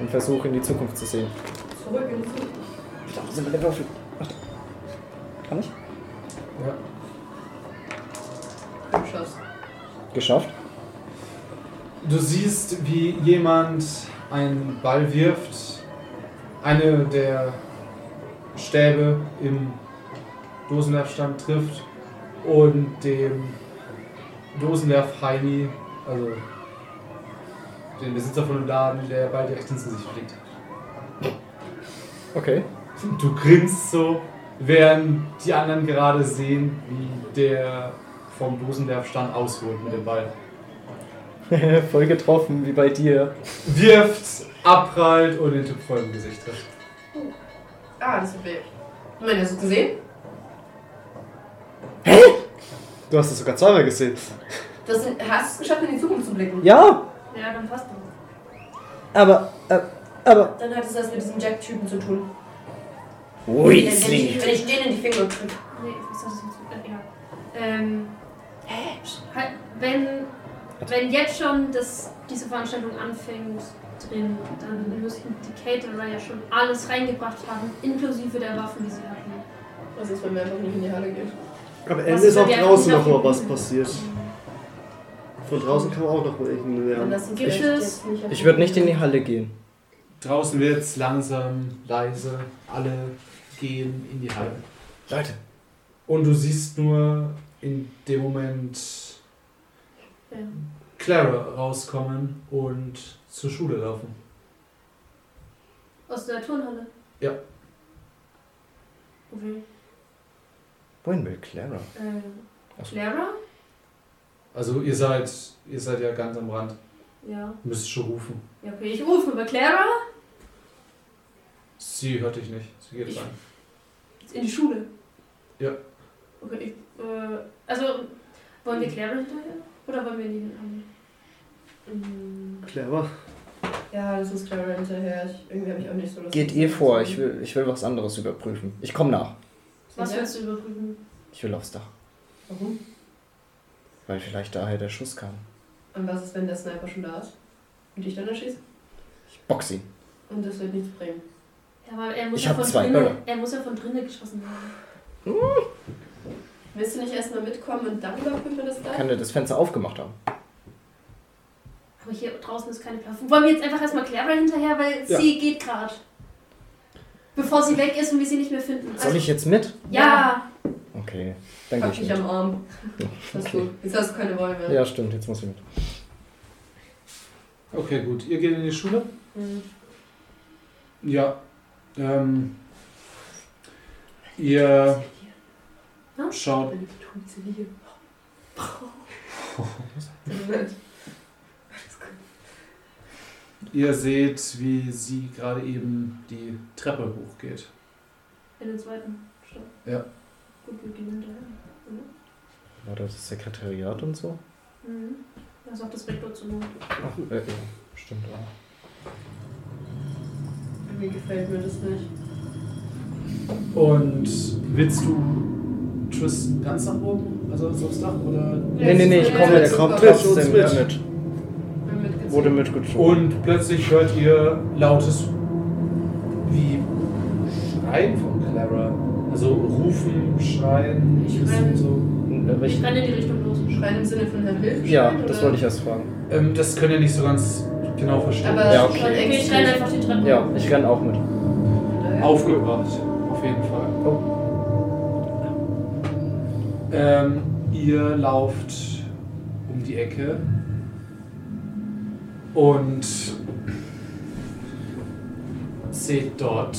S7: und versuche in die Zukunft zu sehen.
S2: Zurück in die Zunge.
S7: Da sind meine Würfel. Warte. Kann ich?
S1: Ja.
S2: Du schaffst.
S7: Geschafft.
S1: Du siehst, wie jemand einen Ball wirft. Eine der Stäbe im Dosenwerfstand trifft und dem Dosenwerf Heini, also den Besitzer von dem Laden, der Ball direkt ins Gesicht fliegt.
S7: Okay.
S1: Du grinst so, während die anderen gerade sehen, wie der vom Dosenwerfstand ausholt mit dem Ball.
S7: [LAUGHS] Voll getroffen, wie bei dir.
S1: Wirft, abprallt und den Typ voll im Gesicht trifft.
S2: Ah, das tut weh. Moment, hast du es gesehen?
S6: Du hast es sogar zweimal gesehen.
S2: Du hast, hast es geschafft, in die Zukunft zu blicken.
S7: Ja,
S4: Ja, dann passt das.
S7: aber, äh, aber.
S2: Dann hat es das mit diesem Jack-Typen zu tun. Wenn
S7: Weasley.
S2: ich, wenn ich den in die Finger drücke.
S4: Nee, was hat das jetzt? Äh, ja. Ähm, halt, wenn, wenn jetzt schon das, diese Veranstaltung anfängt, drin, dann müssten die Caterer ja schon alles reingebracht haben, inklusive der Waffen, die sie hatten.
S2: Was ist, wenn wir einfach nicht in die Halle gehen?
S6: Am
S4: Was
S6: Ende ist
S4: wenn
S6: auch
S4: wir
S6: draußen
S4: einfach
S6: noch
S4: nicht
S6: mal was
S4: aufnehmen?
S6: passiert. Von draußen kann man auch noch mal irgendeinen
S2: Und
S6: lernen.
S2: das uns
S4: Gibt
S2: echt
S4: es-
S2: jetzt nicht
S7: Ich würde nicht in die Halle gehen.
S1: Draußen wird's langsam, leise, alle gehen in die Halle.
S7: Leute.
S1: Und du siehst nur in dem Moment
S4: Ja.
S1: Clara rauskommen und zur Schule laufen.
S4: Aus der Turnhalle?
S1: Ja.
S4: Okay.
S7: Wohin will Clara?
S4: Äh, Clara?
S1: Also ihr seid, ihr seid ja ganz am Rand,
S4: Ja.
S1: müsst schon rufen.
S4: Ja, okay, ich rufe über Clara
S1: Sie hört dich nicht, sie geht
S4: Ich-
S1: rein.
S4: in die Schule.
S1: Ja.
S4: Okay, ich, äh, also wollen wir Clara hinterher? Oder wollen wir ihn haben?
S2: Mm,
S6: Clever.
S2: Ja, das ist Clara hinterher. Ich, irgendwie habe ich auch nicht so Lust.
S7: Geht ihr vor, ich will, ich will was anderes überprüfen. Ich komme nach.
S4: Was
S2: Ja.
S4: willst du überprüfen?
S7: Ich will aufs Dach.
S2: Warum?
S7: Weil vielleicht daher der Schuss kam.
S2: Und was ist, wenn der Sniper schon da ist? Und dich dann erschießt?
S7: Ich box ihn.
S2: Und das wird nichts bringen.
S4: Ja, weil er muss
S7: Ich
S4: ja
S7: hab
S4: von
S7: zwei
S4: drinnen.
S7: Böller.
S4: Er muss ja von drinnen geschossen werden.
S2: Willst du nicht erstmal mitkommen und dann überprüfen wir das gleich?
S7: Kann der das Fenster aufgemacht haben?
S4: Aber hier draußen ist keine Plattform. Wollen wir jetzt einfach erstmal Clara hinterher, weil
S6: Ja.
S4: sie geht gerade. Bevor sie weg ist und wir sie nicht mehr finden. Also,
S7: Soll ich jetzt mit?
S4: Ja,
S7: Okay, dann gehe
S2: Pack
S7: ich
S2: mich
S7: mit.
S2: am Arm. Das ist
S7: Okay.
S2: gut. Jetzt hast du keine Wolle mehr.
S7: Ja, stimmt, jetzt muss ich mit.
S1: Okay, gut. Ihr geht in die Schule?
S2: Mhm.
S1: Ja. Ähm, ihr
S4: Hm?
S1: schaut.
S2: Wenn die tun sie hier. Tut mir leid. Alles gut.
S1: Ihr seht, wie sie gerade eben die Treppe hochgeht.
S4: in den zweiten Stock.
S1: Ja.
S4: Gut, wir gehen hinterher.
S7: War das das Sekretariat und so?
S4: Mhm. Das ist auch das Vektor zu Not.
S7: Ach, äh, ja. Stimmt auch.
S2: Irgendwie gefällt mir das nicht.
S1: Und willst du Tristan ganz nach oben? Also aufs Dach? Oder?
S7: Nee, nee, nee, ich komme, der
S2: Ja,
S7: kommt
S2: super.
S7: trotzdem äh,
S6: Mit uns
S7: mit. mit.
S2: Bin mitgezogen.
S7: Wurde mitgezogen.
S1: Und plötzlich hört ihr lautes wie Schreien von Clara. Also rufen, schreien.
S4: Ich
S1: das sind
S4: renn.
S1: so.
S7: Und
S4: Ich renne in die Richtung los.
S2: Schreien im Sinne von Herrn Hilfe?
S7: Äh, ja, das wollte ich erst fragen.
S1: Ähm, das könnt ihr nicht so ganz genau verstehen.
S2: Aber
S7: Ja,
S2: ja,
S7: okay.
S2: schon
S4: Okay, ich
S2: extra.
S4: renne einfach die Treppe.
S7: Ja, ich renn auch mit.
S2: Äh,
S1: Aufgebracht, auf jeden Fall. Ähm, ihr lauft um die Ecke und seht dort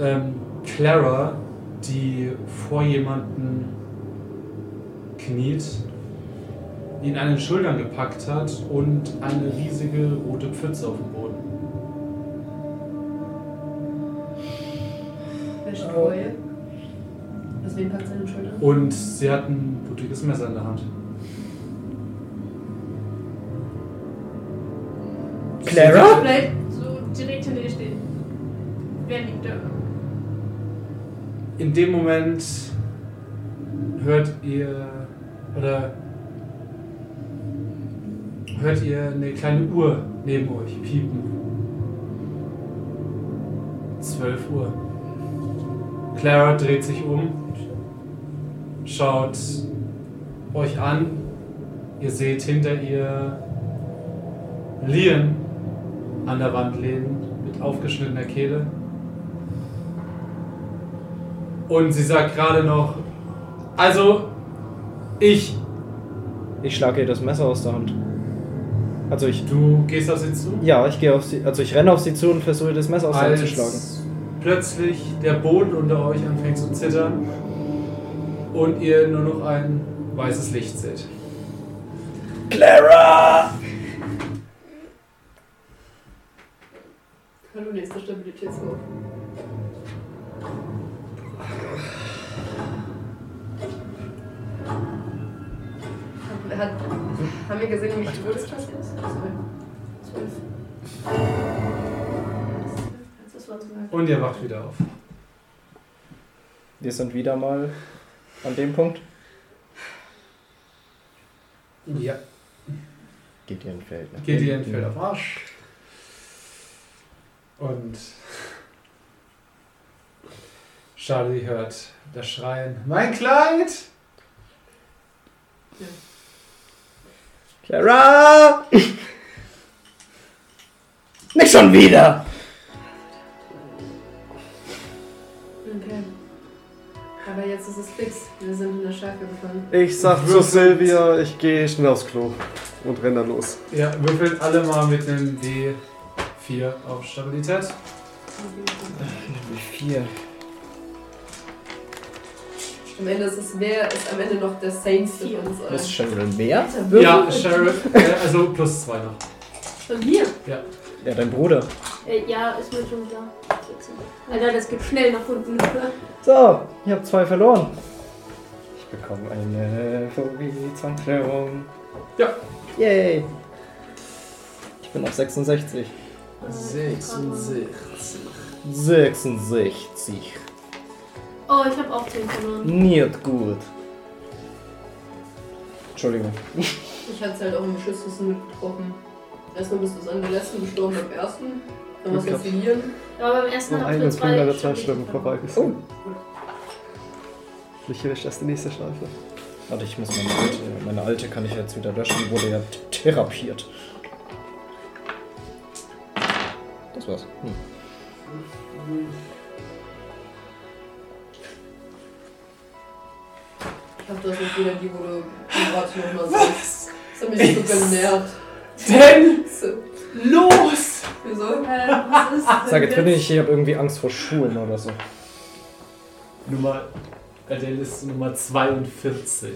S1: ähm, Clara, die vor jemanden kniet, ihn an den Schultern gepackt hat und eine riesige rote Pfütze auf dem Boden.
S2: Wäschetreue. Deswegen packt sie in den Schultern.
S1: Und sie hat ein blutiges Messer in der Hand.
S7: Clara?
S4: Bleib so direkt hinter dir stehen. Wer liegt da?
S1: In dem Moment hört ihr oder hört ihr eine kleine Uhr neben euch piepen. 12 Uhr. Clara dreht sich um, schaut euch an. Ihr seht hinter ihr Liam an der Wand lehnen mit aufgeschnittener Kehle. Und sie sagt gerade noch, also ich,
S7: Ich schlage ihr das Messer aus der Hand. Also ich.
S1: du gehst auf sie zu?
S7: Ja, ich gehe auf sie. Also ich renne auf sie zu und versuche ihr das Messer aus der Hand zu schlagen.
S1: Als plötzlich der Boden unter euch anfängt zu zittern und ihr nur noch ein weißes Licht seht.
S2: Hallo, nächste Stabilitätswurf. Hat, haben wir gesehen, wie viel Todesklasse ist? Sorry.
S4: Zwölf. Das war zu lang.
S1: Und ihr wacht wieder auf.
S7: Wir sind wieder mal an dem Punkt.
S1: Ja.
S7: Geht ihr ein Feld. ne? nach
S1: Gideon
S7: hinten.
S1: fällt auf Arsch. Und Charlie hört das Schreien. Mein Kleid!
S7: Clara! [LAUGHS] Nicht schon wieder!
S2: Okay. Aber jetzt ist es fix. Wir sind in der Schärfe gefangen.
S6: Ich sag zu Silvia, ich gehe schnell aufs Klo und renn dann los.
S1: Ja, würfelt alle mal mit einem D4 auf Stabilität.
S7: Wie viel?
S2: Am Ende ist es, wer ist am Ende noch der Saints für uns? oder?
S7: Muss Cheryl mehr?
S2: Alter,
S1: Ja, Sheriff, äh, also plus zwei noch.
S4: Von mir?
S7: Ja, dein Bruder.
S4: Äh, ja, ist mir schon da. Alter, das geht schnell nach unten.
S5: So, ich habe zwei verloren.
S7: Ich bekomme eine Horizontzerrung.
S1: Ja.
S7: Yay! Ich bin auf 66.
S4: Äh,
S7: 66.
S4: Oh, ich habe auch 10 verloren.
S7: Nicht gut. Entschuldigung.
S2: Ich hatte es halt auch im Schüsswissen mitgetroffen. Erstmal bist du es an der letzten gestorben beim ersten. Dann was jetzt verlieren.
S4: Aber beim ersten
S6: Nur
S4: habe ich
S6: eine
S4: nur zwei.
S6: Pille, zwei
S4: Stabilität
S6: Stunden vorbei
S4: [LAUGHS] verloren.
S6: ist.
S7: Oh.
S6: Ich erst erst die nächste Schleife.
S7: Warte, ich muss meine alte. Meine alte kann ich jetzt wieder löschen. Die wurde ja therapiert. Das war's. Hm.
S2: Ich glaube, das ist wieder die, wo du die Worte nochmal sagst. Das hat mich so genervt.
S8: Denn
S2: [LAUGHS] So,
S8: los!
S2: Wieso? Hä,
S4: Ähm,
S2: was ist denn
S7: [LAUGHS] Sag jetzt bitte
S2: jetzt?
S7: nicht, ich habe irgendwie Angst vor Schulen oder so.
S1: Nummer, Adele ist Nummer 42.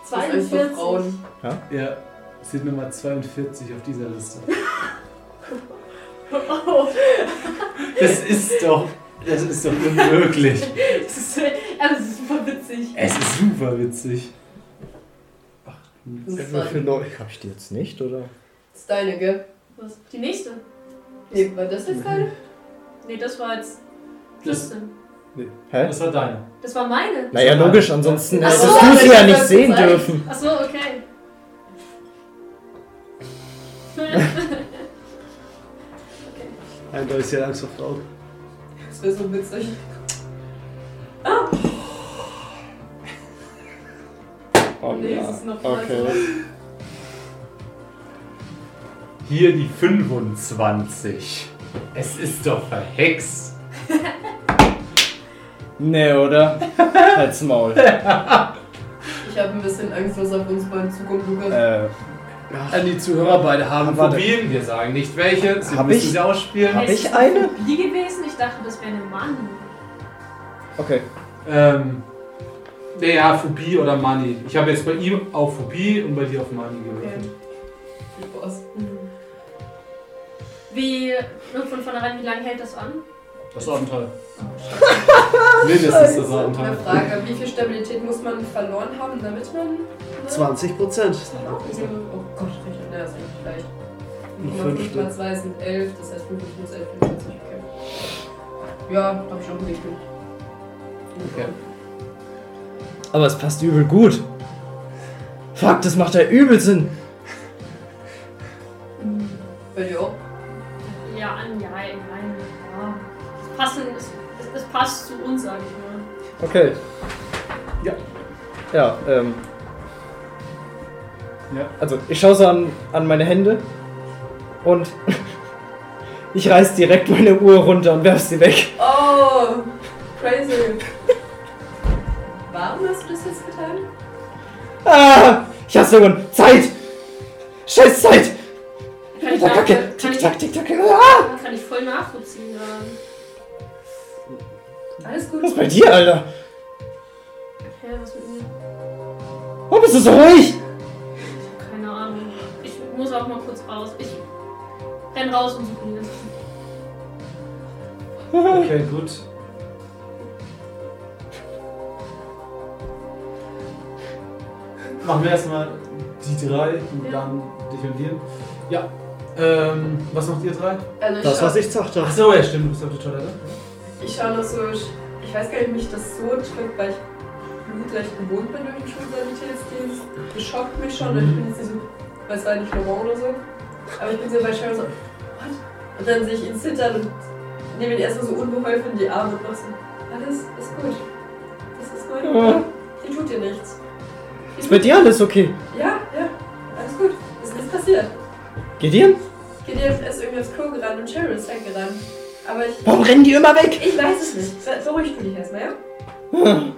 S2: Das ist einfach
S4: 42.
S2: Frauen.
S1: Ja, sind Nummer 42 auf dieser Liste.
S4: [LAUGHS] Oh,
S1: Das ist doch, das ist doch unmöglich.
S4: das ist, äh, das ist super witzig.
S1: Es ist super witzig.
S2: Das ist,
S6: Für
S2: dein-
S6: neu.
S7: Hab ich die jetzt nicht, oder?
S2: das ist deine, gell?
S4: Was? Die nächste?
S2: Nee, war das jetzt deine?
S4: Nee, das war jetzt
S1: Das,
S4: 15.
S7: Hä?
S1: das war deine.
S4: Das war meine.
S7: Naja,
S1: Nein.
S7: logisch, ansonsten
S4: Ach
S7: hättest
S4: so,
S7: du
S2: wenn
S7: sie ja
S2: ich
S7: nicht
S2: das
S7: sehen
S2: sage.
S7: dürfen.
S4: Achso, okay. [LAUGHS]
S6: Ein neues Jahr Angst vor Frauen.
S2: Das wäre so witzig.
S7: Oh,
S4: nee, es ist noch okay.
S1: Hier die 25. Es ist doch verhext.
S7: Nee, oder? Halt's Maul.
S2: Ich habe ein bisschen Angst, was auf uns beiden zukommt, Lukas.
S7: äh,
S1: An die Zuhörer beide haben
S7: Warte.
S1: Phobien. Wir sagen nicht welche. Sie
S7: Hab
S1: müssen
S7: ich?
S1: sie ausspielen.
S7: Hab
S4: Es
S7: ich
S4: ist
S7: eine?
S4: Phobie gewesen? Ich dachte, das wäre ein Mann.
S7: okay.
S1: Ähm, naja, Phobie oder Money. Ich habe jetzt bei ihm auf Phobie und bei dir auf Money gewürfelt.
S2: Viel Spaß.
S4: Wie, nur von vornherein, wie lange hält das an?
S1: Das Abenteuer. Mindestens das
S2: Eine
S1: Abenteuer.
S2: Frage, wie viel Stabilität muss man verloren haben, damit man...
S6: 20 Prozent.
S2: Oh Gott, rechnet, ne, das ist vielleicht.
S6: Noch
S2: Noch
S6: fünf
S2: 5 mal 2 sind 11, das heißt 5 plus 11 plus 20, okay. Ja, hab ich auch hingekriegt.
S1: Okay.
S7: Aber es passt übel gut. Fuck, das macht ja übel Sinn.
S2: Bei dir auch?
S4: Ja, an, ja, nein, ja. Es passt, in- es, es, es passt zu uns, sag ich mal.
S7: Okay. Ja. Ja, ähm.
S1: Ja.
S7: Also, ich schaue so an, an meine Hände und [LAUGHS] ich reiß direkt meine Uhr runter und werf sie weg.
S2: Oh, crazy. [LAUGHS] Warum hast du das jetzt getan?
S7: Ah! Ich hasse Uhren. Zeit! Scheiß Zeit!
S4: Kann ich, nach,
S7: Oh, Tick-Tack,
S4: kann ich,
S7: tick-Tack, tick-Tack. Ah!
S4: kann ich voll nachvollziehen. Ja.
S2: Alles gut.
S7: Was ist bei dir, Alter?
S4: Hä, was mit mir?
S7: Warum bist du so ruhig?
S4: Keine Ahnung. Ich muss auch mal kurz raus. Ich renn raus und suche ihn.
S1: Okay, gut. Machen wir erstmal die drei und
S4: Ja.
S1: dann dich und dir. Ja. Ähm, was macht ihr drei?
S2: Also ich
S6: Das,
S2: schau,
S6: was ich gesagt habe.
S1: Achso, ja, stimmt, du bist auf der Toilette.
S2: ich schau noch so, ich, ich Ich weiß gar nicht, ob mich das so trifft, weil ich blutleicht gewohnt bin durch den Schulsanitätsdienst. Das schockt mich schon.
S5: Mhm.
S2: und Ich bin jetzt nicht so, weiß war nicht Laurent oder so. Aber ich bin so bei Sharon so, what? Und dann sehe ich ihn zittern und nehme ihn erstmal so unbeholfen in die Arme und mach so, alles ist gut. Das ist gut.
S5: Ja.
S2: Die tut dir nichts. Die
S5: Ist bei dir alles okay?
S2: Ja, ja, alles gut. Ist nichts passiert.
S5: Gideon?
S2: Gideon ist irgendwie aufs Klo gerannt und Cheryl ist weggerannt. Aber ich,
S5: Warum rennen die immer weg?
S2: ich weiß es nicht. Ver- Beruhig du dich erstmal, ja? Nachdem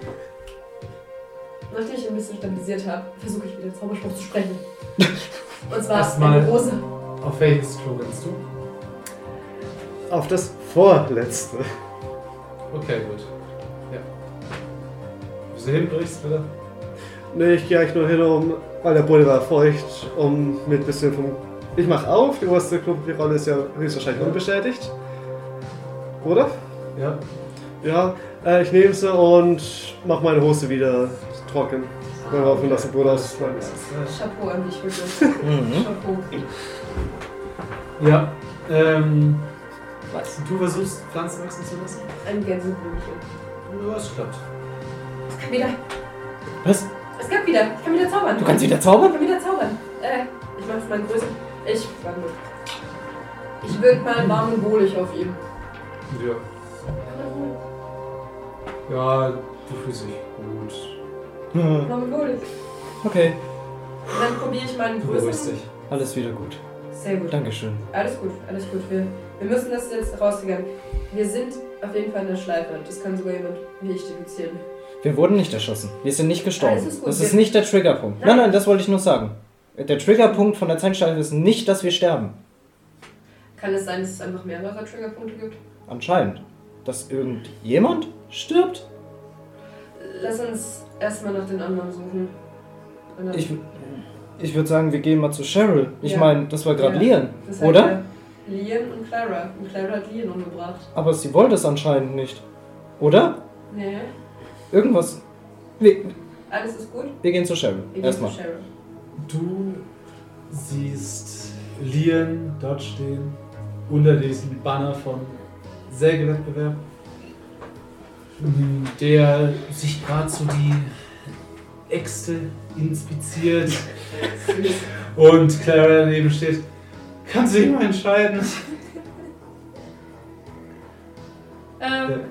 S2: ich ihn ein bisschen stabilisiert habe, versuche ich wieder den Zauberspruch zu sprechen. Und zwar
S1: Erstmal-
S2: eine große.
S1: Auf welches Klo rennst du?
S6: Auf das vorletzte.
S1: Okay, gut. Ja. Wieso hinten durchs bitte?
S6: Nee, ich gehe eigentlich nur hin, um, weil der Boden war feucht, um mit ein bisschen vom. Ich mach auf, die oberste Klumpenrolle ist ja höchstwahrscheinlich
S1: Ja.
S6: unbeschädigt. Oder?
S1: Ja.
S6: Ja, äh, ich nehme sie und mach meine Hose wieder trocken. Mal hoffen, dass der Boden ausgeschlagen ist.
S2: Chapeau an dich, wirklich.
S5: Hm?
S2: Chapeau.
S1: Ja. Ähm.
S5: Was?
S1: Du versuchst Pflanzen wachsen zu lassen?
S2: Ein Gänseblümchen.
S1: Ja, es klappt.
S2: Es gab wieder.
S5: Was?
S2: Es gab wieder. Ich kann wieder zaubern.
S5: Du kannst wieder
S2: Ich
S5: zaubern?
S2: kann wieder zaubern. Äh, ich mach's mal größer. Ich. Warte mal. Ich wirk mal warm und wohlig auf ihm.
S1: Ja. Ja, du fühlst dich gut.
S5: Hm,
S7: Mhm.
S2: Warm und wohlig.
S5: Okay,
S2: Und dann probiere ich mal einen
S1: Du beruhigst
S2: größeren.
S1: dich.
S5: alles wieder gut.
S2: Sehr gut.
S5: Dankeschön.
S2: Alles gut, alles gut. Wir, wir müssen das jetzt rausgegangen. Wir sind auf jeden Fall in der Schleife. Das kann sogar jemand wie ich deduzieren.
S5: Wir wurden nicht erschossen. Wir sind nicht gestorben.
S2: Alles ist gut.
S5: das ist
S2: Wir-
S5: nicht der Triggerpunkt. Nein.
S2: Nein.
S5: nein, das wollte ich nur sagen. Der Triggerpunkt von der Zeitschleife ist nicht, dass wir sterben.
S2: Kann es sein, dass es einfach mehrere Triggerpunkte gibt?
S5: Anscheinend. Dass irgendjemand stirbt?
S2: Lass uns erstmal nach den anderen suchen. Und dann-
S5: Ich, ich würde sagen, wir gehen mal zu Cheryl. Ich
S2: Ja.
S5: meine, das war gerade
S2: Ja.
S5: Lian,
S2: Das hat
S5: oder?
S2: ja Lian und Clara. Und Clara hat Lian umgebracht.
S5: Aber sie wollte es anscheinend nicht. Oder?
S2: Nee.
S5: Irgendwas. Wir,
S2: Alles ist gut.
S5: wir gehen zu Cheryl.
S2: Wir gehen
S5: Erstmal.
S2: zu Cheryl.
S1: Du siehst Lian dort stehen, unter diesem Banner vom Sägewettbewerb, der sich gerade so die Äxte inspiziert und Clara daneben steht. Kann sich mal entscheiden.
S4: Ähm,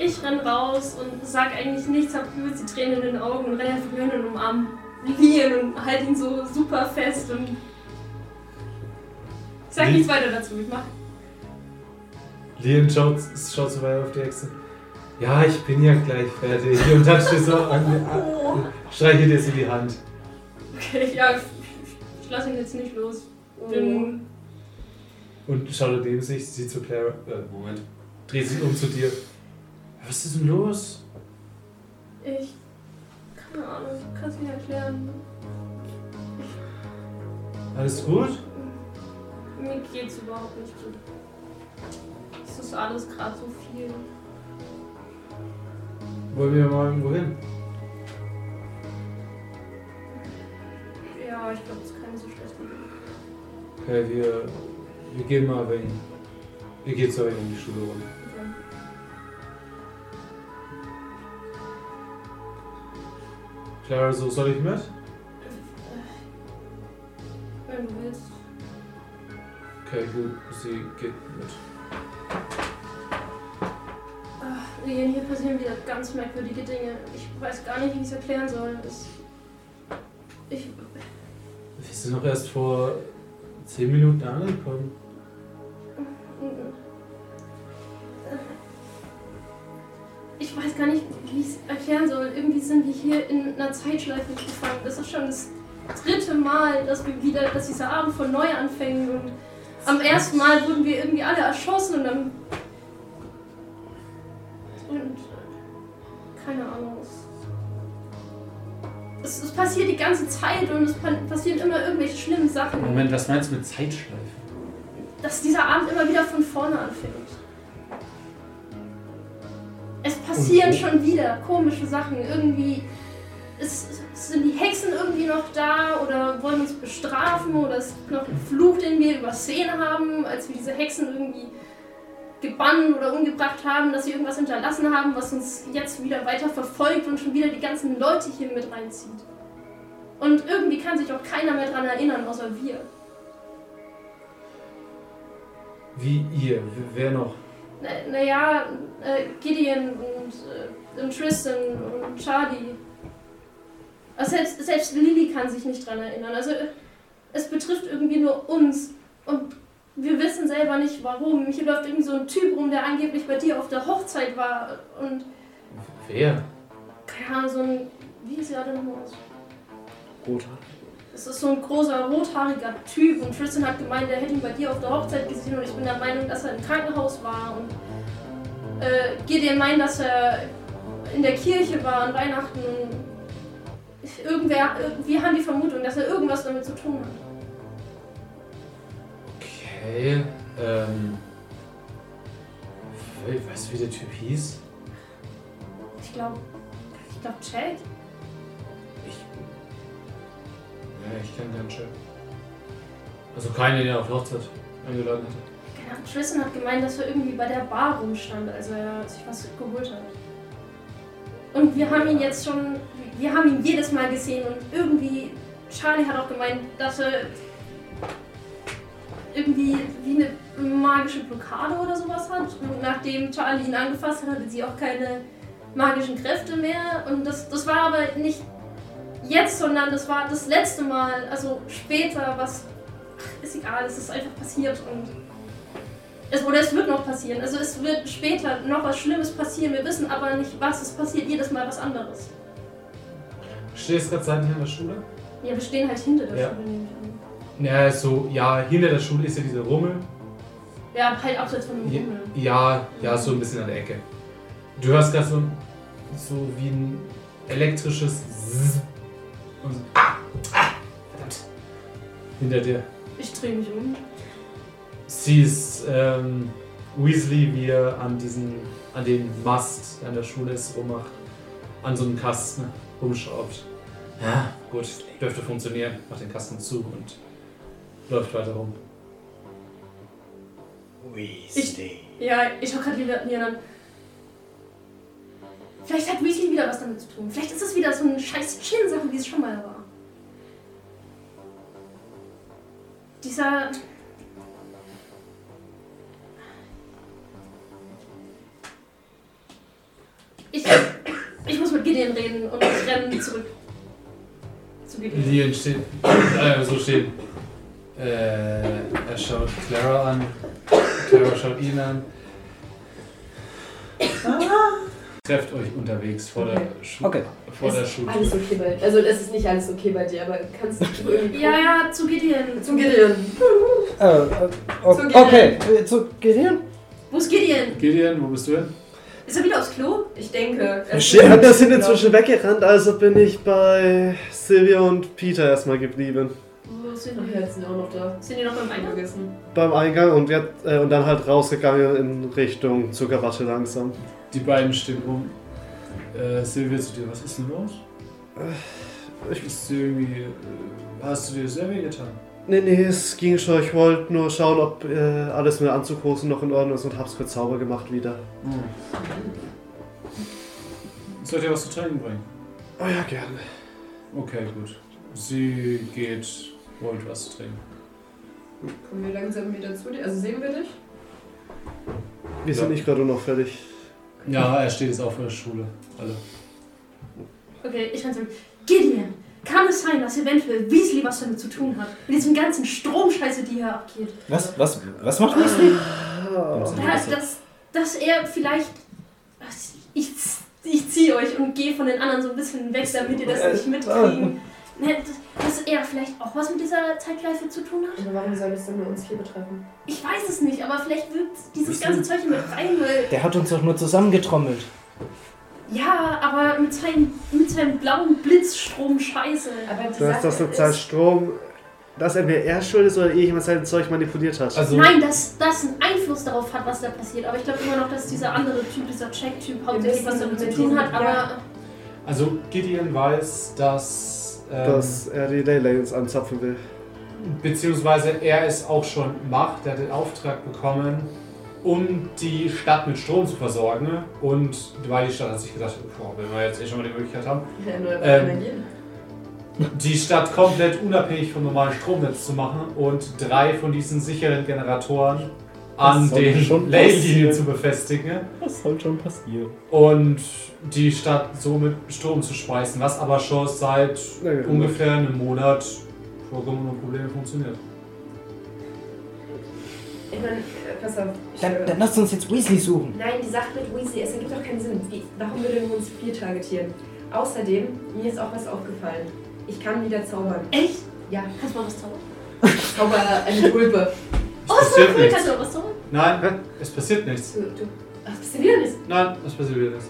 S4: Ich renn raus und sag eigentlich nichts, hab übelst die Tränen in den Augen und renn einfach hin und umarm Lien und halt ihn so super fest und sag
S1: Wie?
S4: nichts weiter dazu. Ich mach
S1: Lian schaut, schaut so weit auf die Äxte. Ja, ich bin ja gleich fertig. Und dann stehst du an, an streichelt dir so die Hand.
S4: okay, ja, ich- ich lass ihn jetzt nicht los. Bin,
S1: Und schaut neben sich, sieht zu Clara. Äh, Moment. Dreht sich um zu dir. Was ist denn los?
S4: ich keine Ahnung, kannst mir erklären.
S1: Alles gut?
S4: Mir geht's überhaupt nicht gut. Es ist alles gerade so viel.
S1: Wollen wir mal irgendwo hin?
S4: Ja, ich glaube, es ist keine so schlechte Idee.
S1: Okay, wir, wir gehen mal ein wenig. Wir gehen zu euch um die Schule rum. Clara, so soll ich mit?
S4: Äh, Wenn du willst.
S1: Okay, gut. Sie geht mit.
S4: Ach, Lien, hier passieren wieder ganz merkwürdige Dinge. Ich weiß gar nicht, wie ich es erklären soll. Es, ich,
S1: Wir sind doch erst vor 10 Minuten angekommen.
S4: ich weiß gar nicht, wie ich es erklären soll. Irgendwie sind wir hier in einer Zeitschleife gefangen. Das ist schon das dritte Mal, dass wir wieder, dass dieser Abend von neu anfängt. Und am ersten Mal wurden wir irgendwie alle erschossen und dann. Und. Keine Ahnung. es- Es, es passiert die ganze Zeit und es pan- passieren immer irgendwelche schlimmen Sachen.
S1: Moment, was meinst du mit Zeitschleife?
S4: dass dieser Abend immer wieder von vorne anfängt. Es passieren
S1: Und wo?
S4: schon wieder komische Sachen. Irgendwie ist, sind die Hexen irgendwie noch da oder wollen uns bestrafen oder es gibt noch einen Fluch, den wir übersehen haben, als wir diese Hexen irgendwie gebannen oder umgebracht haben, dass sie irgendwas hinterlassen haben, was uns jetzt wieder weiter verfolgt und schon wieder die ganzen Leute hier mit reinzieht. Und irgendwie kann sich auch keiner mehr daran erinnern, außer wir.
S1: Wie ihr, wer noch?
S4: Naja, na ja, äh, Gideon und, äh, und Tristan und Charlie. Also selbst, selbst Lily kann sich nicht dran erinnern. Also äh, es betrifft irgendwie nur uns. Und wir wissen selber nicht warum. Hier läuft irgend so ein Typ rum, der angeblich bei dir auf der Hochzeit war. Und
S1: Wer?
S4: keine Ahnung, so ein. Wie ist er denn aus?
S7: Gut.
S4: Es ist so ein großer rothaariger Typ und Tristan hat gemeint, er hätte ihn bei dir auf der Hochzeit gesehen und ich bin der Meinung, dass er im Krankenhaus war und äh, Gideon meint, dass er in der Kirche war an Weihnachten. Irgendwer, wir haben die Vermutung, dass er irgendwas damit zu tun hat.
S1: Okay, ähm. Ich weiß, wie der Typ hieß.
S4: Ich glaube, ich glaube Chad.
S1: Ja, ich kenne keinen Chef. Also keinen, den er auf Hochzeit eingeladen hatte.
S4: Keine Ahnung, Tristan hat gemeint, dass er irgendwie bei der Bar rumstand, als er sich was geholt hat. Und wir haben ihn jetzt schon, wir haben ihn jedes Mal gesehen und irgendwie, Charlie hat auch gemeint, dass er irgendwie wie eine magische Blockade oder sowas hat. Und nachdem Charlie ihn angefasst hat, hatte sie auch keine magischen Kräfte mehr. Und das, das war aber nicht jetzt, sondern das war das letzte Mal, also später, was, ach, ist egal, es ist einfach passiert und es, oder es wird noch passieren. Also es wird später noch was Schlimmes passieren. Wir wissen aber nicht, was es passiert. Jedes Mal was anderes.
S1: Stehst gerade seitlich an der Schule?
S4: Ja, wir stehen halt hinter der
S1: Ja.
S4: Schule, nehme ich an.
S1: Naja, so, ja, hinter der Schule ist ja diese Rummel.
S4: Ja, halt abseits von dem
S1: Ja,
S4: Himmel.
S1: Ja, ja, so ein bisschen an der Ecke. Du hörst gerade so, ein- so wie ein elektrisches Zzz und so, ah, ah, verdammt. Hinter dir.
S4: Ich drehe mich um.
S1: Siehst ähm, Weasley, wie er an diesen, an den Mast, der an der Schule ist, rummacht, an so einem Kasten rumschraubt. Ja, gut, dürfte funktionieren. Macht den Kasten zu und läuft weiter rum.
S7: Weasley.
S4: Ja, ich schau gerade wieder Nian an. Vielleicht hat Weasley wieder was damit zu tun. Vielleicht ist es wieder so eine scheiß Chin-Sache, wie es schon mal war. Dieser. Ich, ich muss mit Gideon reden und ich renne zurück. Zu Gideon.
S1: Leon steht, äh, so stehen. Äh, er schaut Clara an. Clara schaut ihn an.
S2: Ah.
S1: Trefft euch unterwegs vor der, Schu
S5: Okay.
S1: vor der
S2: ist
S1: Schule.
S2: alles okay bei Also es ist nicht alles okay bei dir, aber kannst [LAUGHS] du irgendwie...
S4: Ja, ja, zu Gideon.
S2: Zum Gideon.
S5: Äh, äh, o-
S2: Zu Gideon.
S5: okay, äh, zu Gideon?
S4: Wo ist Gideon?
S1: Gideon, wo bist du hin?
S4: Ist er wieder aufs Klo?
S2: Ich denke... es- genau-
S6: Wir Oh sind inzwischen weggerannt, also bin ich bei Silvia und Peter erstmal geblieben.
S4: Wo sind
S2: Ach
S4: die?
S2: ja, sind auch noch da.
S4: Sind die noch beim Eingang?
S2: Vergessen.
S6: Beim Eingang und, wir, äh, und dann halt rausgegangen in Richtung Zuckerwatte langsam.
S1: Die beiden stehen rum. Äh, Silvia zu dir, was ist denn los?
S6: ich-
S1: bist du irgendwie. äh, Hast du dir sehr weh getan?
S6: Nee, nee, es ging schon. Ich wollte nur schauen, ob äh, alles mit der Anzughosen noch in Ordnung ist und hab's kurz sauber gemacht wieder.
S1: Soll ich dir was zu trinken bringen?
S6: Oh ja, gerne.
S1: Okay, gut. Sie geht, holt was zu trinken.
S2: Kommen wir langsam wieder zu dir? Also sehen wir dich?
S6: Wir
S1: Ja.
S6: sind nicht gerade unauffällig.
S1: Ja, er steht jetzt auch vor der Schule. Also,
S4: Okay, ich kann sagen, Gideon, kann es sein, dass eventuell Weasley was damit zu tun hat? Mit diesem ganzen Stromscheiße, die hier abgeht.
S7: Was, was, was macht Weasley?
S4: Ja,
S2: Ah.
S4: dass, dass er vielleicht... Ich, ich ziehe euch und gehe von den anderen so ein bisschen weg, damit ihr das nicht mitkriegen. Ne, Dass er vielleicht auch was mit dieser Zeitschleife zu tun
S2: Aber
S4: hat?
S2: Also warum soll das denn nur uns hier betreffen?
S4: Ich weiß es nicht, aber vielleicht wird dieses ganze Zeug hier mit rein, weil...
S5: Der hat uns doch nur zusammengetrommelt.
S4: Ja, aber mit seinem, mit seinem blauen Blitzstrom-Scheiße.
S2: Aber die
S6: Du hast
S2: Sache
S6: doch sozusagen
S2: ist-
S6: Strom, dass entweder er schuld ist oder irgendjemand sein Zeug manipuliert hat.
S1: also
S4: Nein, dass das einen Einfluss darauf hat, was da passiert. Aber ich glaube immer noch, dass dieser andere Typ, dieser Check-Typ, hauptsächlich was damit zu tun hat. Aber
S1: Also Gideon weiß, dass, ähm,
S6: dass er die Leyline uns anzapfen will.
S1: beziehungsweise er es auch schon macht, er hat den Auftrag bekommen, um die Stadt mit Strom zu versorgen. ne? Und weil die Stadt hat sich gedacht, boah, wenn wir jetzt eh schon mal die Möglichkeit haben,
S2: Ja, nur
S1: Ähm.
S2: Energien.
S1: die Stadt komplett unabhängig vom normalen Stromnetz zu machen und drei von diesen sicheren Generatoren an
S7: Das soll
S1: den
S7: schon
S1: Leylinien
S7: passieren.
S1: zu befestigen
S7: Das soll schon passieren.
S1: und die Stadt so mit Strom zu speisen, was aber schon seit
S6: Na ja,
S1: ungefähr einem Monat vollkommen ohne Probleme funktioniert.
S4: Oh,
S2: Ich meine, äh, pass auf. Ich
S5: Dann, dann lasst uns jetzt Weasley suchen.
S2: Nein, die Sache mit Weasley, es ergibt doch keinen Sinn. Wie, warum würden wir uns vier targetieren? Außerdem, mir ist auch was aufgefallen. Ich kann wieder zaubern.
S4: Echt?
S2: Ja,
S4: Kannst du mal was zaubern?
S2: ich zauber eine Tulpe.
S1: Es
S4: Oh, ist so
S1: passiert
S4: cool,
S1: nichts.
S4: kannst du mal was zaubern?
S1: Nein, es passiert nichts.
S2: Du, du. Ach, bist du wieder nicht?
S1: Nein, es passiert wieder nichts.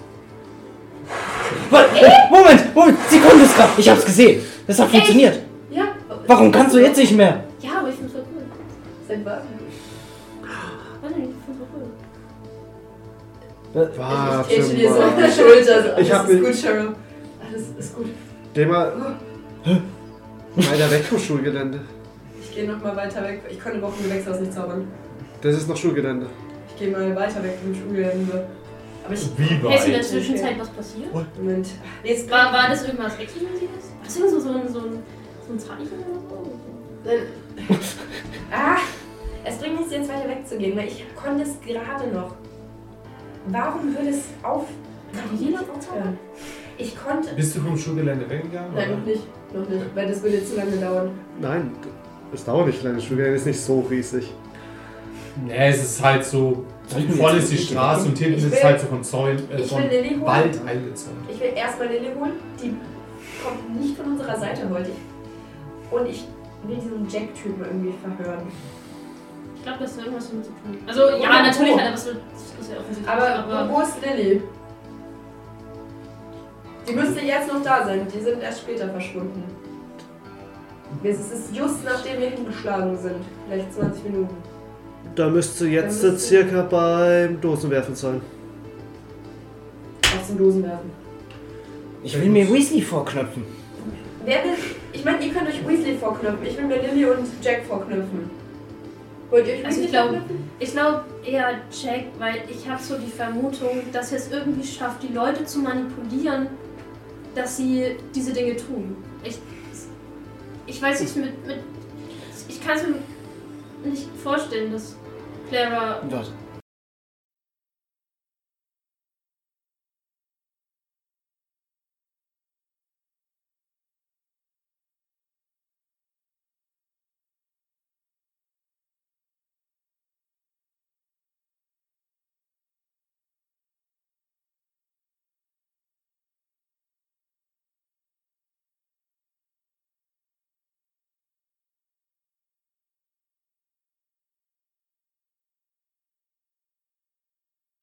S5: Moment, Moment, Sekunde ist grad. Ich hab's gesehen. Das hat funktioniert.
S2: Ja.
S5: Warum kannst du jetzt nicht mehr?
S4: Ja, aber ich find's voll cool.
S2: Seit wann?
S4: Warte, ich find's voll
S2: Ich
S4: cool.
S2: tätsche dir so auf
S6: Warte
S2: die
S6: mal.
S2: Schulter. So,
S6: Ah, Ich
S2: alles
S6: hab
S2: ist
S6: mich-
S2: gut, Cheryl. Alles ist gut.
S6: Geh mal weiter weg vom Schulgelände.
S2: Ich gehe nochmal weiter weg. Ich konnte überhaupt im Gewächshaus nicht zaubern.
S6: Das ist noch Schulgelände.
S2: Ich gehe mal weiter weg vom Schulgelände. Aber ich.
S1: Wie
S4: Hey, ist in der
S1: weit?
S4: Zwischenzeit was passiert?
S2: Moment. Nee, es
S4: War, war das irgendwas Exklusives? War das irgend so, so ein, so ein, so ein Zeichen oder so?
S2: Dann- [LAUGHS] Ah, es bringt nichts, jetzt weiter wegzugehen, weil ich konnte es gerade noch. Warum würde es auf?
S4: Kann jeder noch zaubern?
S2: hören? Ich konnte.
S1: Bist du vom Schulgelände weggegangen?
S2: Nein, noch
S1: oder?
S2: nicht, noch nicht, weil das würde zu lange dauern.
S6: Nein, das dauert nicht lange. Das Schulgelände ist nicht so riesig.
S1: Nee, es ist halt so. Voll ist die Straße und hinten
S2: Ich
S1: ist
S2: will-
S1: halt so von Zäun, äh,
S2: Ich
S1: von
S2: will Lilly holen.
S1: Wald eingezäunt.
S2: Ich will erstmal Lilly holen. Die kommt nicht von unserer Seite heute. Und ich will diesen Jack-Typen irgendwie verhören.
S4: Ich glaube, das hat irgendwas damit zu tun. Also, ja, natürlich hat er was mit. Das ist ja offensichtlich.
S2: Aber, wo ist Lilly? Die müsste jetzt noch da sein. Die sind erst später verschwunden. Es ist just nachdem wir hingeschlagen sind. Vielleicht 20 Minuten.
S6: Da müsste jetzt
S2: Da müsste-
S6: circa beim Dosenwerfen sein.
S2: Auf den Dosen werfen.
S5: Ich will mir Weasley vorknöpfen.
S2: Wer will. Ich meine, ihr könnt euch Weasley vorknöpfen. Ich will mir Lilly und Jack vorknöpfen. Wollt ihr euch
S4: Also,
S2: Weasley
S4: ich glaube-
S2: vorknöpfen?
S4: Ich glaube eher Jack, weil ich habe so die Vermutung, dass er es irgendwie schafft, die Leute zu manipulieren, dass sie diese Dinge tun. Ich, ich weiß nicht, mit, mit ich kann es mir nicht vorstellen, dass Clara
S7: Warte.